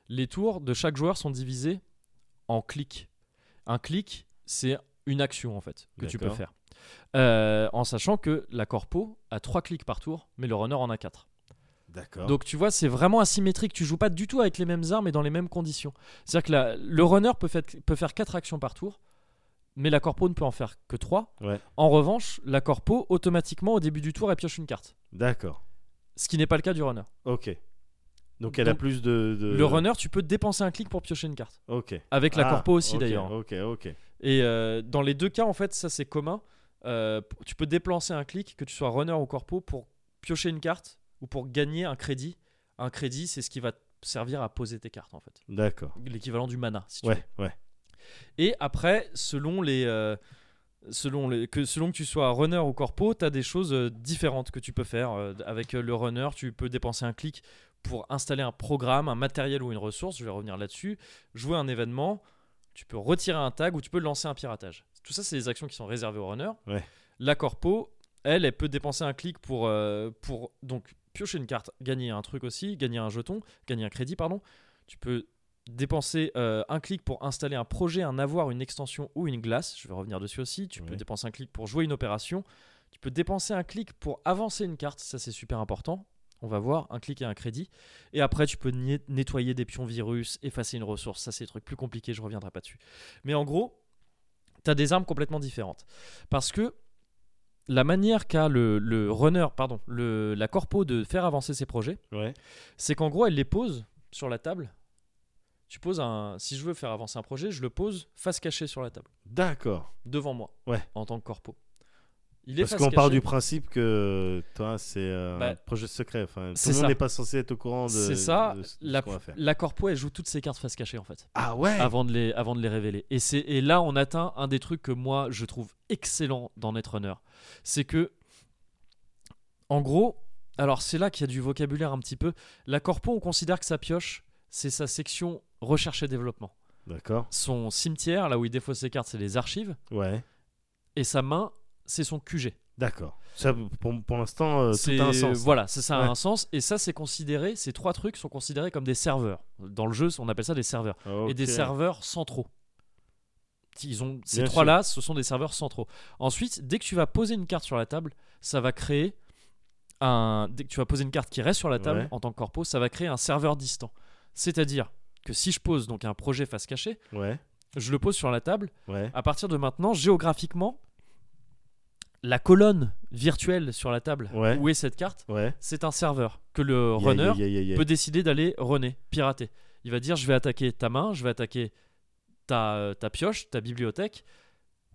les tours de chaque joueur sont divisés en clics. Un clic, c'est une action, en fait, que tu peux D'accord. faire. Euh, en sachant que la corpo a trois clics par tour, mais le runner en a quatre. D'accord. Donc tu vois, c'est vraiment asymétrique. Tu joues pas du tout avec les mêmes armes et dans les mêmes conditions. C'est-à-dire que la- le runner peut, fait- peut faire 4 actions par tour, mais la corpo ne peut en faire que 3. Ouais. En revanche, la corpo, automatiquement, au début du tour, elle pioche une carte. D'accord. Ce qui n'est pas le cas du runner. Ok. Donc elle a Donc, plus de. de- Le runner, tu peux dépenser un clic pour piocher une carte. Ok. Avec la Euh. Ah, corpo aussi, ok, d'ailleurs. Ok, ok. Et euh, dans les deux cas, en fait, ça c'est commun. Euh, p- tu peux déplacer un clic, que tu sois runner ou corpo, pour piocher une carte ou ou pour gagner un crédit, un crédit, c'est ce qui va te servir à poser tes cartes en fait. D'accord. L'équivalent du mana, si tu Ouais, ouais. veux. Et après, selon les. euh, Selon, les, que, selon que tu sois runner ou corpo, tu as des choses euh, différentes que tu peux faire. Euh, avec euh, le runner, tu peux dépenser un clic pour installer un programme, un matériel ou une ressource, je vais revenir là-dessus, jouer un événement, tu peux retirer un tag ou tu peux lancer un piratage. Tout ça, c'est des actions qui sont réservées aux runners. Ouais. La corpo, elle, elle peut dépenser un clic pour, euh, pour donc piocher une carte, gagner un truc aussi, gagner un jeton, gagner un crédit, pardon. Tu peux dépenser euh, un clic pour installer un projet, un avoir, une extension ou une glace. Je vais revenir dessus aussi. Tu peux Ouais. dépenser un clic pour jouer une opération. Tu peux dépenser un clic pour avancer une carte. Ça, c'est super important. On va voir, un clic et un crédit. Et après, tu peux nie- nettoyer des pions virus, effacer une ressource. Ça, c'est des trucs plus compliqués, je reviendrai pas dessus. Mais en gros, tu as des armes complètement différentes. Parce que la manière qu'a le, le runner, pardon, le, la corpo de faire avancer ses projets, Ouais. c'est qu'en gros, elle les pose sur la table. Tu poses un. Si je veux faire avancer un projet, je le pose face cachée sur la table, D'accord. devant moi, Ouais. en tant que corpo. Il est Parce face qu'on part cachée. du principe que toi, c'est euh, Bah, un projet secret. Enfin, tout c'est le monde ça. n'est pas censé être au courant de, C'est ça. de ce- de la, ce qu'on va faire. la corpo, elle joue toutes ses cartes face cachée en fait. Ah ouais avant de les, avant de les révéler. Et, c'est, et là, on atteint un des trucs que moi, je trouve excellent dans Netrunner. C'est que, en gros, alors c'est là qu'il y a du vocabulaire un petit peu. La Corpo, on considère que sa pioche, c'est sa section recherche et développement. D'accord. Son cimetière, là où il défausse ses cartes, c'est les archives. Ouais. Et sa main, c'est son QG. D'accord. Ça, pour, pour l'instant, euh, tout C'est- a un sens. Voilà, ça, ça a Ouais. un sens. Et ça, c'est considéré, ces trois trucs sont considérés comme des serveurs. Dans le jeu, on appelle ça des serveurs. Ok. et des serveurs centraux. Ils ont, ces Bien trois-là, ce sont des serveurs centraux. Ensuite, dès que tu vas poser une carte sur la table, ça va créer un. Dès que tu vas poser une carte qui reste sur la table Ouais. en tant que corpo, ça va créer un serveur distant. C'est-à-dire que si je pose donc un projet face cachée, Ouais. je le pose sur la table. Ouais. À partir de maintenant, géographiquement, la colonne virtuelle sur la table Ouais. où est cette carte, Ouais. c'est un serveur que le Yeah, runner yeah, yeah, yeah. peut décider d'aller runner, pirater. Il va dire je vais attaquer ta main, je vais attaquer ta, euh, ta pioche, ta bibliothèque,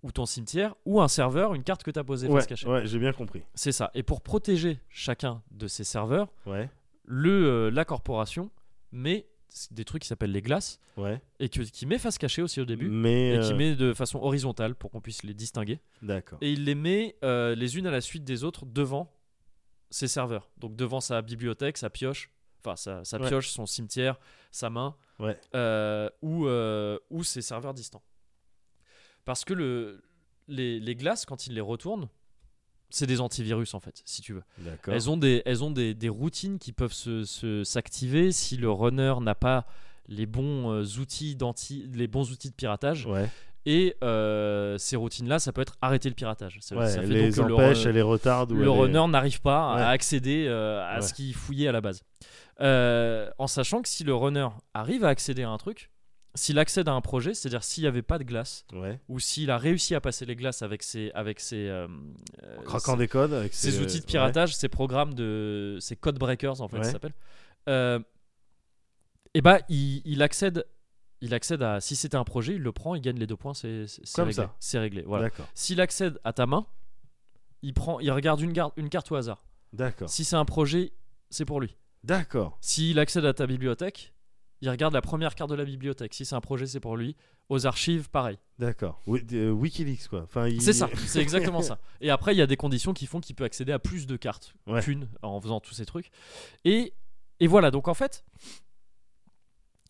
ou ton cimetière, ou un serveur, une carte que tu as posée face Ouais, cachée. ouais, j'ai bien compris. C'est ça. Et pour protéger chacun de ces serveurs, Ouais. le, euh, la corporation met des trucs qui s'appellent les glaces, Ouais. et que, qui met face cachée aussi au début, Mais. et qui euh, met de façon horizontale pour qu'on puisse les distinguer. D'accord. Et il les met euh, les unes à la suite des autres devant ses serveurs. Donc devant sa bibliothèque, sa pioche, enfin sa, sa Ouais. pioche, son cimetière, sa main, Ouais. euh, ou, euh, ou ses serveurs distants. Parce que le, les, les glaces, quand ils les retournent, c'est des antivirus en fait, si tu veux. D'accord. Elles ont, des, elles ont des, des routines qui peuvent s'activer se, s'activer si le runner n'a pas les bons, euh, outils d'anti, les bons outils de piratage. Ouais. Et euh, ces routines-là, ça peut être arrêter le piratage. Ça, Ouais, ça elle fait les donc que empêche, le, elle les retarde. ou le elle est- runner n'arrive pas Ouais. à accéder euh, à Ouais. ce qu'il fouillait à la base. Euh, en sachant que si le runner arrive à accéder à un truc, s'il accède à un projet, c'est-à-dire s'il n'y avait pas de glace, Ouais. ou s'il a réussi à passer les glaces avec ses, avec ses, euh, euh, Craquant des codes. Avec ces ses- outils de euh, ouais. piratage, ces programmes de ces code breakers en fait, Ouais. ça s'appelle. Euh, et bah il, il accède, il accède à si c'était un projet, il le prend, il gagne les deux points, c'est c'est- c'est Comme réglé. ça. C'est réglé. Voilà. D'accord. S'il accède à ta main, il prend, il regarde une, gar- une carte au hasard. D'accord. Si c'est un projet, c'est pour lui. D'accord. S'il accède à ta bibliothèque, il regarde la première carte de la bibliothèque. Si c'est un projet, c'est pour lui. Aux archives, pareil. D'accord. Wi- euh, Wikileaks quoi. Enfin, il- C'est ça, c'est exactement ça. Et après, il y a des conditions qui font qu'il peut accéder à plus de cartes Ouais. qu'une en faisant tous ces trucs. Et, et voilà, donc en fait,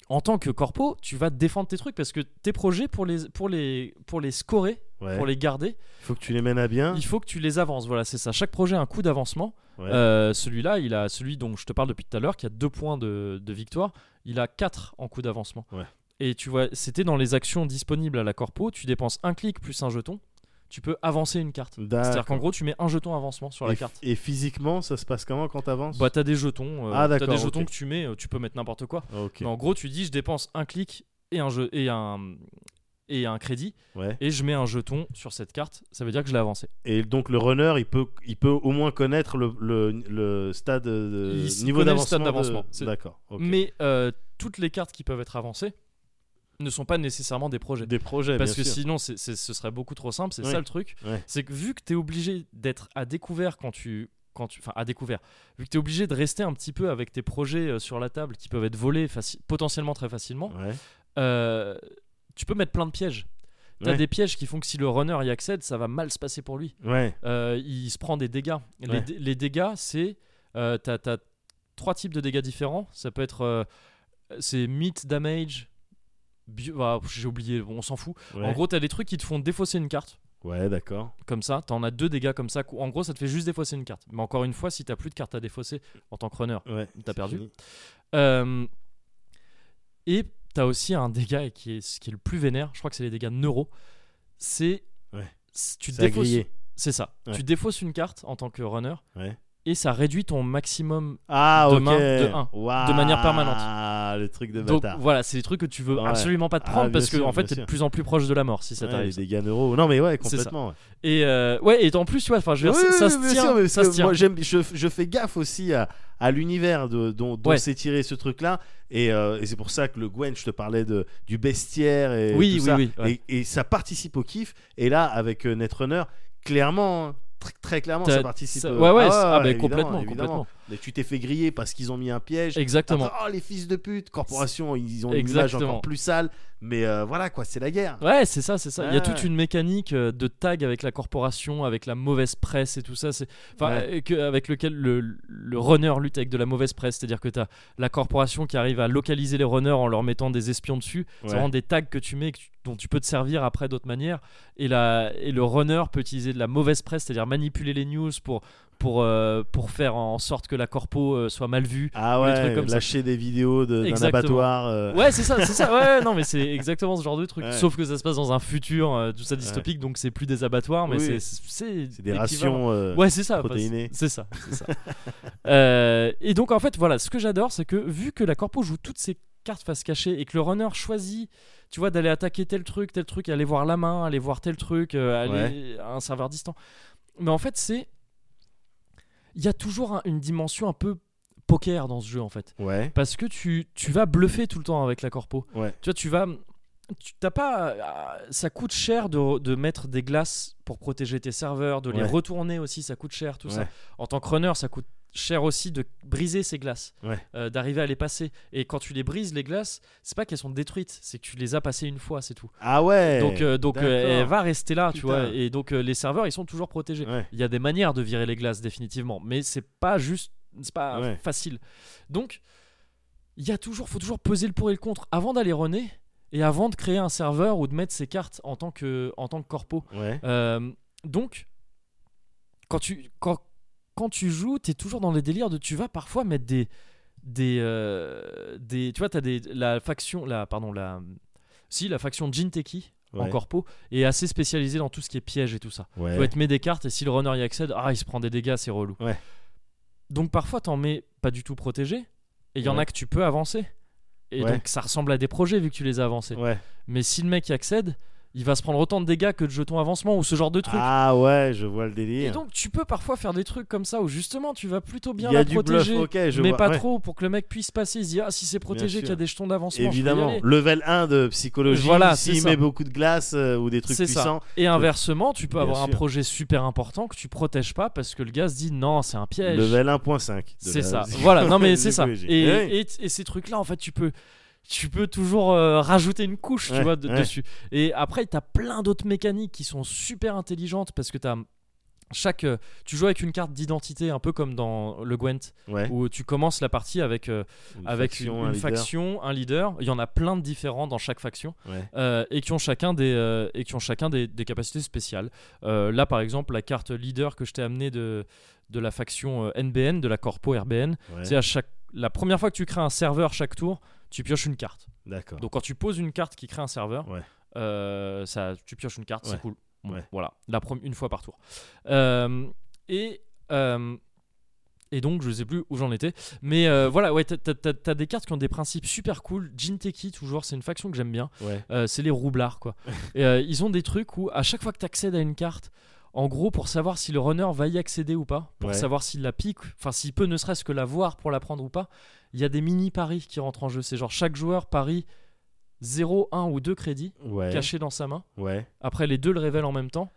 en tant que corpo, tu vas défendre tes trucs parce que tes projets, pour les, pour les, pour les scorer, Ouais. pour les garder, Faut que tu les mènes à bien. il faut que tu les avances. Voilà, c'est ça. Chaque projet a un coup d'avancement. Hein Ouais. Euh, celui-là, il a celui dont je te parle depuis tout à l'heure, qui a deux points de, de victoire, il a quatre en coup d'avancement. Ouais. Et tu vois, c'était dans les actions disponibles à la corpo, tu dépenses un clic plus un jeton, tu peux avancer une carte. D'accord. C'est-à-dire qu'en gros, tu mets un jeton avancement sur la et, carte. et physiquement, ça se passe comment quand t'avances Bah, t'as des jetons, euh, Ah, t'as d'accord, des jetons ok. que tu mets, euh, tu peux mettre n'importe quoi. Ok. Mais en gros, tu dis, je dépense un clic et un jeu et un et un crédit Ouais. et je mets un jeton sur cette carte. Ça veut dire que je l'ai avancé. Et donc le runner, il peut, il peut au moins connaître le, le, le stade de, Il s- niveau connaît le d'avancement. stade de- d'avancement, c'est- D'accord. ok. Mais euh, toutes les cartes qui peuvent être avancées ne sont pas nécessairement des projets. des projets. Parce que bien sûr. sinon, c'est- c'est- ce serait beaucoup trop simple. C'est Ouais. ça le truc. Ouais. C'est que vu que tu es obligé d'être à découvert quand tu quand tu, enfin, à découvert. Vu que tu es obligé de rester un petit peu avec tes projets euh, sur la table qui peuvent être volés faci- potentiellement très facilement, Ouais. euh, tu peux mettre plein de pièges. T'as Ouais. des pièges qui font que si le runner y accède, ça va mal se passer pour lui. Ouais. Euh, il se prend des dégâts. Les Ouais. dé- Les, dégâts, c'est. euh, t'as, t'as trois types de dégâts différents. Ça peut être. euh, c'est meat damage. bio- bah, j'ai oublié, on s'en fout. Ouais. En gros, t'as des trucs qui te font défausser une carte Ouais, d'accord. comme ça, t'en as deux dégâts comme ça. En gros, ça te fait juste défausser une carte. Mais encore une fois, si t'as plus de cartes à défausser en tant que runner, Ouais. T'as c'est perdu. fini. euh, et t'as aussi un dégât qui est, ce qui est le plus vénère, je crois que c'est les dégâts neuro. C'est. Ouais. c- Tu Ça a défausses. grillé. C'est ça. Ouais. Tu défausses une carte en tant que runner Ouais. et ça réduit ton maximum. Ah, De ok. main, de un, Waouh, de manière permanente. Ah, le truc de Donc bâtard. voilà, c'est des trucs que tu veux Ouais. absolument pas te Ah, prendre bien parce que sûr, en fait bien t'es de sûr. plus en plus proche de la mort si ça Ouais, t'arrive. les dégâts neuro. Non, mais ouais, C'est ça. complètement. ouais. Et euh, ouais, et en plus, tu vois, enfin, je veux dire, Oui, ça, oui, se bien tient, sûr, mais ça parce se que tient. Moi, j'aime, je, je fais gaffe aussi à, à l'univers de- dont, dont Ouais. s'est tiré ce truc-là. Et, euh, et c'est pour ça que le Gwen, je te parlais de, du bestiaire et Oui, tout oui, ça. oui, ouais. Et, et ça participe au kiff. Et là, avec euh, Netrunner, clairement, hein, tr- très clairement, T'as- ça participe. ça- euh, ouais, ouais, ah, ah, bah, évidemment, complètement, évidemment. complètement. Mais tu t'es fait griller parce qu'ils ont mis un piège. Exactement. Attends, oh, les fils de pute, corporation, ils ont une Exactement. image encore plus sale. Mais euh, voilà, quoi, c'est la guerre. Ouais, c'est ça, c'est ça. Il y a Ouais. toute une mécanique euh, de tag avec la corporation, avec la mauvaise presse et tout ça. C'est enfin Ouais. euh, que- avec lequel le, le runner lutte avec de la mauvaise presse, c'est-à-dire que t'as la corporation qui arrive à localiser les runners en leur mettant des espions dessus. Ouais. C'est vraiment des tags que tu mets et que tu- dont tu peux te servir après d'autres manières. Et la et le runner peut utiliser de la mauvaise presse, c'est-à-dire manipuler les news pour pour euh, pour faire en sorte que la corpo euh, soit mal vue. Ah Ou des ouais, trucs comme ça. lâcher des vidéos de- d'un Exactement. abattoir. euh, Ouais, c'est ça, c'est ça. Ouais, Ouais, non, mais c'est exactement ce genre de truc. Ouais. Sauf que ça se passe dans un futur, euh, tout ça dystopique, donc c'est plus des abattoirs, mais Oui. c'est- c'est C'est des l'équivalent. rations. euh, Ouais, c'est ça. enfin, protéinées. c'est- c'est ça. c'est ça. Euh, et donc, en fait, voilà, ce que j'adore, c'est que vu que la corpo joue toutes ses cartes face cachée et que le runner choisit, tu vois, d'aller attaquer tel truc, tel truc, aller voir la main, aller voir tel truc, euh, aller à un serveur distant. Mais en fait, c'est. Il y a toujours un- une dimension un peu poker dans ce jeu, en fait Ouais. parce que tu, tu vas bluffer tout le temps avec la corpo. Ouais. Tu vois, tu vas. Tu t'as pas. ah, Ça coûte cher de, de mettre des glaces pour protéger tes serveurs, de les Ouais. retourner aussi, ça coûte cher, tout ça. Ouais. En tant que runner, ça coûte cher aussi de briser ces glaces, Ouais. euh, d'arriver à les passer. Et quand tu les brises, les glaces, c'est pas qu'elles sont détruites, c'est que tu les as passées une fois, c'est tout. Ah ouais. donc euh, donc euh, d'accord. elle va rester là, tu Putain. vois. Et donc euh, les serveurs, ils sont toujours protégés. Ouais. Il y a des manières de virer les glaces définitivement, mais c'est pas juste, c'est pas Ouais. facile. Donc, il y a toujours, faut toujours peser le pour et le contre avant d'aller runner et avant de créer un serveur ou de mettre ses cartes en tant que, en tant que corpo. Ouais. Euh, donc, quand tu, quand, quand tu joues, t'es toujours dans les délires de tu vas parfois mettre des, des, euh, des tu vois, t'as des, la faction, la, pardon, la, si la faction Jinteki en Ouais. corpo est assez spécialisée dans tout ce qui est piège et tout ça. Ouais. Tu vas te mettre des cartes et si le runner y accède, ah, il se prend des dégâts, c'est relou. Ouais. Donc parfois, t'en mets pas du tout protégé et il y en Ouais. a que tu peux avancer. Et Ouais. donc ça ressemble à des projets vu que tu les as avancés. Ouais. Mais si le mec y accède, il va se prendre autant de dégâts que de jetons avancement ou ce genre de truc. Ah ouais, je vois le et délire. donc tu peux parfois faire des trucs comme ça où justement tu vas plutôt bien Il y a la du protéger. bluff, ok, je mais vois, pas ouais. trop pour que le mec puisse passer. Il se dit ah si c'est protégé sûr. qu'il y a des jetons d'avancement. je peux y Évidemment, aller. level 1 de psychologie, Voilà, c'est s'il ça. met beaucoup de glace euh, ou des trucs C'est ça. puissants. Et inversement, tu peux Bien avoir un sûr. projet super important que tu protèges pas parce que le gars se dit non c'est un piège. Level 1.5. de C'est ça. la- Voilà, non mais c'est ça. psychologie. Et, Eh oui. et, et ces trucs-là, en fait, tu peux, tu peux toujours euh, rajouter une couche, tu Ouais, vois, de- ouais. dessus. Et après, t'as plein d'autres mécaniques qui sont super intelligentes parce que t'as chaque, euh, tu joues avec une carte d'identité, un peu comme dans le Gwent, Ouais. où tu commences la partie avec euh, Une avec faction, une, un une leader. faction, un leader. Il y en a plein de différents dans chaque faction Ouais. euh, et qui ont chacun des euh, et qui ont chacun des, des capacités spéciales. Euh, là, par exemple, la carte leader que je t'ai amenée de de la faction euh, NBN, de la corpo RBN, Ouais. c'est à chaque la première fois que tu crées un serveur chaque tour, tu pioches une carte. D'accord. Donc quand tu poses une carte qui crée un serveur, Ouais. euh, ça, tu pioches une carte, Ouais. c'est cool. Bon, Ouais. Voilà, la prom- une fois par tour. Euh, et euh, et donc je sais plus où j'en étais, mais euh, voilà, ouais, t'as- t'as t'as- t'as des cartes qui ont des principes super cool. Jinteki toujours, c'est une faction que j'aime bien. Ouais. Euh, c'est les roublards quoi. Et, euh, ils ont des trucs où à chaque fois que tu accèdes à une carte, en gros pour savoir si le runner va y accéder ou pas, pour Ouais. savoir s'il la pique, enfin s'il peut ne serait-ce que la voir pour la prendre ou pas, il y a des mini paris qui rentrent en jeu. C'est genre chaque joueur parie 0, 1 ou 2 crédits Ouais. cachés dans sa main. Ouais. Après les deux le révèlent en même temps.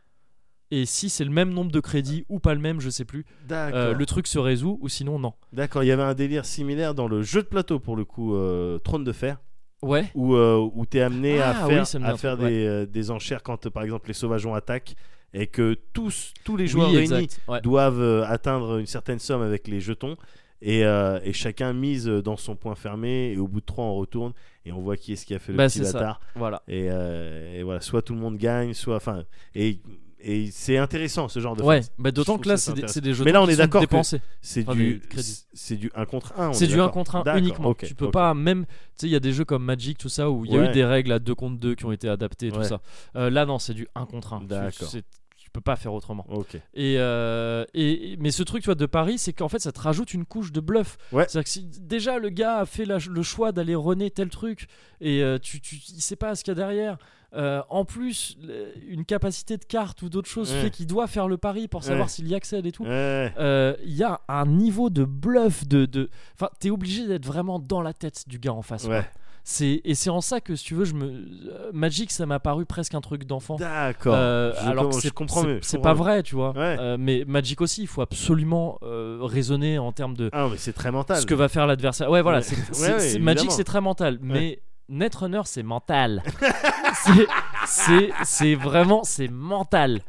et si c'est le même nombre de crédits ou pas le même, je sais plus, D'accord. euh, le truc se résout ou sinon non. D'accord, il y avait un délire similaire dans le jeu de plateau pour le coup, euh, Trône de Fer, Ouais. où, euh, où tu es amené Ah, à faire, oui, ça me dit à un faire truc, des, euh, des enchères quand euh, par exemple les sauvageons attaquent et que tous, tous les Oui, joueurs exact. réunis Ouais. doivent euh, atteindre une certaine somme avec les jetons. Et, euh, et chacun mise dans son point fermé et au bout de trois on retourne et on voit qui est-ce qui a fait le Bah, petit c'est ça. bâtard Voilà. et, euh, et voilà soit tout le monde gagne soit enfin et, et c'est intéressant ce genre de Ouais, fête. bah, d'autant trouve que là, ça c'est des, intéressant. c'est des jeux Mais là, on est d'accord que- dépensés. c'est Ah, du mais crédit. c'est du 1 contre 1 C'est du 1 contre 1 uniquement. tu peux pas, même, tu sais, il y a des jeux comme Magic, tout ça, où il y a Ouais. eu des règles à 2 contre 2 qui ont été adaptées, tout Ouais. ça. Euh, là, non, c'est du 1 contre 1. D'accord. Tu peux pas faire autrement. Ok. Et, euh, et- mais ce truc, tu vois, de Paris, c'est qu'en fait, ça te rajoute une couche de bluff. Ouais. C'est-à-dire que si déjà le gars a fait la- le choix d'aller runner tel truc, et euh, tu, tu, il sait pas ce qu'il y a derrière. Euh, en plus, le- une capacité de carte ou d'autres choses Ouais. fait qu'il doit faire le pari pour savoir Ouais. s'il y accède et tout. Ouais. Euh, Il y a un niveau de bluff de, de... enfin t'es obligé d'être vraiment dans la tête du gars en face quoi. Ouais. c'est et c'est en ça que si tu veux je me euh, Magic ça m'a paru presque un truc d'enfant D'accord. Euh, Je alors com- que je c'est comprends c'est- mieux, je c'est comprends pas mieux. vrai tu vois Ouais. Euh, mais Magic aussi il faut absolument euh, raisonner en termes de Ah mais c'est très mental. ce que va faire l'adversaire ouais voilà Ouais. c'est- Ouais, c'est- ouais, c'est- évidemment. Magic c'est très mental mais Netrunner c'est mental c'est c'est c'est vraiment c'est mental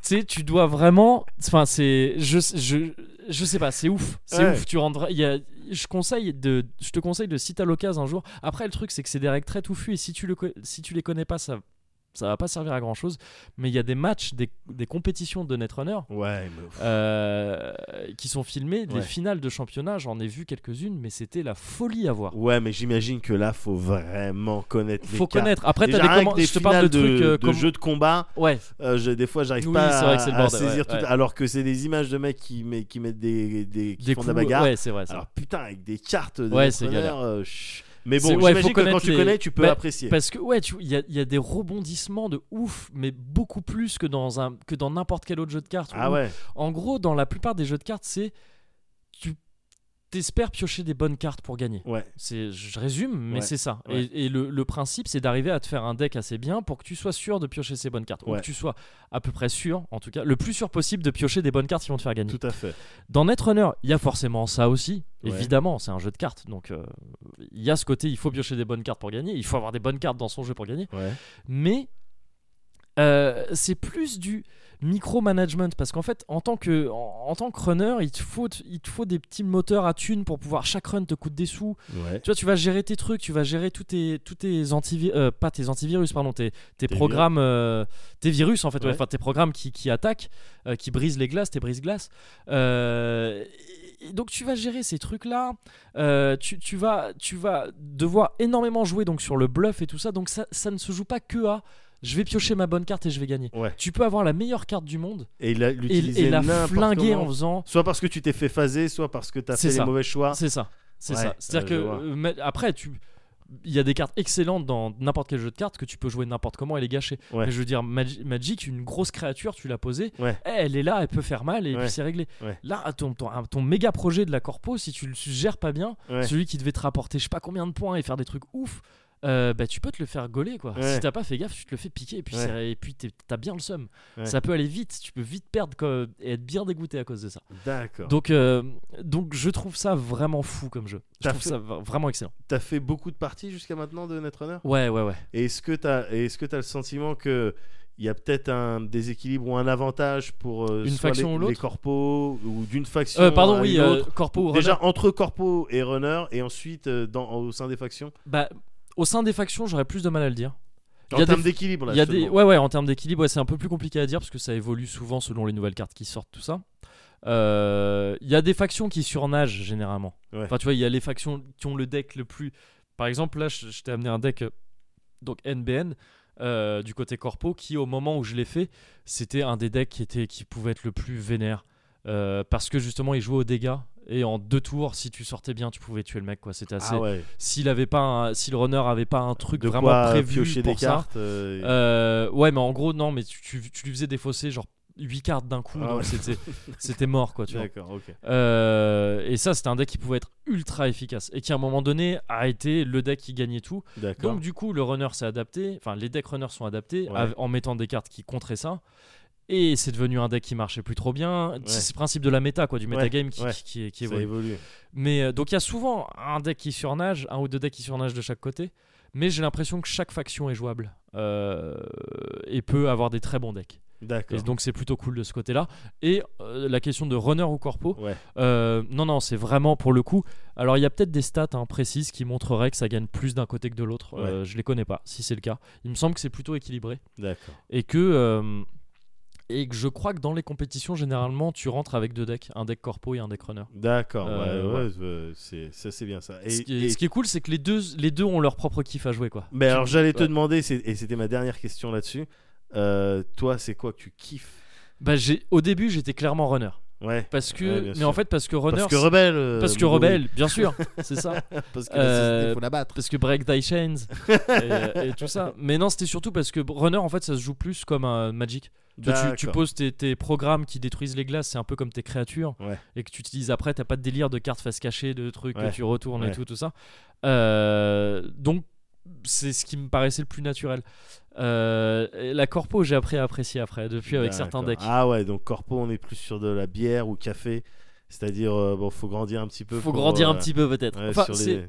tu sais, tu dois vraiment. Enfin, c'est. Je, je, je sais pas, c'est ouf. C'est Ouais. ouf. Tu rentres. il y a- je, conseille de, je te conseille de, si t'as l'occasion un jour. Après, le truc, c'est que c'est des règles très touffues et si tu, le, co- si tu les connais pas, ça, ça va pas servir à grand chose. Mais il y a des matchs, des, des compétitions de Netrunner Ouais. mais pff, euh, qui sont filmés. Les Ouais. finales de championnat, j'en ai vu quelques-unes, mais c'était la folie à voir. Ouais, mais j'imagine que là faut vraiment connaître les Faut cartes. connaître. Après, t'as Déjà, des rien que commandes. des Je te parle de finales trucs. euh, comme- jeux de combat. Ouais, euh, je- des fois, j'arrive Oui, pas c'est vrai que à, c'est le à bordel, saisir ouais, tout. ouais. Alors que c'est des images de mecs qui, met- qui mettent des, des qui des font coups. de la bagarre. Ouais, c'est vrai. c'est Alors putain, avec des cartes. De Ouais, c'est Netrunner, galère. euh, chut. mais C'est- bon, ouais, faut j'imagine que quand connaître tu les- connais, tu peux Bah, apprécier. Parce que ouais, tu- il y a, il y a des rebondissements de ouf, mais beaucoup plus que dans un que dans n'importe quel autre jeu de cartes. Ah où- ouais. En gros, dans la plupart des jeux de cartes, c'est tu t'espères piocher des bonnes cartes pour gagner. Ouais. C'est, je résume, mais Ouais, c'est ça. ouais. Et, et le, le principe, c'est d'arriver à te faire un deck assez bien pour que tu sois sûr de piocher ces bonnes cartes, ou Ouais. que tu sois à peu près sûr, en tout cas, le plus sûr possible de piocher des bonnes cartes qui vont te faire gagner. Tout à fait. Dans Netrunner, il y a forcément ça aussi. Ouais. Évidemment, c'est un jeu de cartes, donc euh, il y a ce côté, il faut piocher des bonnes cartes pour gagner, il faut avoir des bonnes cartes dans son jeu pour gagner. Ouais. Mais euh, c'est plus du micromanagement, parce qu'en fait, en tant que, en, en tant que runner, il te, faut, il te faut des petits moteurs à thunes pour pouvoir, chaque run te coûte des sous. Ouais. Tu vois, tu vas gérer tes trucs, tu vas gérer tous tes, tous tes antivirus, pas tes antivirus, pardon, tes, tes virus. programmes, euh, tes virus en fait, ouais, Ouais. enfin tes programmes qui, qui attaquent, euh, qui brisent les glaces, tes brises-glaces. Euh, et- et donc tu vas gérer ces trucs-là, Euh, tu, tu vas, tu vas devoir énormément jouer donc sur le bluff et tout ça, donc ça, ça ne se joue pas que à je vais piocher ma bonne carte et je vais gagner. Ouais. Tu peux avoir la meilleure carte du monde Et la- et, l'utiliser et la n'importe flinguer comment. en faisant Soit parce que tu t'es fait phaser, soit parce que t'as C'est fait les ça. mauvais choix. C'est ça. C'est Ouais, ça. C'est-à-dire euh, je que euh, mais après, tu. Il y a des cartes excellentes dans n'importe quel jeu de cartes que tu peux jouer n'importe comment et les gâcher. Ouais. Mais je veux dire, Magi- Magic, une grosse créature, tu l'as posée, Ouais. eh, elle est là, elle peut faire mal et Ouais. puis c'est réglé. Ouais. Là, ton, ton, un- ton méga projet de la corpo, si tu le gères pas bien, Ouais. celui qui devait te rapporter je sais pas combien de points et faire des trucs ouf, euh, bah, tu peux te le faire gauler quoi. Ouais. Si t'as pas fait gaffe, tu te le fais piquer et puis Ouais. c'est- et puis t'es- t'as bien le seum. Ouais. Ça peut aller vite, tu peux vite perdre quoi, et être bien dégoûté à cause de ça. D'accord. Donc, euh, donc je trouve ça vraiment fou comme jeu. Je T'as trouve fait- ça va- vraiment excellent. T'as fait beaucoup de parties jusqu'à maintenant de Netrunner Ouais, ouais, ouais. Et Est-ce que t'as est -ce le sentiment que il y a peut-être un déséquilibre ou un avantage pour euh, Une soit faction les, ou l'autre les corpos ou d'une faction Euh, pardon, à oui, une euh, autre Corpo. Déjà Déjà, entre corpo et runner et ensuite euh, dans, au sein des factions bah, au sein des factions, j'aurais plus de mal à le dire. En Il y a termes des- d'équilibre là Il y a je te des, demande. ouais, ouais, en termes d'équilibre, ouais, c'est un peu plus compliqué à dire parce que ça évolue souvent selon les nouvelles cartes qui sortent, tout ça. Euh, Il y a des factions qui surnagent généralement. Ouais. Enfin, tu vois, il y a les factions qui ont le deck le plus. Par exemple, là, je, je t'ai amené un deck euh, donc NBN euh, du côté corpo qui, au moment où je l'ai fait, c'était un des decks qui était qui pouvait être le plus vénère euh, parce que justement, il jouait aux dégâts et en deux tours, si tu sortais bien, tu pouvais tuer le mec. Quoi, c'était assez. ah ouais. S'il avait pas, un- si le runner avait pas un truc de vraiment quoi prévu piocher pour des ça, cartes euh, euh, ouais, mais en gros, non, mais tu, tu, tu lui faisais défausser genre 8 cartes d'un coup, Ah donc ouais. c'était, c'était mort, quoi, tu vois. D'accord, ok. Euh, et ça, c'était un deck qui pouvait être ultra efficace et qui, à un moment donné, a été le deck qui gagnait tout. D'accord. Donc, du coup, le runner s'est adapté, enfin, les decks runners sont adaptés Ouais. av- en mettant des cartes qui contraient ça. Et c'est devenu un deck qui marchait plus trop bien. C'est ce principe de la méta, quoi, du Ouais, metagame qui, ouais. qui, qui- qui Ça évolue. évolue. Mais euh, donc il y a souvent un deck qui surnage, un ou deux decks qui surnagent de chaque côté. Mais j'ai l'impression que chaque faction est jouable euh, et peut avoir des très bons decks. Et D'accord. donc c'est plutôt cool de ce côté-là. Et euh, la question de runner ou corpo, Ouais. euh, non, non, c'est vraiment pour le coup. Alors il y a peut-être des stats hein, précises qui montreraient que ça gagne plus d'un côté que de l'autre. Euh, je les connais pas, si c'est le cas. Il me semble que c'est plutôt équilibré D'accord. et que euh, et que je crois que dans les compétitions généralement tu rentres avec deux decks, un deck corpo et un deck runner. D'accord. ouais, Euh, ouais, euh, c'est ça c'est bien ça. Et- ce, qui est, et- ce qui est cool, c'est que les deux les deux ont leur propre kiff à jouer quoi. Mais Tu- alors j'allais te ouais. demander, c'est- et c'était ma dernière question là-dessus. euh, toi, c'est quoi que tu kiffes Bah, j'ai au début j'étais clairement runner Ouais. parce que Ouais, bien mais sûr. en fait parce que runner parce que rebelle. euh, parce que Moguri. rebelle, bien sûr, c'est ça. Parce que Euh, il faut la battre. parce que break thy chains et, et tout ça. Mais non, c'était surtout parce que runner en fait ça se joue plus comme un Magic. Tu, vois, tu- tu D'accord. poses tes, tes programmes qui détruisent les glaces, c'est un peu comme tes créatures Ouais. et que tu utilises après. T'as pas de délire de cartes face cachée, de trucs Ouais. que tu retournes Ouais. et tout, tout ça. Euh, donc c'est ce qui me paraissait le plus naturel. Euh, et la corpo, j'ai appris à apprécier après, depuis avec certains D'accord. decks. Ah ouais, donc corpo, on est plus sur de la bière ou café. C'est-à-dire, euh, bon, faut grandir un petit peu. Faut pour, grandir un euh, petit peu peut-être. ouais, enfin, sur c'est- les-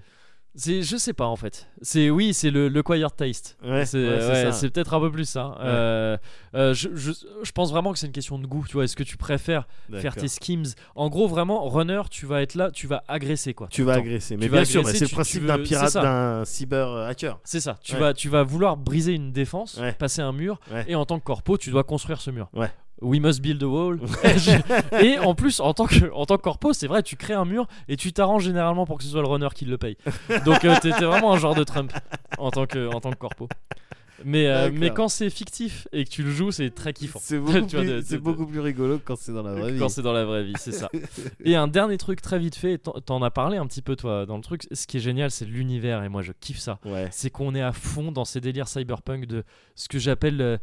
c'est- je sais pas en fait. C'est oui, c'est le, le quiet taste. Ouais, c'est ouais, c'est ouais, ça. c'est peut-être un peu plus ça. Euh, euh, je, je, je pense vraiment que c'est une question de goût. Tu vois, est-ce que tu préfères faire D'accord. tes schemes En gros, vraiment, runner, tu vas être là, tu vas agresser quoi. Tu vas Attends. agresser. Mais Tu bien vas sûr, bah, agresser, c'est le tu- principe tu d'un veux- pirate, c'est ça. d'un cyber euh, hacker. C'est ça. Tu Ouais. vas, tu vas vouloir briser une défense, Ouais. passer un mur, Ouais. et en tant que corpo, tu dois construire ce mur. Ouais. We must build a wall. et en plus, en tant que, en tant que corpo, c'est vrai, tu crées un mur et tu t'arranges généralement pour que ce soit le runner qui le paye. Donc euh, t'es t'es vraiment un genre de Trump en tant que, en tant que corpo. Mais, euh, D'accord. mais quand c'est fictif et que tu le joues, c'est très kiffant. C'est beaucoup Tu vois, plus- de- c'est de- beaucoup rigolo quand c'est dans la Quand c'est dans la vraie vie, c'est ça. et un dernier truc très vite fait, t'en- t'en as parlé un petit peu toi dans le truc. Ce qui est génial, c'est l'univers et moi je kiffe ça Ouais. c'est qu'on est à fond dans ces délires cyberpunk de ce que j'appelle euh,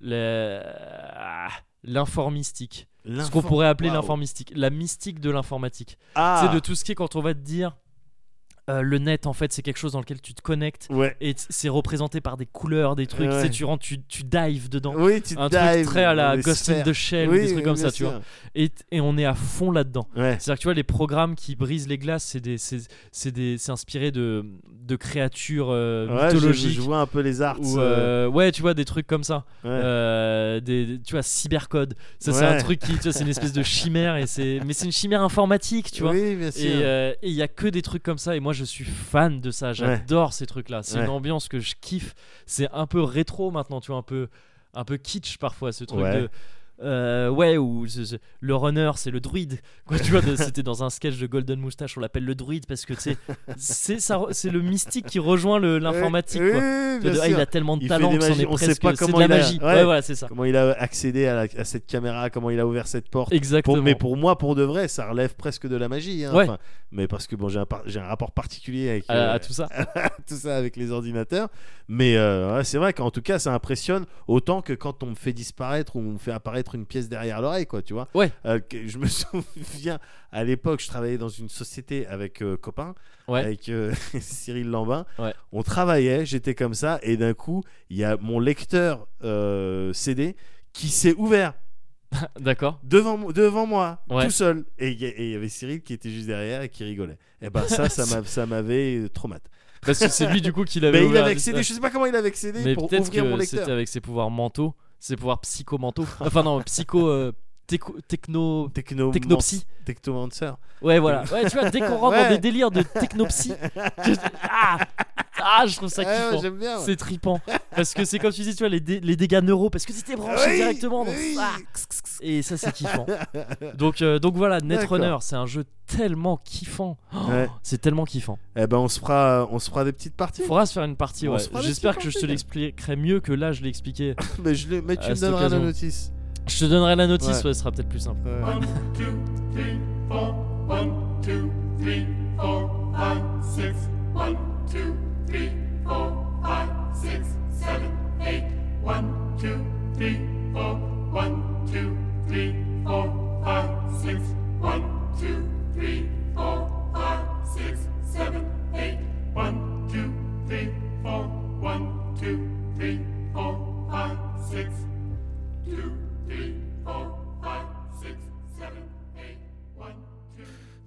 le- ah, l'informistique. Ce qu'on pourrait appeler Waouh. l'informistique, la mystique de l'informatique. Ah C'est de tout ce qui est quand on va te dire euh, le net en fait c'est quelque chose dans lequel tu te connectes Ouais. et t- c'est représenté par des couleurs, des trucs, Ouais. tu sais, tu rentres, tu, tu dives dedans. Oui, tu Un dives truc très à dans la les Ghost in sphères. the Shell, Oui, des trucs oui, comme bien ça, tu sûr. vois. Et, et on est à fond là-dedans. Ouais. C'est-à-dire que tu vois, les programmes qui brisent les glaces, c'est des, c'est, c'est des, c'est inspiré de, de créatures euh, Ouais, je- je, mythologiques. vois un peu les arts. ou, euh, euh, ouais, tu vois, des trucs comme ça. ouais. Euh, des, des- tu vois, cybercode. Ça, c'est Ouais. un truc qui, tu vois, c'est une espèce de chimère, et c'est, mais c'est une chimère informatique, tu vois. Oui, bien Et sûr. euh, et il y a que des trucs comme ça, et moi je suis fan de ça, j'adore ces trucs-là. C'est Ouais. une ambiance que je kiffe. C'est un peu rétro maintenant, tu vois, un peu, un peu kitsch parfois, ce truc Ouais. de. euh, ouais, ou ce- ce- le runner, c'est le druide. Quoi, tu vois, de- c'était dans un sketch de Golden Moustache, on l'appelle le druide parce que tu sais, c'est ça, re- c'est le mystique qui rejoint le- l'informatique. Oui, quoi. oui, Tu vois, bien de, ah, il sûr. a tellement de Il fait talent des que c'en magies, est on sait presque. pas c'est comment de la il a- magie. ouais. Ouais, voilà, c'est ça. Comment il a accédé à, la- à cette caméra, comment il a ouvert cette porte. Exactement. Pour- mais pour moi, pour de vrai, ça relève presque de la magie. hein. Ouais. Enfin, mais parce que bon, j'ai un, par- j'ai un rapport particulier avec À- euh, Ah, à tout ça. tout ça avec les ordinateurs. Mais euh, ouais, c'est vrai qu'en tout cas, ça impressionne autant que quand on me fait disparaître ou on me fait apparaître une pièce derrière l'oreille, quoi, tu vois. Ouais. Euh, que- je me souviens, à l'époque, je travaillais dans une société avec euh, copains, Ouais. avec euh, Cyril Lambin. Ouais. On travaillait, j'étais comme ça, et d'un coup, il y a mon lecteur euh, CD qui s'est ouvert D'accord. devant, mo- devant moi, Ouais. tout seul. Et il y a- et il y avait Cyril qui était juste derrière et qui rigolait. Et ben ça, ça m'a- ça m'avait euh, traumatisé. Parce que Bah, c'est lui du coup qui l'avait Mais il ouvert. avait accédé, je sais pas comment il avait accédé Mais pour peut-être ouvrir mon que lecteur. c'était avec ses pouvoirs mentaux, ses pouvoirs psycho-mentaux. Enfin non, psycho euh, teco- techno Techno Technopsy. Technomancer. Ouais voilà. Ouais, tu vois dès qu'on rentre Ouais. dans des délires de technopsy, je- ah, ah, je trouve ça Ah ouais, kiffant. j'aime bien. ouais. c'est tripant parce que c'est comme tu dis tu vois les, dé- les dégâts neuro parce que c'était branché Oui, directement donc, oui. ah. et ça c'est kiffant. Donc euh, donc voilà D'accord. Netrunner, c'est un jeu tellement kiffant. Oh, Ouais. C'est tellement kiffant. Eh ben on se fera on se fera des petites parties. Faudra se faire une partie On ouais. se fera des J'espère petites que je te parties. l'expliquerai mieux que là je l'ai expliqué. Mais je le- mais tu À me cette donneras la occasion. notice. Euh, Je te donnerai la notice, Ouais. ouais, ce sera peut-être plus simple. Ouais.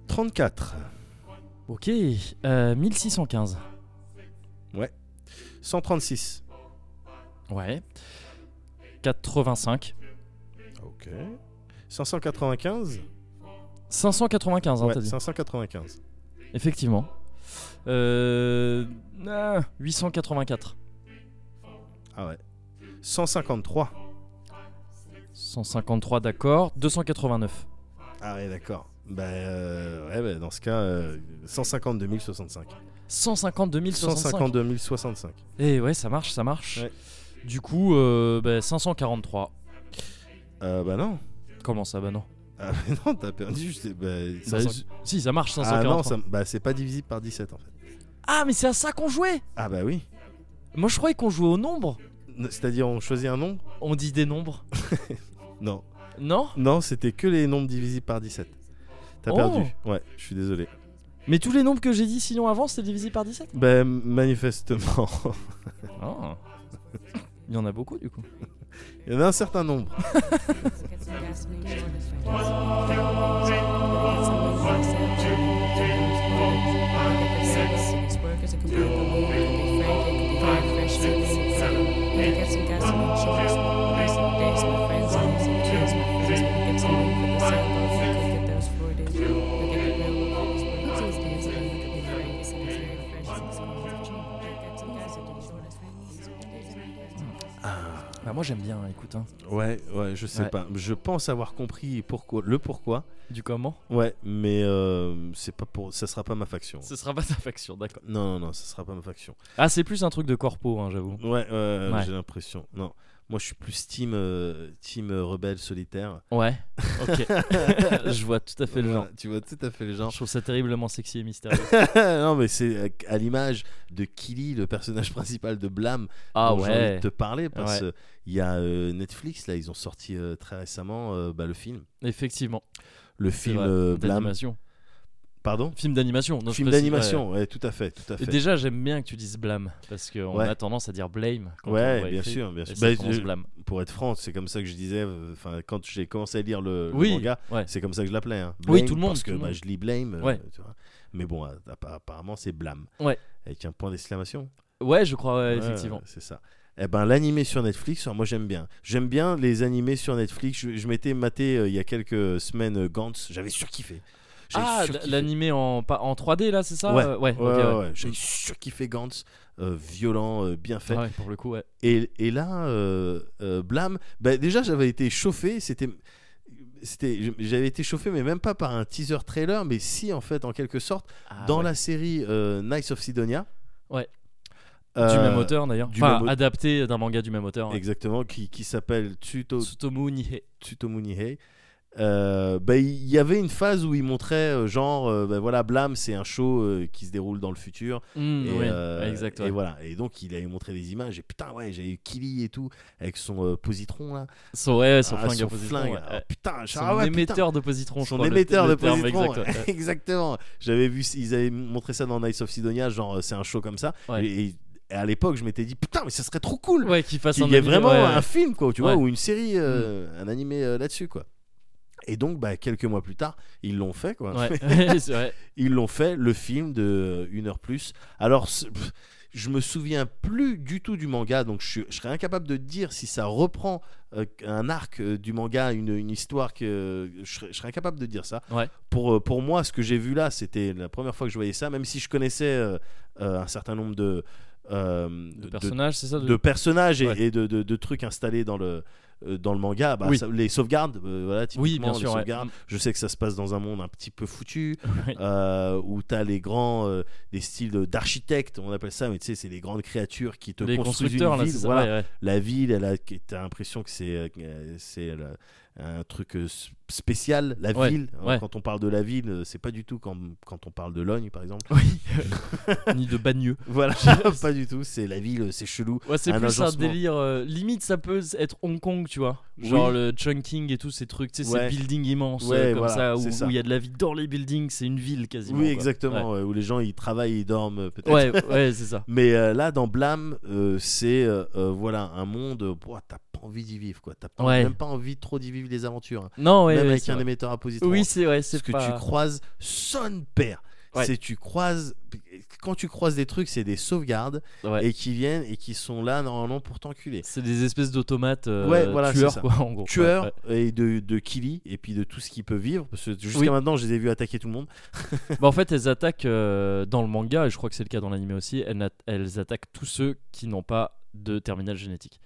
34. Ok, euh, 1615. 136. Ouais. 85. Ok. 595 595, hein, Ouais, t'as dit. 595. Effectivement. Euh, ah, 884. Ah ouais. 153. 153, d'accord. 289. Ah ouais, d'accord. Bah, euh, ouais, bah, dans ce cas, euh, 152 065. 152 065. 152 065. Et Eh ouais, ça marche, ça marche. Ouais. Du coup, euh, bah, 543. Euh, bah non. Comment ça, bah non Ah, mais non, t'as perdu. juste- bah, Bah, 500 z- Si, ça marche, Ah 543. non, ça- bah, c'est pas divisible par 17 en fait. Ah, mais c'est à ça qu'on jouait Ah bah oui. Moi, je croyais qu'on jouait au nombre. N- C'est-à-dire on choisit un nombre On dit des nombres. Non. Non Non, c'était que les nombres divisibles par 17. T'as Oh. perdu. Ouais, je suis désolé. Mais tous les nombres que j'ai dit sinon avant, c'était divisé par 17 Bah manifestement. Oh. Il y en a beaucoup du coup. Il y en a un certain nombre. Bah, moi j'aime bien, écoute. hein. Ouais, ouais, je sais Ouais. pas. Je pense avoir compris pourquoi, le pourquoi. Du comment Ouais, mais euh, c'est pas pour, ça sera pas ma faction. Ce sera pas ta faction, d'accord. Non, non, non, ça sera pas ma faction. Ah, c'est plus un truc de corpo, hein, j'avoue. Ouais, euh, Ouais. j'ai l'impression. Non, moi je suis plus team, euh, team euh, rebelle solitaire. Ouais, ok. je vois tout à fait le genre. Voilà, Tu vois tout à fait le genre. Je trouve ça terriblement sexy et mystérieux. non, mais c'est euh, à l'image de Killy, le personnage principal de Blam. Ah dont j'ai envie de ouais, te parler parce Ouais. qu'il y a euh, Netflix là, ils ont sorti euh, très récemment euh, bah, le film, effectivement. le C'est film vrai. euh, Blam. d'animation. Pardon. Film d'animation. non, je film précise, ouais. d'animation, ouais, tout à fait, tout à Et fait. déjà, j'aime bien que tu dises blâme parce qu'on Ouais. a tendance à dire blame. Quand on ouais, voit bien écrit, sûr, bien et sûr. ça Bah, prononce je- blâme. pour être franc, c'est comme ça que je disais. Enfin, quand j'ai commencé à lire le, le Oui, manga, ouais. c'est comme ça que je l'appelais. hein. Oui, Blame, tout le monde, Parce tout que le bah, monde. je lis blame. euh, Ouais. tu vois. Mais bon, app- apparemment, c'est blâme. Ouais. Avec un point d'exclamation. Ouais, je crois, ouais, Ouais, effectivement. C'est ça. Eh ben, l'animé sur Netflix, alors moi j'aime bien. J'aime bien les animés sur Netflix. Je, je m'étais maté euh, il y a quelques semaines euh, Gantz, j'avais surkiffé. J'avais Ah, surkiffé. l'animé en, pas- en 3D là, c'est ça Ouais. Euh, ouais, Ouais, ok, ouais, ouais. ouais, J'avais surkiffé Gantz, euh, violent, euh, bien fait. Ah ouais, pour le coup, ouais. Et, et là, euh, euh, Blam, bah, déjà j'avais été chauffé, c'était. C'était, je- j'avais été chauffé, mais même pas par un teaser trailer, mais si en fait, en quelque sorte, Ah, dans la série euh, Knights of Sidonia. Ouais. Euh, Du même auteur d'ailleurs. du Enfin, même au- adapté d'un manga du même auteur. hein. Exactement, qui, qui s'appelle Tsuto, Tsutomu Nihei. Tsutomu Nihei, euh, bah, il y avait une phase où il montrait euh, genre euh, bah, voilà Blam c'est un show euh, qui se déroule dans le futur Mm, et, oui, euh, exact. ouais. et voilà et donc il avait montré des images et putain ouais j'avais eu Killy et tout avec son euh, positron là Son, ouais, son Ah, flingue à son positron. flingue. ouais. Ah, putain Son ah ouais, putain. émetteur de positron, je son crois, le- émetteur de le terme positron exact, ouais. exactement j'avais vu ils avaient montré ça dans Nights of Sidonia genre euh, c'est un show comme ça Ouais. et, et à l'époque je m'étais dit putain mais ça serait trop cool Ouais, qu'il fasse un il y a animé, vraiment ouais, un ouais. film quoi tu Ouais. Mm. vois ou une série euh, un animé euh, là-dessus quoi et donc bah, quelques mois plus tard ils l'ont fait quoi Ouais, c'est vrai. ils l'ont fait le film de euh, une heure plus alors c'est- pff, je me souviens plus du tout du manga donc je, suis- je serais incapable de dire si ça reprend euh, un arc euh, du manga une, une histoire que euh, je, serais, je serais incapable de dire ça Ouais. pour, euh, pour moi ce que j'ai vu là c'était la première fois que je voyais ça même si je connaissais euh, euh, un certain nombre de euh, Le de- de personnage, c'est ça de- de personnages et, Ouais. et de, de- de trucs installés dans le euh, dans le manga bah, Oui. ça- les sauvegardes euh, voilà typiquement Oui, bien les sûr. ouais. sauvegardes je sais que ça se passe dans un monde un petit peu foutu Oui. euh, où t'as les grands euh, des styles de- d'architectes on appelle ça mais tu sais c'est les grandes créatures qui te Les construisent constructeurs, une là, ville c'est ça. voilà ouais, ouais. la ville elle a- t'as l'impression que c'est euh, c'est euh, un truc euh, s- spécial la Ouais, ville Hein, ouais. quand on parle de la ville euh, c'est pas du tout quand, quand on parle de Logne par exemple Ni de bagneux. voilà pas du tout c'est la ville euh, c'est chelou Ouais, c'est Un plus un agencement. délire. euh, limite, ça peut être Hong Kong, tu vois. Oui. Genre le chunking et tous ces trucs, tu sais, Ouais. ces buildings immenses Ouais, euh, comme voilà, ça, c'est où ça. où il y a de la vie dans les buildings, c'est une ville quasiment. Oui, quoi. exactement. ouais, où les gens ils travaillent, ils dorment euh, peut-être. Ouais, ouais, ouais, c'est ça. Mais euh, là, dans Blam, euh, c'est euh, euh, voilà un monde. euh, ouah, T'as pas pas envie d'y vivre, quoi. T'as pas- Ouais. même pas envie trop d'y vivre les aventures. hein. Non, ouais, même ouais, avec c'est un vrai. émetteur à positron. Oui, c'est vrai. ce C'est que pas... tu croises sonne père. Ouais. C'est tu croises quand tu croises des trucs, c'est des sauvegardes Ouais. et qui viennent et qui sont là normalement pour t'enculer. C'est des espèces d'automates euh, Ouais, voilà, tueurs, c'est ça. quoi, en gros. Tueurs Ouais, et de, de Kili et puis de tout ce qui peut vivre parce que jusqu'à Oui. maintenant je les ai vus attaquer tout le monde. ouais. Bah, en fait, elles attaquent euh, dans le manga, et je crois que c'est le cas dans l'anime aussi, elles, n'atta- elles attaquent tous ceux qui n'ont pas de terminal génétique.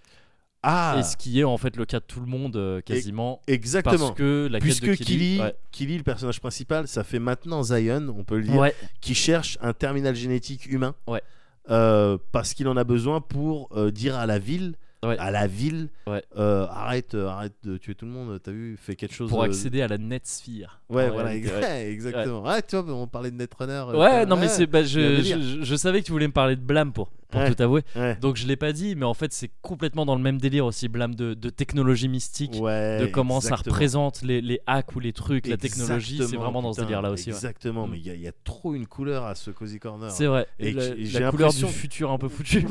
Ah Et ce qui est en fait le cas de tout le monde euh, quasiment. exactement. Parce que la quête Puisque de Kili, Kili. ouais. Kili, le personnage principal, ça fait maintenant Zion, on peut le dire, Ouais, qui cherche un terminal génétique humain. Ouais. Euh, parce qu'il en a besoin pour euh, dire à la ville, Ouais. à la ville, Ouais. euh, arrête, euh, arrête de tuer tout le monde. T'as vu, fais quelque chose. pour euh, accéder à la Netsphere. Ouais, en voilà, réalité, ex- ouais. exactement. Ouais, tu vois, on parlait de Netrunner. euh, Ouais, t'as- non, mais c'est. bah, il y a un je, délire. je, je- je savais que tu voulais me parler de blâme pour, pour Ouais. tout avouer. Ouais. Donc je l'ai pas dit, mais en fait, c'est complètement dans le même délire aussi, blâme de, de technologie mystique. Ouais, de comment ça exactement. représente les, les hacks ou les trucs, la technologie, c'est Exactement, vraiment dans ce putain, délire là aussi. ouais. Exactement, Mm. mais il y, a- il y a trop une couleur à ce Cozy Corner. C'est vrai. Et la que- la et j'ai couleur du l'impression- futur un peu foutu.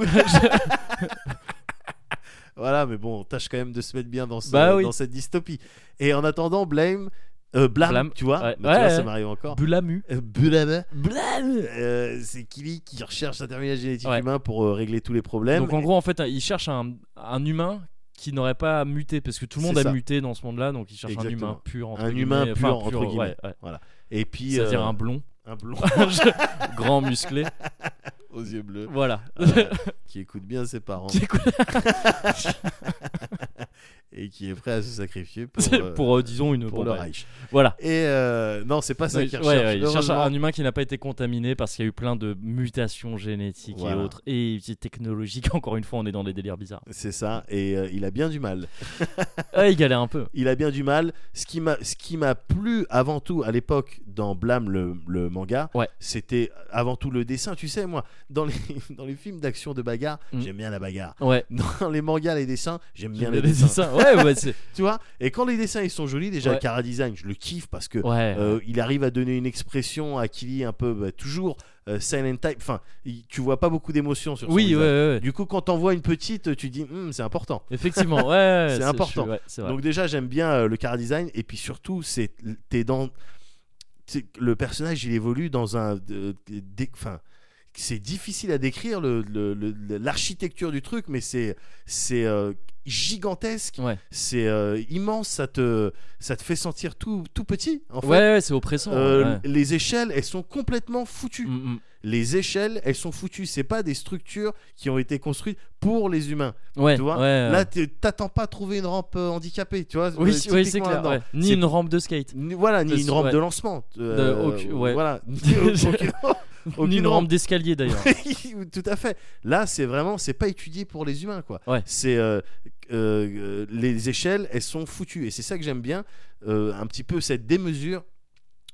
Voilà, mais bon, on tâche quand même de se mettre bien dans, ce- Bah oui. dans cette dystopie. Et en attendant, Blame, euh, Blame, Blame, tu vois, ouais. bah, tu vois, Ouais, ça ouais. m'arrive encore. Bulamu. Euh, Blame, Blam euh, c'est Kili qui recherche un terminal génétique Ouais. humain pour euh, régler tous les problèmes. Donc en gros, en fait, il cherche un, un humain qui n'aurait pas muté parce que tout le monde C'est a ça. muté dans ce monde-là, donc il cherche Exactement. un humain pur. Entre Un humain guillemets, pur, enfin, entre guillemets. ouais, ouais. Et puis, C'est-à-dire euh, un blond, un blond grand musclé. aux yeux bleus. Voilà. euh, qui écoute bien ses parents Qui écoute- et qui est prêt à se sacrifier pour, C'est euh, pour, euh, disons, une. bon, pour le bah, Reich. Voilà. Et euh, non, c'est pas ça Ouais, qu'il ouais, recherche. ouais, il cherche heureusement. un humain qui n'a pas été contaminé parce qu'il y a eu plein de mutations génétiques Voilà. et autres et technologiques. Encore une fois, on est dans des délires bizarres. C'est ça, et euh, il a bien du mal. Ah, il galère un peu. Il a bien du mal. Ce qui m'a, ce qui m'a plu avant tout à l'époque dans Blame le, le manga, Ouais. c'était avant tout le dessin. Tu sais, moi, dans les, dans les films d'action de bagarre, Mm. j'aime bien la bagarre. Ouais. Dans les mangas, les dessins, j'aime bien les Il y a des dessins. dessins. Ouais, ouais, c'est. Tu vois Et quand les dessins ils sont jolis, déjà, Ouais. le Kara Design, je le kiffe parce que Ouais. Euh, il arrive à donner une expression à Kili un peu bah, toujours euh, silent type. Enfin, il- tu vois pas beaucoup d'émotions sur son oui, ouais, visage. ouais, ouais. Du coup, quand t'en vois une petite, tu dis Hum, c'est important. Effectivement, ouais, ouais. C'est je important. suis- ouais, c'est vrai. Donc déjà, j'aime bien euh, le cara design et puis surtout, c'est t'es dans c'est- le personnage, il évolue dans un de- de- dé- enfin. C'est difficile à décrire le- le- le- l'architecture du truc, mais c'est c'est euh, gigantesque, Ouais. c'est euh, immense, ça te ça te fait sentir tout tout petit en fait. ouais, ouais, c'est oppressant. Euh, ouais. les échelles, elles sont complètement foutues. Mm, mm. Les échelles, elles sont foutues. C'est pas des structures qui ont été construites pour les humains. Ouais, tu vois, ouais, là, ouais. t'es- t'attends pas à trouver une rampe euh, handicapée, tu vois. Euh. oui, euh, c'est- oui, c'est typiquement clair. là-dedans. ouais. Ni C'est- une rampe de skate, ni- voilà, ni Parce- une rampe ouais. de lancement. euh, aucune- ouais. Voilà. Ni- aucune- aucune ni une rampe d'escalier d'ailleurs. Tout à fait. Là, c'est vraiment, c'est pas étudié pour les humains, quoi. Ouais. C'est euh, euh, euh, les échelles, elles sont foutues, et c'est ça que j'aime bien, euh, un petit peu cette démesure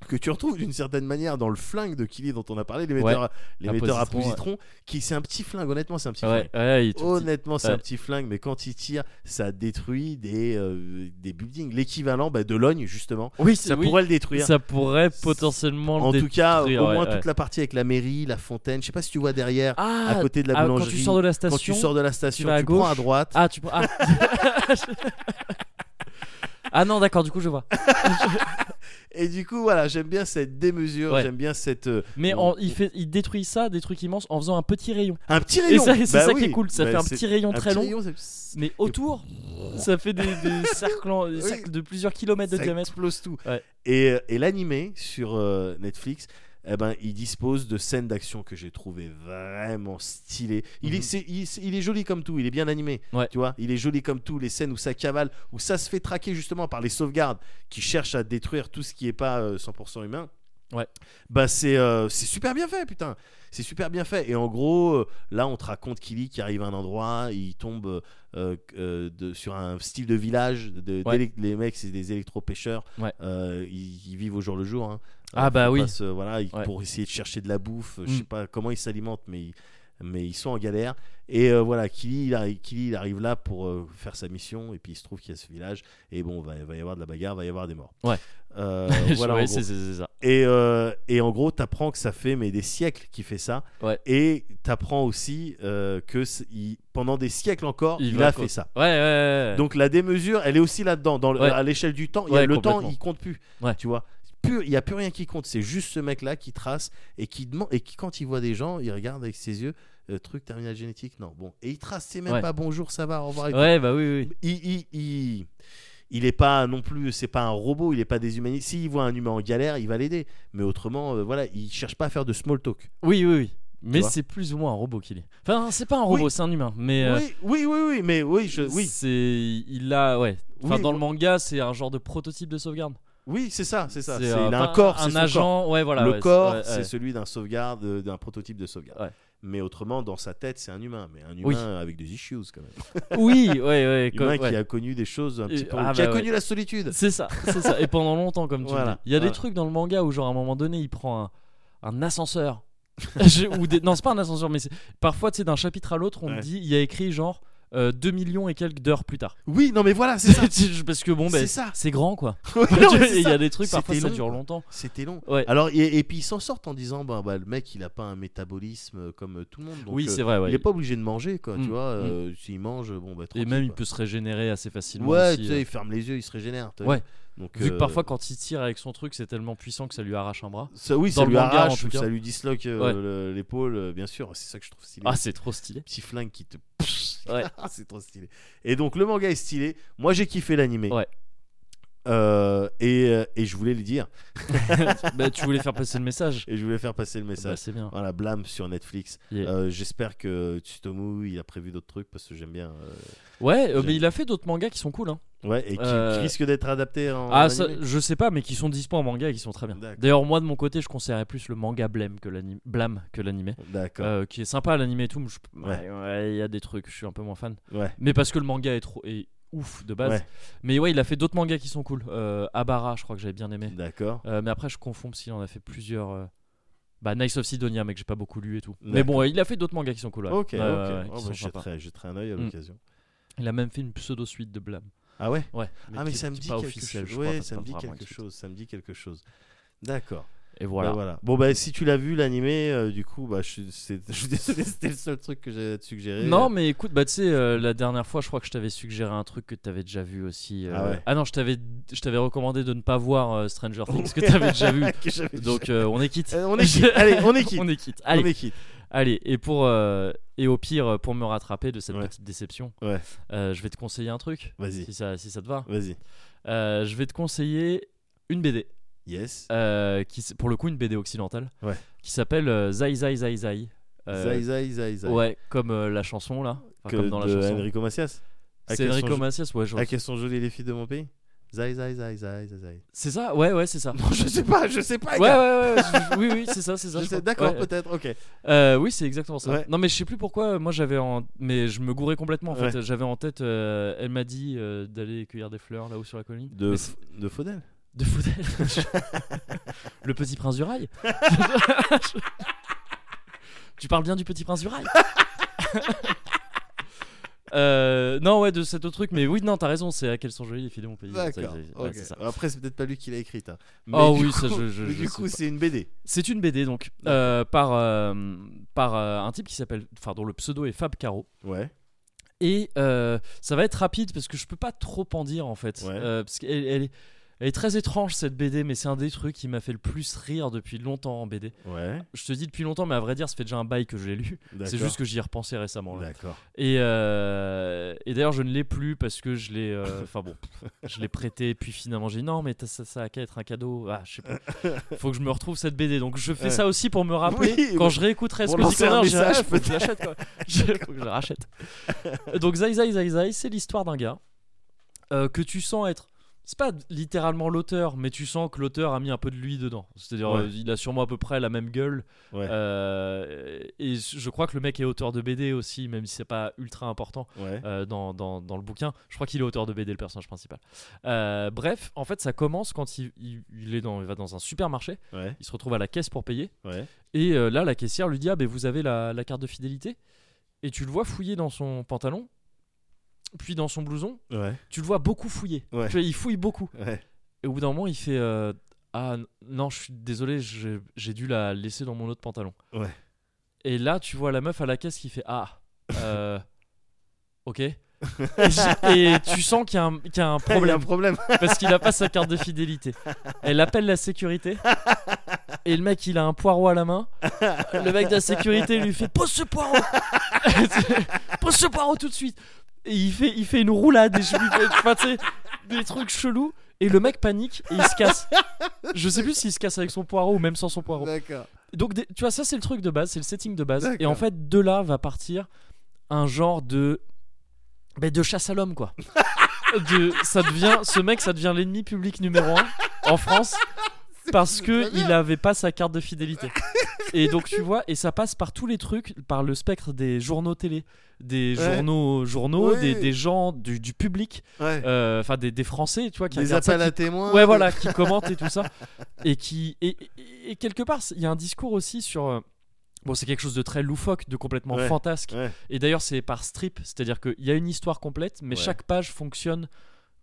que tu retrouves d'une certaine manière dans le flingue de Killy dont on a parlé, l'émetteur, Ouais. l'émetteur à positron, ouais. positron, qui c'est un petit flingue. Honnêtement, c'est un petit flingue. Ouais, ouais, il est tout petit. Honnêtement, c'est un Ouais. petit flingue, mais quand il tire, ça détruit des, euh, des buildings. L'équivalent bah, de l'ogne, justement, Oui, c'est- ça oui, pourrait le détruire. ça pourrait potentiellement le en tout cas, détruire, au moins ouais, ouais. toute la partie avec la mairie, la fontaine. Je sais pas si tu vois derrière, Ah, à côté de la ah, boulangerie. Quand tu sors de la Quand station. tu sors de la station, vas à tu prends gauche. à droite. Ah, tu prends. Ah, Ah non, d'accord, du coup, je vois. Et du coup, voilà, j'aime bien cette démesure, Ouais. j'aime bien cette. euh, Mais on- en- il, fait, il détruit ça, des trucs immenses, en faisant un petit rayon. Un petit Et rayon ça, c'est Bah ça oui, qui est cool, ça bah fait un c'est- petit rayon très petit long. rayon, ça- Mais autour, ça fait des, des cercles, en- des Oui. cercles de plusieurs kilomètres de ça diamètre. explose tout. Ouais. Et, euh, et l'animé sur euh, Netflix, eh ben, il dispose de scènes d'action que j'ai trouvé vraiment stylées. Il, est, Mhm. c'est- il, c'est- il est joli comme tout, il est bien animé. Ouais. Tu vois, il est joli comme tout. Les scènes où ça cavale, où ça se fait traquer justement par les sauvegardes qui cherchent à détruire tout ce qui n'est pas euh, 100% humain. Ouais. Bah c'est euh, c'est super bien fait putain. C'est super bien fait et en gros euh, là on te raconte Killy qui arrive à un endroit, il tombe euh, euh, euh, de- sur un style de village. De, Ouais. d'élec- Les mecs, c'est des électro-pêcheurs. Ouais. Euh, ils, ils vivent au jour le jour. hein. Ah Euh, bah ils oui. passent, euh, voilà, ils- Ouais. Pour essayer de chercher de la bouffe. euh, Je Mm. sais pas comment ils s'alimentent, mais ils, mais ils sont en galère. Et euh, voilà, Killy il, arri- Killy, il arrive là pour euh, faire sa mission. Et puis il se trouve qu'il y a ce village. Et bon, va- il va, y avoir de la bagarre, il va y avoir des morts. Ouais. Euh, voilà, en ouais, gros. c'est c'est- c'est ça. Et, euh, et en gros, t'apprends que ça fait mais des siècles qu'il fait ça. Ouais. Et t'apprends aussi euh, que c'est- il- pendant des siècles encore, il, va a co- fait ça. Ouais, ouais, ouais. ouais. Donc la démesure, elle est aussi là-dedans. Dans le- Ouais. À l'échelle du temps, il y Ouais, a- le temps, complètement. il compte plus. Ouais. Tu vois, Plus- il y a plus rien qui compte. C'est juste ce mec-là qui trace et qui demande et qui quand il voit des gens, il regarde avec ses yeux. euh, truc terminal génétique, non. Bon, et il trace. C'est même Ouais. pas bonjour, ça va, au revoir. et tout. ouais, bah oui, oui. Il, il, il- il est pas non plus, c'est pas un robot, il est pas déshumanisé. S'il voit un humain en galère, il va l'aider. Mais autrement, euh, voilà, il cherche pas à faire de small talk. Oui, oui, oui. Mais vois c'est plus ou moins un robot qu'il est. Enfin, non, c'est pas un robot, c'est un humain. Mais euh, Oui, oui, oui, oui, mais oui, je, oui, c'est il a ouais. Enfin, Oui, dans le oui. manga, c'est un genre de prototype de sauvegarde. oui, c'est ça, c'est ça. C'est, euh, il a un enfin, corps, c'est un son corps. agent, ouais, voilà. le ouais, corps, ouais, c'est ouais. celui d'un sauvegarde, euh, d'un prototype de sauvegarde. Ouais. Mais autrement, dans sa tête, c'est un humain, mais un humain Oui. avec des issues quand même. Oui, ouais, ouais. comme- humain qui ouais. a connu des choses un Et- petit peu, ah qui bah a ouais. connu la solitude. C'est ça, c'est ça. Et pendant longtemps, comme tu Voilà, le dis. Il y a des voilà. trucs dans le manga où, genre, à un moment donné, il prend un, un ascenseur. Je- ou des- Non, c'est pas un ascenseur, mais c'est- parfois, tu sais, d'un chapitre à l'autre, on Ouais. te dit, il y a écrit genre euh, 2 millions et quelques d'heures plus tard. Oui, non mais voilà, c'est ça. Parce que bon, C'est ben, ça. c'est grand quoi. Ouais, Tu non, vois, mais et c'est Il y ça. a des trucs, parfois, C'était ça long, dure quoi. longtemps. Ah, C'était long. Ouais. Alors et, et puis ils s'en sortent en disant bah, bah, le mec il a pas un métabolisme comme tout le monde. donc, oui, euh, c'est vrai, ouais. Il est pas obligé de manger quoi, Mm, tu vois. euh, S'il mange, bon bah. Et tranquille, même, il quoi. peut se régénérer assez facilement. Ouais, aussi, tu sais, euh. il ferme les yeux, il se régénère. tu Ouais. vois. Donc, Vu que euh, parfois, quand il tire avec son truc, c'est tellement puissant que ça lui arrache un bras. ça, oui, dans ça le lui manga, en arrache, tout ou cas. ça lui disloque euh, Ouais. le- l'épaule, euh, bien sûr. C'est ça que je trouve stylé. Ah, c'est trop stylé. petit flingue qui te Ouais. c'est trop stylé et donc le manga est stylé moi j'ai kiffé l'animé Ouais. Euh, et, euh, et je voulais le dire bah, tu voulais faire passer le message. et je voulais faire passer le Bah, message c'est bien. voilà Hein, blâme sur Netflix Yeah. Euh, j'espère que Tsutomu il a prévu d'autres trucs parce que j'aime bien euh, Ouais, euh, j'ai- mais il a fait d'autres mangas qui sont cool. Hein. ouais et qui, Euh, qui risque d'être adapté en Ah, en ça, animé. je sais pas, mais qui sont dispo en manga et qui sont très bien. D'accord. D'ailleurs, moi de mon côté, je conseillerais plus le manga blême que l'anime, blâme que l'animé, d'accord Euh, qui est sympa l'animé et tout. mais je- Ouais, ouais, Ouais. il y a des trucs, je suis un peu moins fan. ouais Mais parce que le manga est trop est ouf de base. Ouais. Mais ouais, il a fait d'autres mangas qui sont cool. Euh, Abara, je crois que j'avais bien aimé. d'accord Euh, mais après, je confonds parce qu'il en a fait plusieurs. euh, Bah, Nice of Sidonia, mais que j'ai pas beaucoup lu et tout. Mais D'accord. bon, ouais, il a fait d'autres mangas qui sont cool. ouais. ok Ouais, ok ouais, ouais, qui Oh, bah, sont sympas. jetterai, jetterai un œil à Mm. l'occasion Il a même fait une pseudo suite de blâme. ah ouais Ouais. ah mais qui- ça me qui est dit pas quelque officielle, chose je crois, ouais enfin, ça c'est me pas dit vraiment une quelque suite. chose ça me dit quelque chose d'accord Et Bah, voilà. Bon bah si tu l'as vu l'animé, euh, du coup bah je suis c'est- je suis désolé, c'était le seul truc que j'allais te suggérer. Non, mais écoute, bah, tu sais, euh, la dernière fois, je crois que je t'avais suggéré un truc que t'avais déjà vu aussi. euh, Ah ouais. non, je t'avais, je t'avais recommandé de ne pas voir euh, Stranger Things que t'avais déjà vu. Que j'avais Donc, déjà- euh, on est quitte. Euh, on est quitte. Allez, on est quitte. on est quitte. On Allez, est quitte. allez. Et pour euh, et au pire, pour me rattraper de cette Ouais. petite déception, Ouais. euh, je vais te conseiller un truc, Vas-y, si ça, si ça te va. vas-y. Euh, je vais te conseiller une BD, Yes. euh, qui, s- pour le coup, une BD occidentale, Ouais. qui s'appelle euh, Zai Zai Zai Zai. Euh, Zai Zai Zai Zai. Ouais, comme euh, la chanson là, Enfin, Que comme dans la de chanson. Enrico Macias. Ah, C'est qu'elles Enrico sont- Macias, ouais, je Ah quelles sont jolies les filles de mon pays. Zai Zai Zai Zai Zai Zai. C'est ça Ouais, ouais, c'est ça. Non je sais pas, je sais pas. Ouais, ouais, ouais, gars. ouais, je- oui, oui, c'est ça, c'est ça. Je je sais- crois. D'accord Ouais. peut-être. Ok. Euh, oui, c'est exactement ça. Ouais. Non, mais je sais plus pourquoi. euh, Moi, j'avais en, mais je me gourais complètement. En fait, Ouais. j'avais en tête. euh, elle m'a dit euh, d'aller cueillir des fleurs là-haut sur la colline. De Mais c'est- de Faudel. de Faudel. le Petit Prince du Rail. tu parles bien du Petit Prince du Rail. Euh, non, ouais, de cet autre truc. Mais oui, non, t'as raison. C'est à quelles sont jolies les filles de mon pays. D'accord. Ouais, ok. c'est ça. Après c'est peut-être pas lui qui l'a écrite. hein. Mais Oh du oui, ça, coup- je- je- mais je Du sais coup pas. c'est une BD. C'est une BD donc euh, par euh, par euh, un type qui s'appelle enfin dont le pseudo est Fab Caro Ouais. et euh, ça va être rapide parce que je peux pas trop en dire en fait Ouais. Euh, parce qu'elle elle est elle est très étrange cette BD mais c'est un des trucs qui m'a fait le plus rire depuis longtemps en BD. Ouais. Je te dis depuis longtemps mais à vrai dire ça fait déjà un bail que je l'ai lu. C'est D'accord. juste que j'y ai repensé récemment là. D'accord. Et, euh, et d'ailleurs je ne l'ai plus parce que je l'ai euh, enfin bon je l'ai prêté puis finalement j'ai dit non mais t'as- ça ça a qu'à être un cadeau ah je sais pas. Faut que je me retrouve cette BD donc je fais Ouais. ça aussi pour me rappeler Oui, quand oui. je réécouterai ce Pour que dit lancer un Connor, je dirai, message, ah, faut que je l'achète quoi. Je- Faut que je la rachète. Donc Zai Zai Zai Zai c'est l'histoire d'un gars euh, que tu sens être c'est pas littéralement l'auteur, mais tu sens que l'auteur a mis un peu de lui dedans. C'est-à-dire, Ouais. euh, il a sûrement à peu près la même gueule. Ouais. Euh, et je crois que le mec est auteur de BD aussi, même si c'est pas ultra important Ouais. euh, dans, dans- dans le bouquin. Je crois qu'il est auteur de BD, le personnage principal. Euh, bref, en fait, ça commence quand il, il- il est dans, il va dans un supermarché, Ouais. il se retrouve à la caisse pour payer, Ouais. et euh, là, la caissière lui dit Ah, ben vous avez la, la carte de fidélité Et tu le vois fouiller dans son pantalon, puis dans son blouson, Ouais. tu le vois beaucoup fouiller. Ouais. Tu vois, il fouille beaucoup. Ouais. Et au bout d'un moment, il fait euh, Ah n- non, je suis désolé, j'ai j'ai dû la laisser dans mon autre pantalon. Ouais. Et là, tu vois la meuf à la caisse qui fait Ah, euh, ok. Et, j'ai- et tu sens qu'il y, a un- qu'il y a un Il y a problème un problème. parce qu'il a pas sa carte de fidélité. Elle appelle la sécurité et le mec il a un poireau à la main. Le mec de la sécurité lui fait pose ce poireau, pose ce poireau tout de suite. Et il fait, il fait une roulade et je lui fais, enfin, tu sais, des trucs chelous. Et le mec panique et il se casse. Je sais plus s'il se casse avec son poireau ou même sans son poireau. D'accord. Donc des- tu vois ça c'est le truc de base, c'est le setting de base. Et D'accord. en fait de là va partir un genre de ben, de chasse à l'homme quoi. de, ça devient ce mec ça devient l'ennemi public numéro un en France parce que il avait pas sa carte de fidélité. Et donc tu vois et ça passe par tous les trucs, par le spectre des journaux télé, des Ouais. journaux journaux, Oui. des, des gens du, du public, Ouais. euh, enfin des, des Français tu vois qui Des regardent ça, appels qui à témoins. ouais voilà qui commente et tout ça et qui et, et- et quelque part il y a un discours aussi sur euh, bon c'est quelque chose de très loufoque de complètement Ouais. fantasque Ouais. et d'ailleurs c'est par strip c'est-à-dire qu'il y a une histoire complète mais Ouais. chaque page fonctionne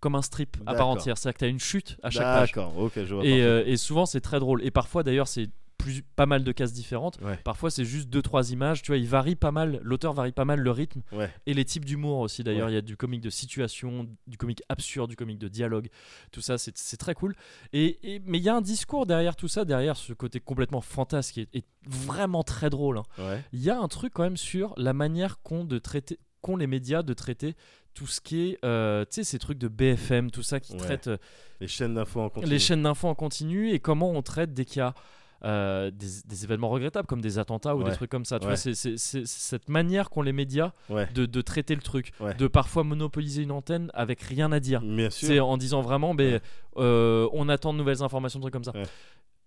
comme un strip à part D'accord. entière c'est-à-dire que t'as une chute à chaque page D'accord. Ok, je vois. et, parfait. euh, et souvent c'est très drôle et parfois d'ailleurs c'est plus pas mal de cases différentes Ouais. parfois c'est juste deux trois images tu vois il varie pas mal l'auteur varie pas mal le rythme Ouais. et les types d'humour aussi d'ailleurs il y a du comique de situation du comique absurde du comique de dialogue tout ça c'est c'est très cool et, et- mais il y a un discours derrière tout ça derrière ce côté complètement fantasque et, et vraiment très drôle hein. Ouais. il y a un truc quand même sur la manière qu'ont de traiter qu'ont les médias de traiter tout ce qui est euh, tu sais ces trucs de BFM tout ça qui Ouais. traitent Les chaînes d'infos en continu. les chaînes d'infos en continu et comment on traite dès qu'il y a euh, des, des événements regrettables comme des attentats ou Ouais. des trucs comme ça. Tu Ouais. vois, c'est, c'est- c'est- c'est cette manière qu'ont les médias Ouais. de, de traiter le truc, Ouais. de parfois monopoliser une antenne avec rien à dire. Bien C'est sûr. en disant vraiment, ben, Ouais. euh, on attend de nouvelles informations, de trucs comme ça. Ouais.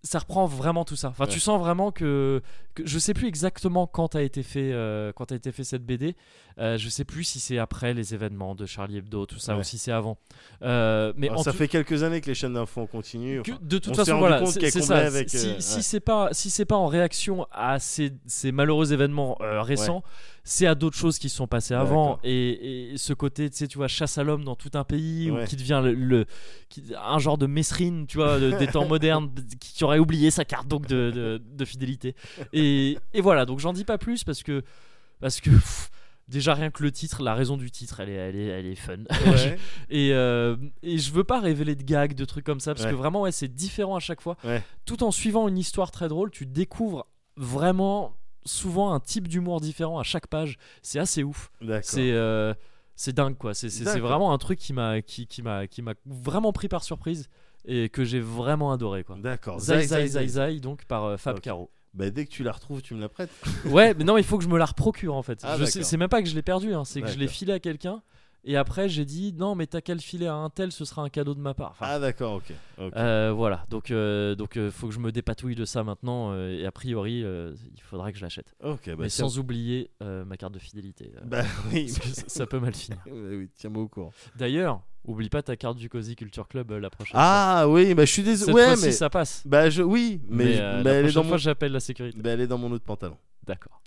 Ça reprend vraiment tout ça. Enfin, Ouais. tu sens vraiment que, que je sais plus exactement quand a été fait, euh, quand a été fait cette BD. Euh, je sais plus si c'est après les événements de Charlie Hebdo, tout ça, Ouais. ou si c'est avant. Euh, mais Alors, en Ah, ça tout- fait quelques années que les chaînes d'infos en continu. que- enfin, de toute on s'est façon, rendu voilà, compte c'est qu'elle c'est ça. comblait avec, si euh, si ouais. c'est pas si c'est pas en réaction à ces, ces malheureux événements euh, récents, c'est à d'autres choses qui se sont passées Ouais, avant. d'accord. Et, et ce côté, tu sais, tu vois, chasse à l'homme dans tout un pays Ouais. ou qui devient le, le- qui- un genre de mesrine, tu vois, de- des temps modernes, qui, qui aurait oublié sa carte donc de, de- de fidélité. Et, et voilà. Donc j'en dis pas plus parce que parce que. pff, Déjà rien que le titre, la raison du titre, elle est, elle est, elle est fun. Ouais. Et, euh, et je veux pas révéler de gags, de trucs comme ça, parce Ouais. que vraiment, ouais, c'est différent à chaque fois. Ouais. Tout en suivant une histoire très drôle, tu découvres vraiment souvent un type d'humour différent à chaque page. C'est assez ouf. D'accord. C'est euh, c'est dingue, quoi. C'est- C'est c'est D'accord. vraiment un truc qui m'a qui, qui m'a- qui m'a vraiment pris par surprise et que j'ai vraiment adoré, quoi. D'accord. Zai Zai, Zai Zai zai, zai. Zai, donc par euh, Fab Ok. Caro. Ah. Bah, dès que tu la retrouves, tu me la prêtes. Ouais, mais non, il faut que je me la reprocure en fait. Ah, je sais, d'accord. c'est même pas que je l'ai perdu, hein, c'est que je l'ai D'accord. filé à quelqu'un et après j'ai dit non, mais t'as qu'à le filer à un tel, ce sera un cadeau de ma part. Enfin, Ah, d'accord. Ok. Ok. Euh, voilà, donc euh, donc euh, faut que je me dépatouille de ça maintenant euh, et a priori euh, il faudra que je l'achète. Ok. Bah, Mais tiens- sans oublier euh, ma carte de fidélité. euh, Bah oui. parce que ça- ça peut mal finir. Bah oui, Tiens-moi au courant. D'ailleurs, oublie pas ta carte du Cozy Culture Club euh, la prochaine fois. Ah oui, bah je suis Cette désolé. Ouais, fois-ci mais ça passe. bah je oui, mais, Mais, euh, bah, la elle est prochaine dans fois mon j'appelle la sécurité. bah, elle est dans mon autre pantalon. D'accord.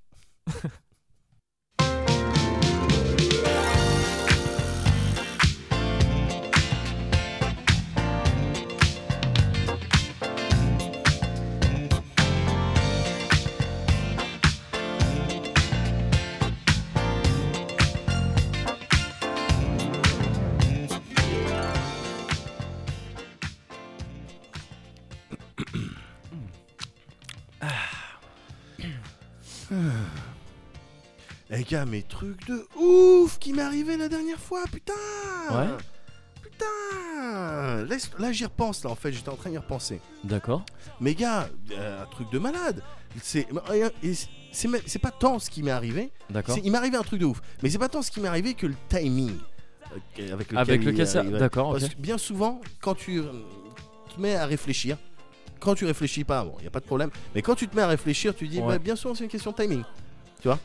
Eh gars, mais truc de ouf qui m'est arrivé la dernière fois, putain. Ouais. Putain. Laisse- Là j'y repense là en fait, j'étais en train d'y repenser. D'accord. Mais gars, euh, un truc de malade. C'est et c'est- c'est même- c'est pas tant ce qui m'est arrivé. D'accord. C'est- Il m'est arrivé un truc de ouf. Mais c'est pas tant ce qui m'est arrivé que le timing euh, avec lequel Avec le il est casseur. arrivé. D'accord. ok. Parce que bien souvent, quand tu euh, te mets à réfléchir, quand tu réfléchis pas, bon, il n'y a pas de problème, mais quand tu te mets à réfléchir, tu dis, Ouais. bah, bien souvent, c'est une question de timing.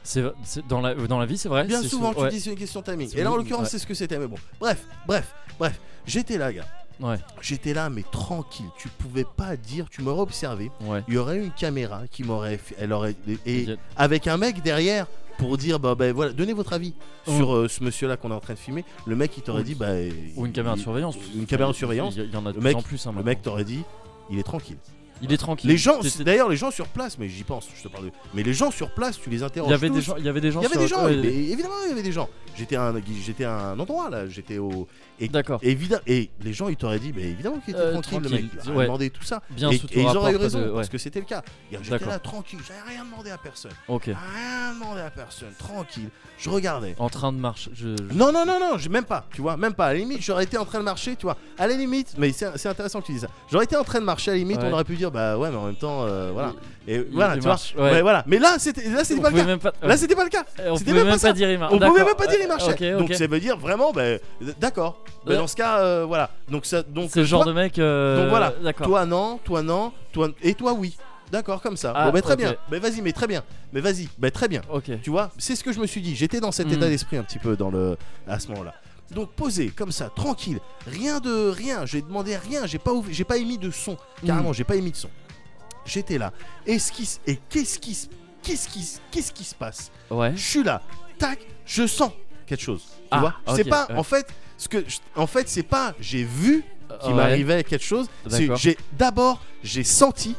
C'est c'est- dans la euh, dans la vie c'est vrai. Bien c'est- souvent, tu ouais. dis, c'est une question de timing. C'est Et là, en bon, l'occurrence, ouais. c'est ce que c'était, mais bon. Bref, bref, bref. J'étais là, gars. Ouais. J'étais là, mais tranquille. Tu pouvais pas dire, tu m'aurais observé. Ouais. Il y aurait une caméra qui m'aurait. fait- Elle aurait. Et Ok. avec un mec derrière pour dire bah, bah, voilà, donnez votre avis Mm. sur euh, ce monsieur-là qu'on est en train de filmer. Le mec, il t'aurait dit bah, Ou une il- caméra de surveillance. Une caméra de surveillance. Il y, il y en a de mec- plus en plus. hein, Le mec maintenant. t'aurait dit il est tranquille. il est tranquille. Les gens, C'était- d'ailleurs, les gens sur place, mais j'y pense, je te parle de. Mais les gens sur place, tu les interroges. Il y avait des tous. gens. Il y avait des gens. Il y avait sur- des gens, ouais, mais évidemment, il y avait des gens. J'étais à un, j'étais à un endroit là, j'étais au. Et, D'accord. évidemment, et les gens, ils t'auraient dit, mais évidemment qu'il était Euh, tranquille, tranquille, le mec. Il ouais. a demandé tout ça. Bien et, sous ton et ils rapport, auraient eu pas raison, de- ouais. parce que c'était le cas. Regarde, J'étais D'accord. là tranquille, j'avais rien demandé à personne. Ok. Rien demandé à Ah, personne, tranquille. Je regardais. En train de marcher. Je... je- Non, non, non, non, j'ai- même pas, tu vois, même pas. À la limite, j'aurais été en train de marcher, tu vois. À la limite, mais c'est c'est intéressant que tu dises ça. J'aurais été en train de marcher, à la limite, Ouais. on aurait pu dire, bah ouais, mais en même temps, euh, voilà. Et il- voilà, il tu vois. marche, Ouais. ouais. voilà. Mais là, c'était là, c'était On pas le pouvait cas. même pas. Là, c'était pas le cas. Euh, on c'était pouvait même même pas pas ça. dire il marche. On pouvait D'accord. même pas dire il Euh, marchait. ok, Donc ok. ça veut dire vraiment, ben, d'accord. Ben, Ouais. Dans ce cas, euh, voilà. Donc ça, donc C'est le genre toi, de mec. euh, Donc voilà. D'accord. toi non, toi non, toi et toi oui. D'accord, comme ça. Ah, bon ben très ok. bien. Ben vas-y, mais très bien. Mais vas-y, ben très bien. Ok. Tu vois, c'est ce que je me suis dit. J'étais dans cet Mhm. état d'esprit un petit peu dans le à ce moment-là. Donc posé comme ça, tranquille, rien de rien. J'ai demandé rien. J'ai pas ouv- j'ai pas émis de son. Hmm. Carrément, j'ai pas émis de son. J'étais là. Et ce qui s- et qu'est-ce qui s- qu'est-ce qui s- qu'est-ce qui se passe Ouais. je suis là, tac, je sens quelque chose. Tu Ah, vois ok, C'est pas ouais. en fait ce que je- en fait c'est pas j'ai vu qu'il Ouais. m'arrivait quelque chose, c'est D'accord. j'ai d'abord j'ai senti.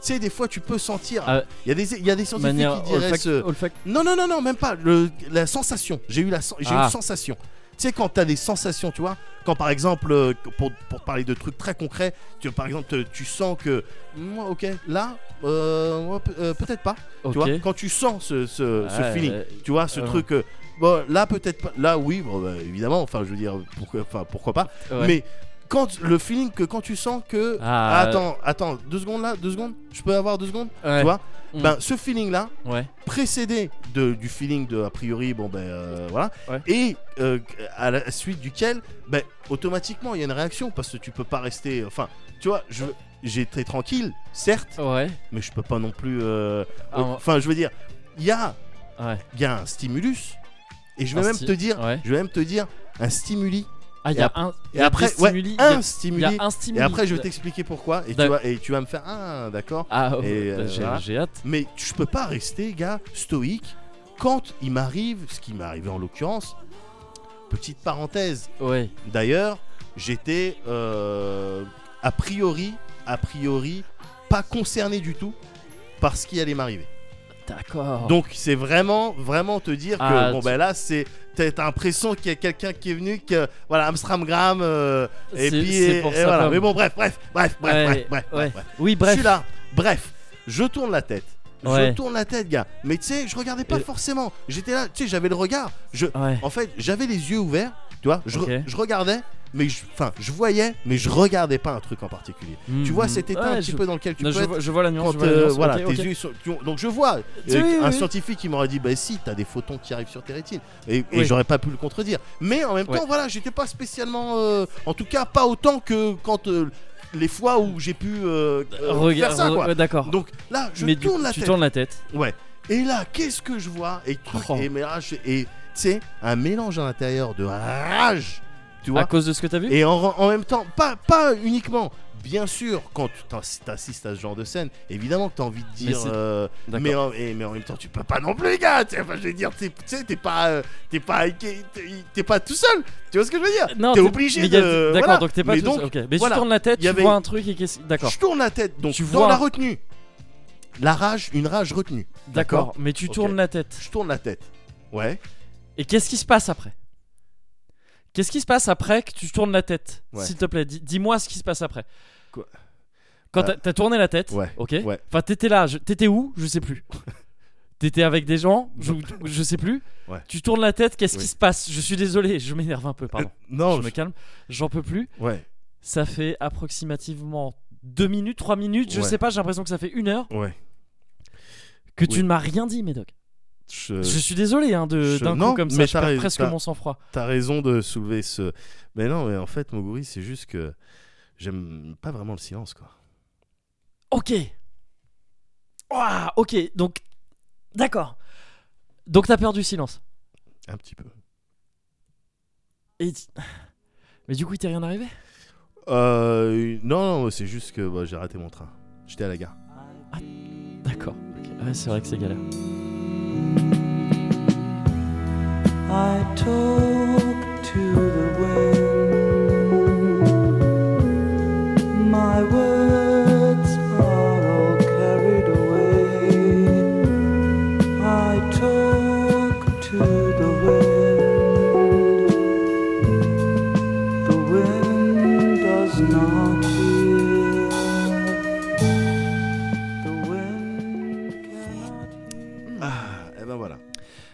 Tu sais des fois tu peux sentir. Il Ah. y a des il y a des scientifiques Manière qui diraient olfact- ce- olfact- Non non non non, même pas le, la sensation. J'ai eu la sen- j'ai eu Ah. une sensation. Tu sais quand t'as des sensations, tu vois, quand par exemple euh, pour, pour parler de trucs très concrets, tu par exemple te- tu sens que moi ok là euh, ouais, pe- euh, peut-être pas. Ok. Tu vois, quand tu sens ce, ce, ce Ouais, feeling, ouais. tu vois, ce Ouais. truc. euh, bon, là, peut-être pas. Là, oui, bon, bah, évidemment. Enfin, je veux dire, pourquoi, enfin, pourquoi pas. Ouais. Mais quand le feeling que quand tu sens que. Ah, attends, attends, deux secondes là, deux secondes. Je peux avoir deux secondes Ouais. Tu vois Mm. Ben, ce feeling-là, Ouais. précédé de, du feeling de, a priori, bon, ben euh, voilà. Ouais. Et euh, à la suite duquel, ben, automatiquement, il y a une réaction parce que tu peux pas rester. Enfin, tu vois, je. J'étais tranquille, certes, Ouais. mais je peux pas non plus. euh, Ah, au- Enfin, je veux dire, il y a, Ouais. il y a un stimulus, et je vais Un même sti- te dire, ouais. je vais même te dire un stimuli. Ah, il y Et a après- un. il Et y a après, des ouais, stimuli, il y a- un Il stimuli. y a un stimuli. Et après, je vais t'expliquer pourquoi, et tu, D'ac- vas, et tu vas me faire ah, d'accord. Ah, ouais, Et, bah, euh, j'ai- voilà. j'ai hâte. Mais je peux pas rester, gars, stoïque quand il m'arrive, ce qui m'est arrivé en l'occurrence. Petite parenthèse. Ouais. D'ailleurs, j'étais euh, a priori, a priori, pas concerné du tout par ce qui allait m'arriver. D'accord. Donc c'est vraiment, vraiment te dire Ah, que bon tu- ben là c'est t'as t'as l'impression qu'il y a quelqu'un qui est venu que voilà Amstram Gram euh, et C'est- puis c'est et- pour et ça, voilà comme- mais bon bref bref bref bref Ouais, bref, bref, ouais. bref, bref. Oui, je bref. suis là bref je tourne la tête Ouais. je tourne la tête gars mais tu sais je regardais pas Et- forcément j'étais là tu sais j'avais le regard je Ouais. en fait j'avais les yeux ouverts tu vois je, re- Ok. je regardais mais je- enfin je voyais mais je regardais pas un truc en particulier tu vois Mhm. cet état Ouais, un petit je- peu dans lequel tu Non, peux je, être vois, je vois la nuance. je quand vois la euh, nuance, voilà ok, tes ok. yeux ils sont- tu vois, donc je vois Oui, euh, oui, un oui. scientifique qui m'aurait dit bah si t'as des photons qui arrivent sur tes rétines et, et Oui. j'aurais pas pu le contredire mais en même Ouais. temps voilà j'étais pas spécialement euh, en tout cas pas autant que quand euh, les fois où j'ai pu euh, euh, Regarde- faire ça quoi ouais, D'accord. donc là je Mais du tourne coup, la tu tête tournes la tête. ouais et là qu'est-ce que je vois et truc, Oh. et mais là, je- et tu sais un mélange à l'intérieur de rage tu vois À cause de ce que t'as vu et en, en même temps, pas, pas uniquement. Bien sûr, quand tu t'as- t'assistes à ce genre de scène, évidemment que t'as envie de Mais dire. c'est- euh, Mais, D'accord. en, et- mais en même temps, tu peux pas non plus, gars. tu sais, Enfin, je veux dire, t'es- tu sais, t'es pas, euh, t'es pas, t'es t'es pas tout seul. Tu vois ce que je veux dire Euh, Non, T'es obligé mais il y a- de. D'accord, voilà. donc t'es pas mais tout donc, seul, ok. Mais voilà. tu tournes la tête, Il y tu avait- vois un truc et qu'est-ce. D'accord. Je tourne la tête. Donc, Tu dans vois- la retenue, la rage, une rage retenue. D'accord. Mais tu Ok. tournes la tête. Je tourne la tête. Ouais. Et qu'est-ce qui se passe après Qu'est-ce qui se passe après que tu tournes la tête Ouais. S'il te plaît, dis- dis-moi ce qui se passe après. Quoi Quand Bah- t'as- t'as tourné la tête, Ouais, ok ouais. Enfin, t'étais là, je- t'étais où Je sais plus. t'étais avec des gens, je, je sais plus. Ouais. Tu tournes la tête, qu'est-ce Oui. qui se passe Je suis désolé, je m'énerve un peu, pardon. Euh, non, je me je- calme, j'en peux plus. Ouais, Ça fait approximativement 2 minutes, 3 minutes, je Ouais. sais pas, j'ai l'impression que ça fait une heure ouais. que Oui. tu ne m'as rien dit, Médoc. Je- je suis désolé hein, de- je- d'un non, coup comme ça, mais je t'as perds raison, presque t'as- mon sang-froid. T'as raison de soulever ce. Mais non, mais en fait, Moguri, c'est juste que j'aime pas vraiment le silence, quoi. Ok. Ouah, ok, donc. D'accord. Donc t'as peur du silence. Un petit peu. Et... Mais du coup, il t'est rien arrivé Euh, non, non, c'est juste que bah, j'ai raté mon train. J'étais à la gare. D'accord. ok. Ouais, c'est vrai que c'est galère. I talk to the wind. My words are all carried away. I talk to the wind. The wind does not hear. The wind cannot hear. Eh ben voilà.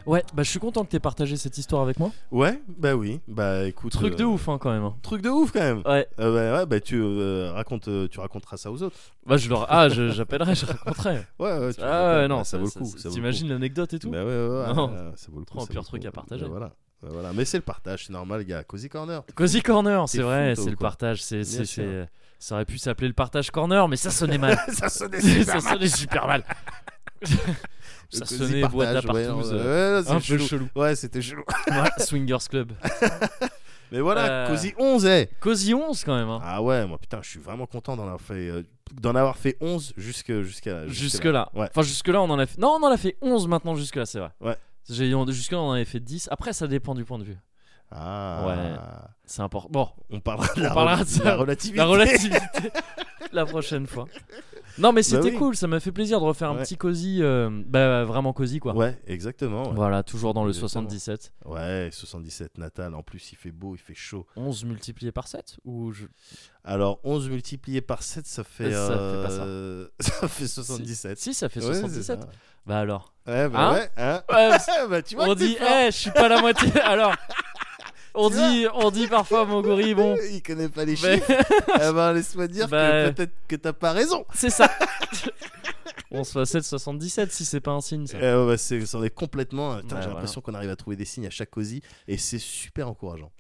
Ouais, bah je suis content que t'aies partagé cette histoire avec moi. Ouais, bah oui. Bah écoute. Truc euh, de ouf, hein, quand même. Truc de ouf quand même. Ouais, Euh, bah, ouais, bah tu, euh, racontes, euh, tu raconteras ça aux autres. bah je leur. Ah, je- j'appellerai, je raconterai. Ouais, ouais, tu Ah, racontes- ouais, non, bah, ça, vaut le coup. ça vaut le coup. T'imagines l'anecdote et tout Bah ouais, ouais, ouais, Non. ouais, ça vaut le coup. Prends un ça vaut pur le truc coup. à partager. Bah, voilà. Bah, voilà. Mais c'est le partage, c'est normal, gars. Cozy Corner. Cozy Corner, T'es c'est fou, vrai, toi, c'est ou le quoi partage. c'est c'est- sûr. c'est- Ça aurait pu s'appeler le partage corner, mais ça sonnait mal. ça sonnait ça sonnait super mal. ça Cozy sonnait boîte à partage, ouais, partouze, ouais, euh, ouais, c'est un peu chelou. chelou. Ouais, c'était chelou. Ouais, Swingers Club. Mais voilà, Euh. Cozy 11, eh. Cozy 11 quand même. hein. Ah ouais, moi putain, je suis vraiment content d'en avoir fait, euh, d'en avoir fait 11 jusque, jusqu'à, Jusque-là. Ah, Ouais. Enfin, jusque-là, on en a fait. Non, on en a fait 11 maintenant, jusque-là, c'est vrai. Ouais. J'ai- on- Jusque-là, on en avait fait 10. Après, ça dépend du point de vue. Ah. C'est important. Bon, On parlera de la, parlera rel- de ça. la relativité. la relativité la prochaine fois. Non, mais c'était Bah oui. cool. Ça m'a fait plaisir de refaire Ouais. un petit cozy. euh, bah, vraiment cozy, quoi. Ouais, exactement. Ouais. Voilà, toujours dans le Exactement. 77. Ouais, 77 natal. En plus, il fait beau, il fait chaud. 11 multiplié par 7 ou je... Alors 11 multiplié par 7, ça fait, Ça fait pas ça. euh, ça fait 77. Si, ça fait Ouais, c'est 77. ça. Bah alors. Ouais, bah Hein ouais, hein. Ouais, parce- bah, tu vois on que t'es dit, fort. Eh, je suis pas la moitié. Alors, on Tu dit, on dit parfois, mon gorille, bon. Il connaît pas les mais- chiffres. Eh ben, laisse-moi dire Bah. que peut-être que t'as pas raison. C'est ça. On se fait 777 si c'est pas un signe ça. Euh, ouais, c'est, c'en est complètement. hein. Putain, Ouais, j'ai Bah, voilà. l'impression qu'on arrive à trouver des signes à chaque cosy et c'est super encourageant.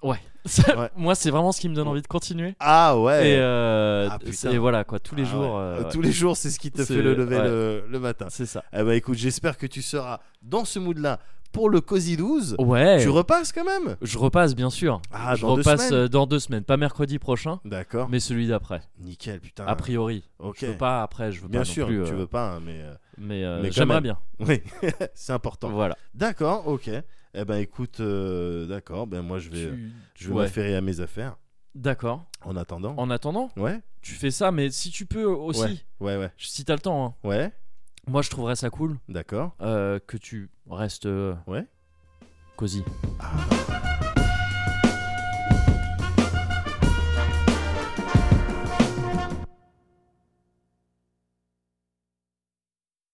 Ça, ouais. Moi c'est vraiment ce qui me donne envie de continuer. Ah ouais. Et, euh, Ah, putain. c'est- et voilà quoi, tous les Ah jours. ouais. euh, Euh, ouais. Tous les jours, c'est ce qui te C'est- fait le lever ouais. le, le matin. C'est ça. Eh ben écoute, j'espère que tu seras dans ce mood-là pour le cosy 12. Ouais. Tu repasses quand même. Je repasse bien sûr. Ah, je dans deux repasse semaines. euh, dans deux semaines, pas mercredi prochain, D'accord. mais celui d'après. Nickel, putain. A priori. ok. Je veux pas après, je veux Bien pas sûr, non plus. tu euh, veux pas, hein, mais euh, Mais, euh, mais quand j'aimerais même. bien. oui, c'est important. Voilà. D'accord, ok. Eh ben écoute, euh, d'accord. Ben moi je vais, Tu- je vais ouais. m'affairer à mes affaires. Euh, D'accord. En attendant. En attendant, Ouais. tu fais ça, mais si tu peux aussi, Ouais. Ouais, ouais, si t'as le temps, hein. ouais. moi je trouverais ça cool D'accord. euh, que tu restes euh, Ouais. cosy. Ah.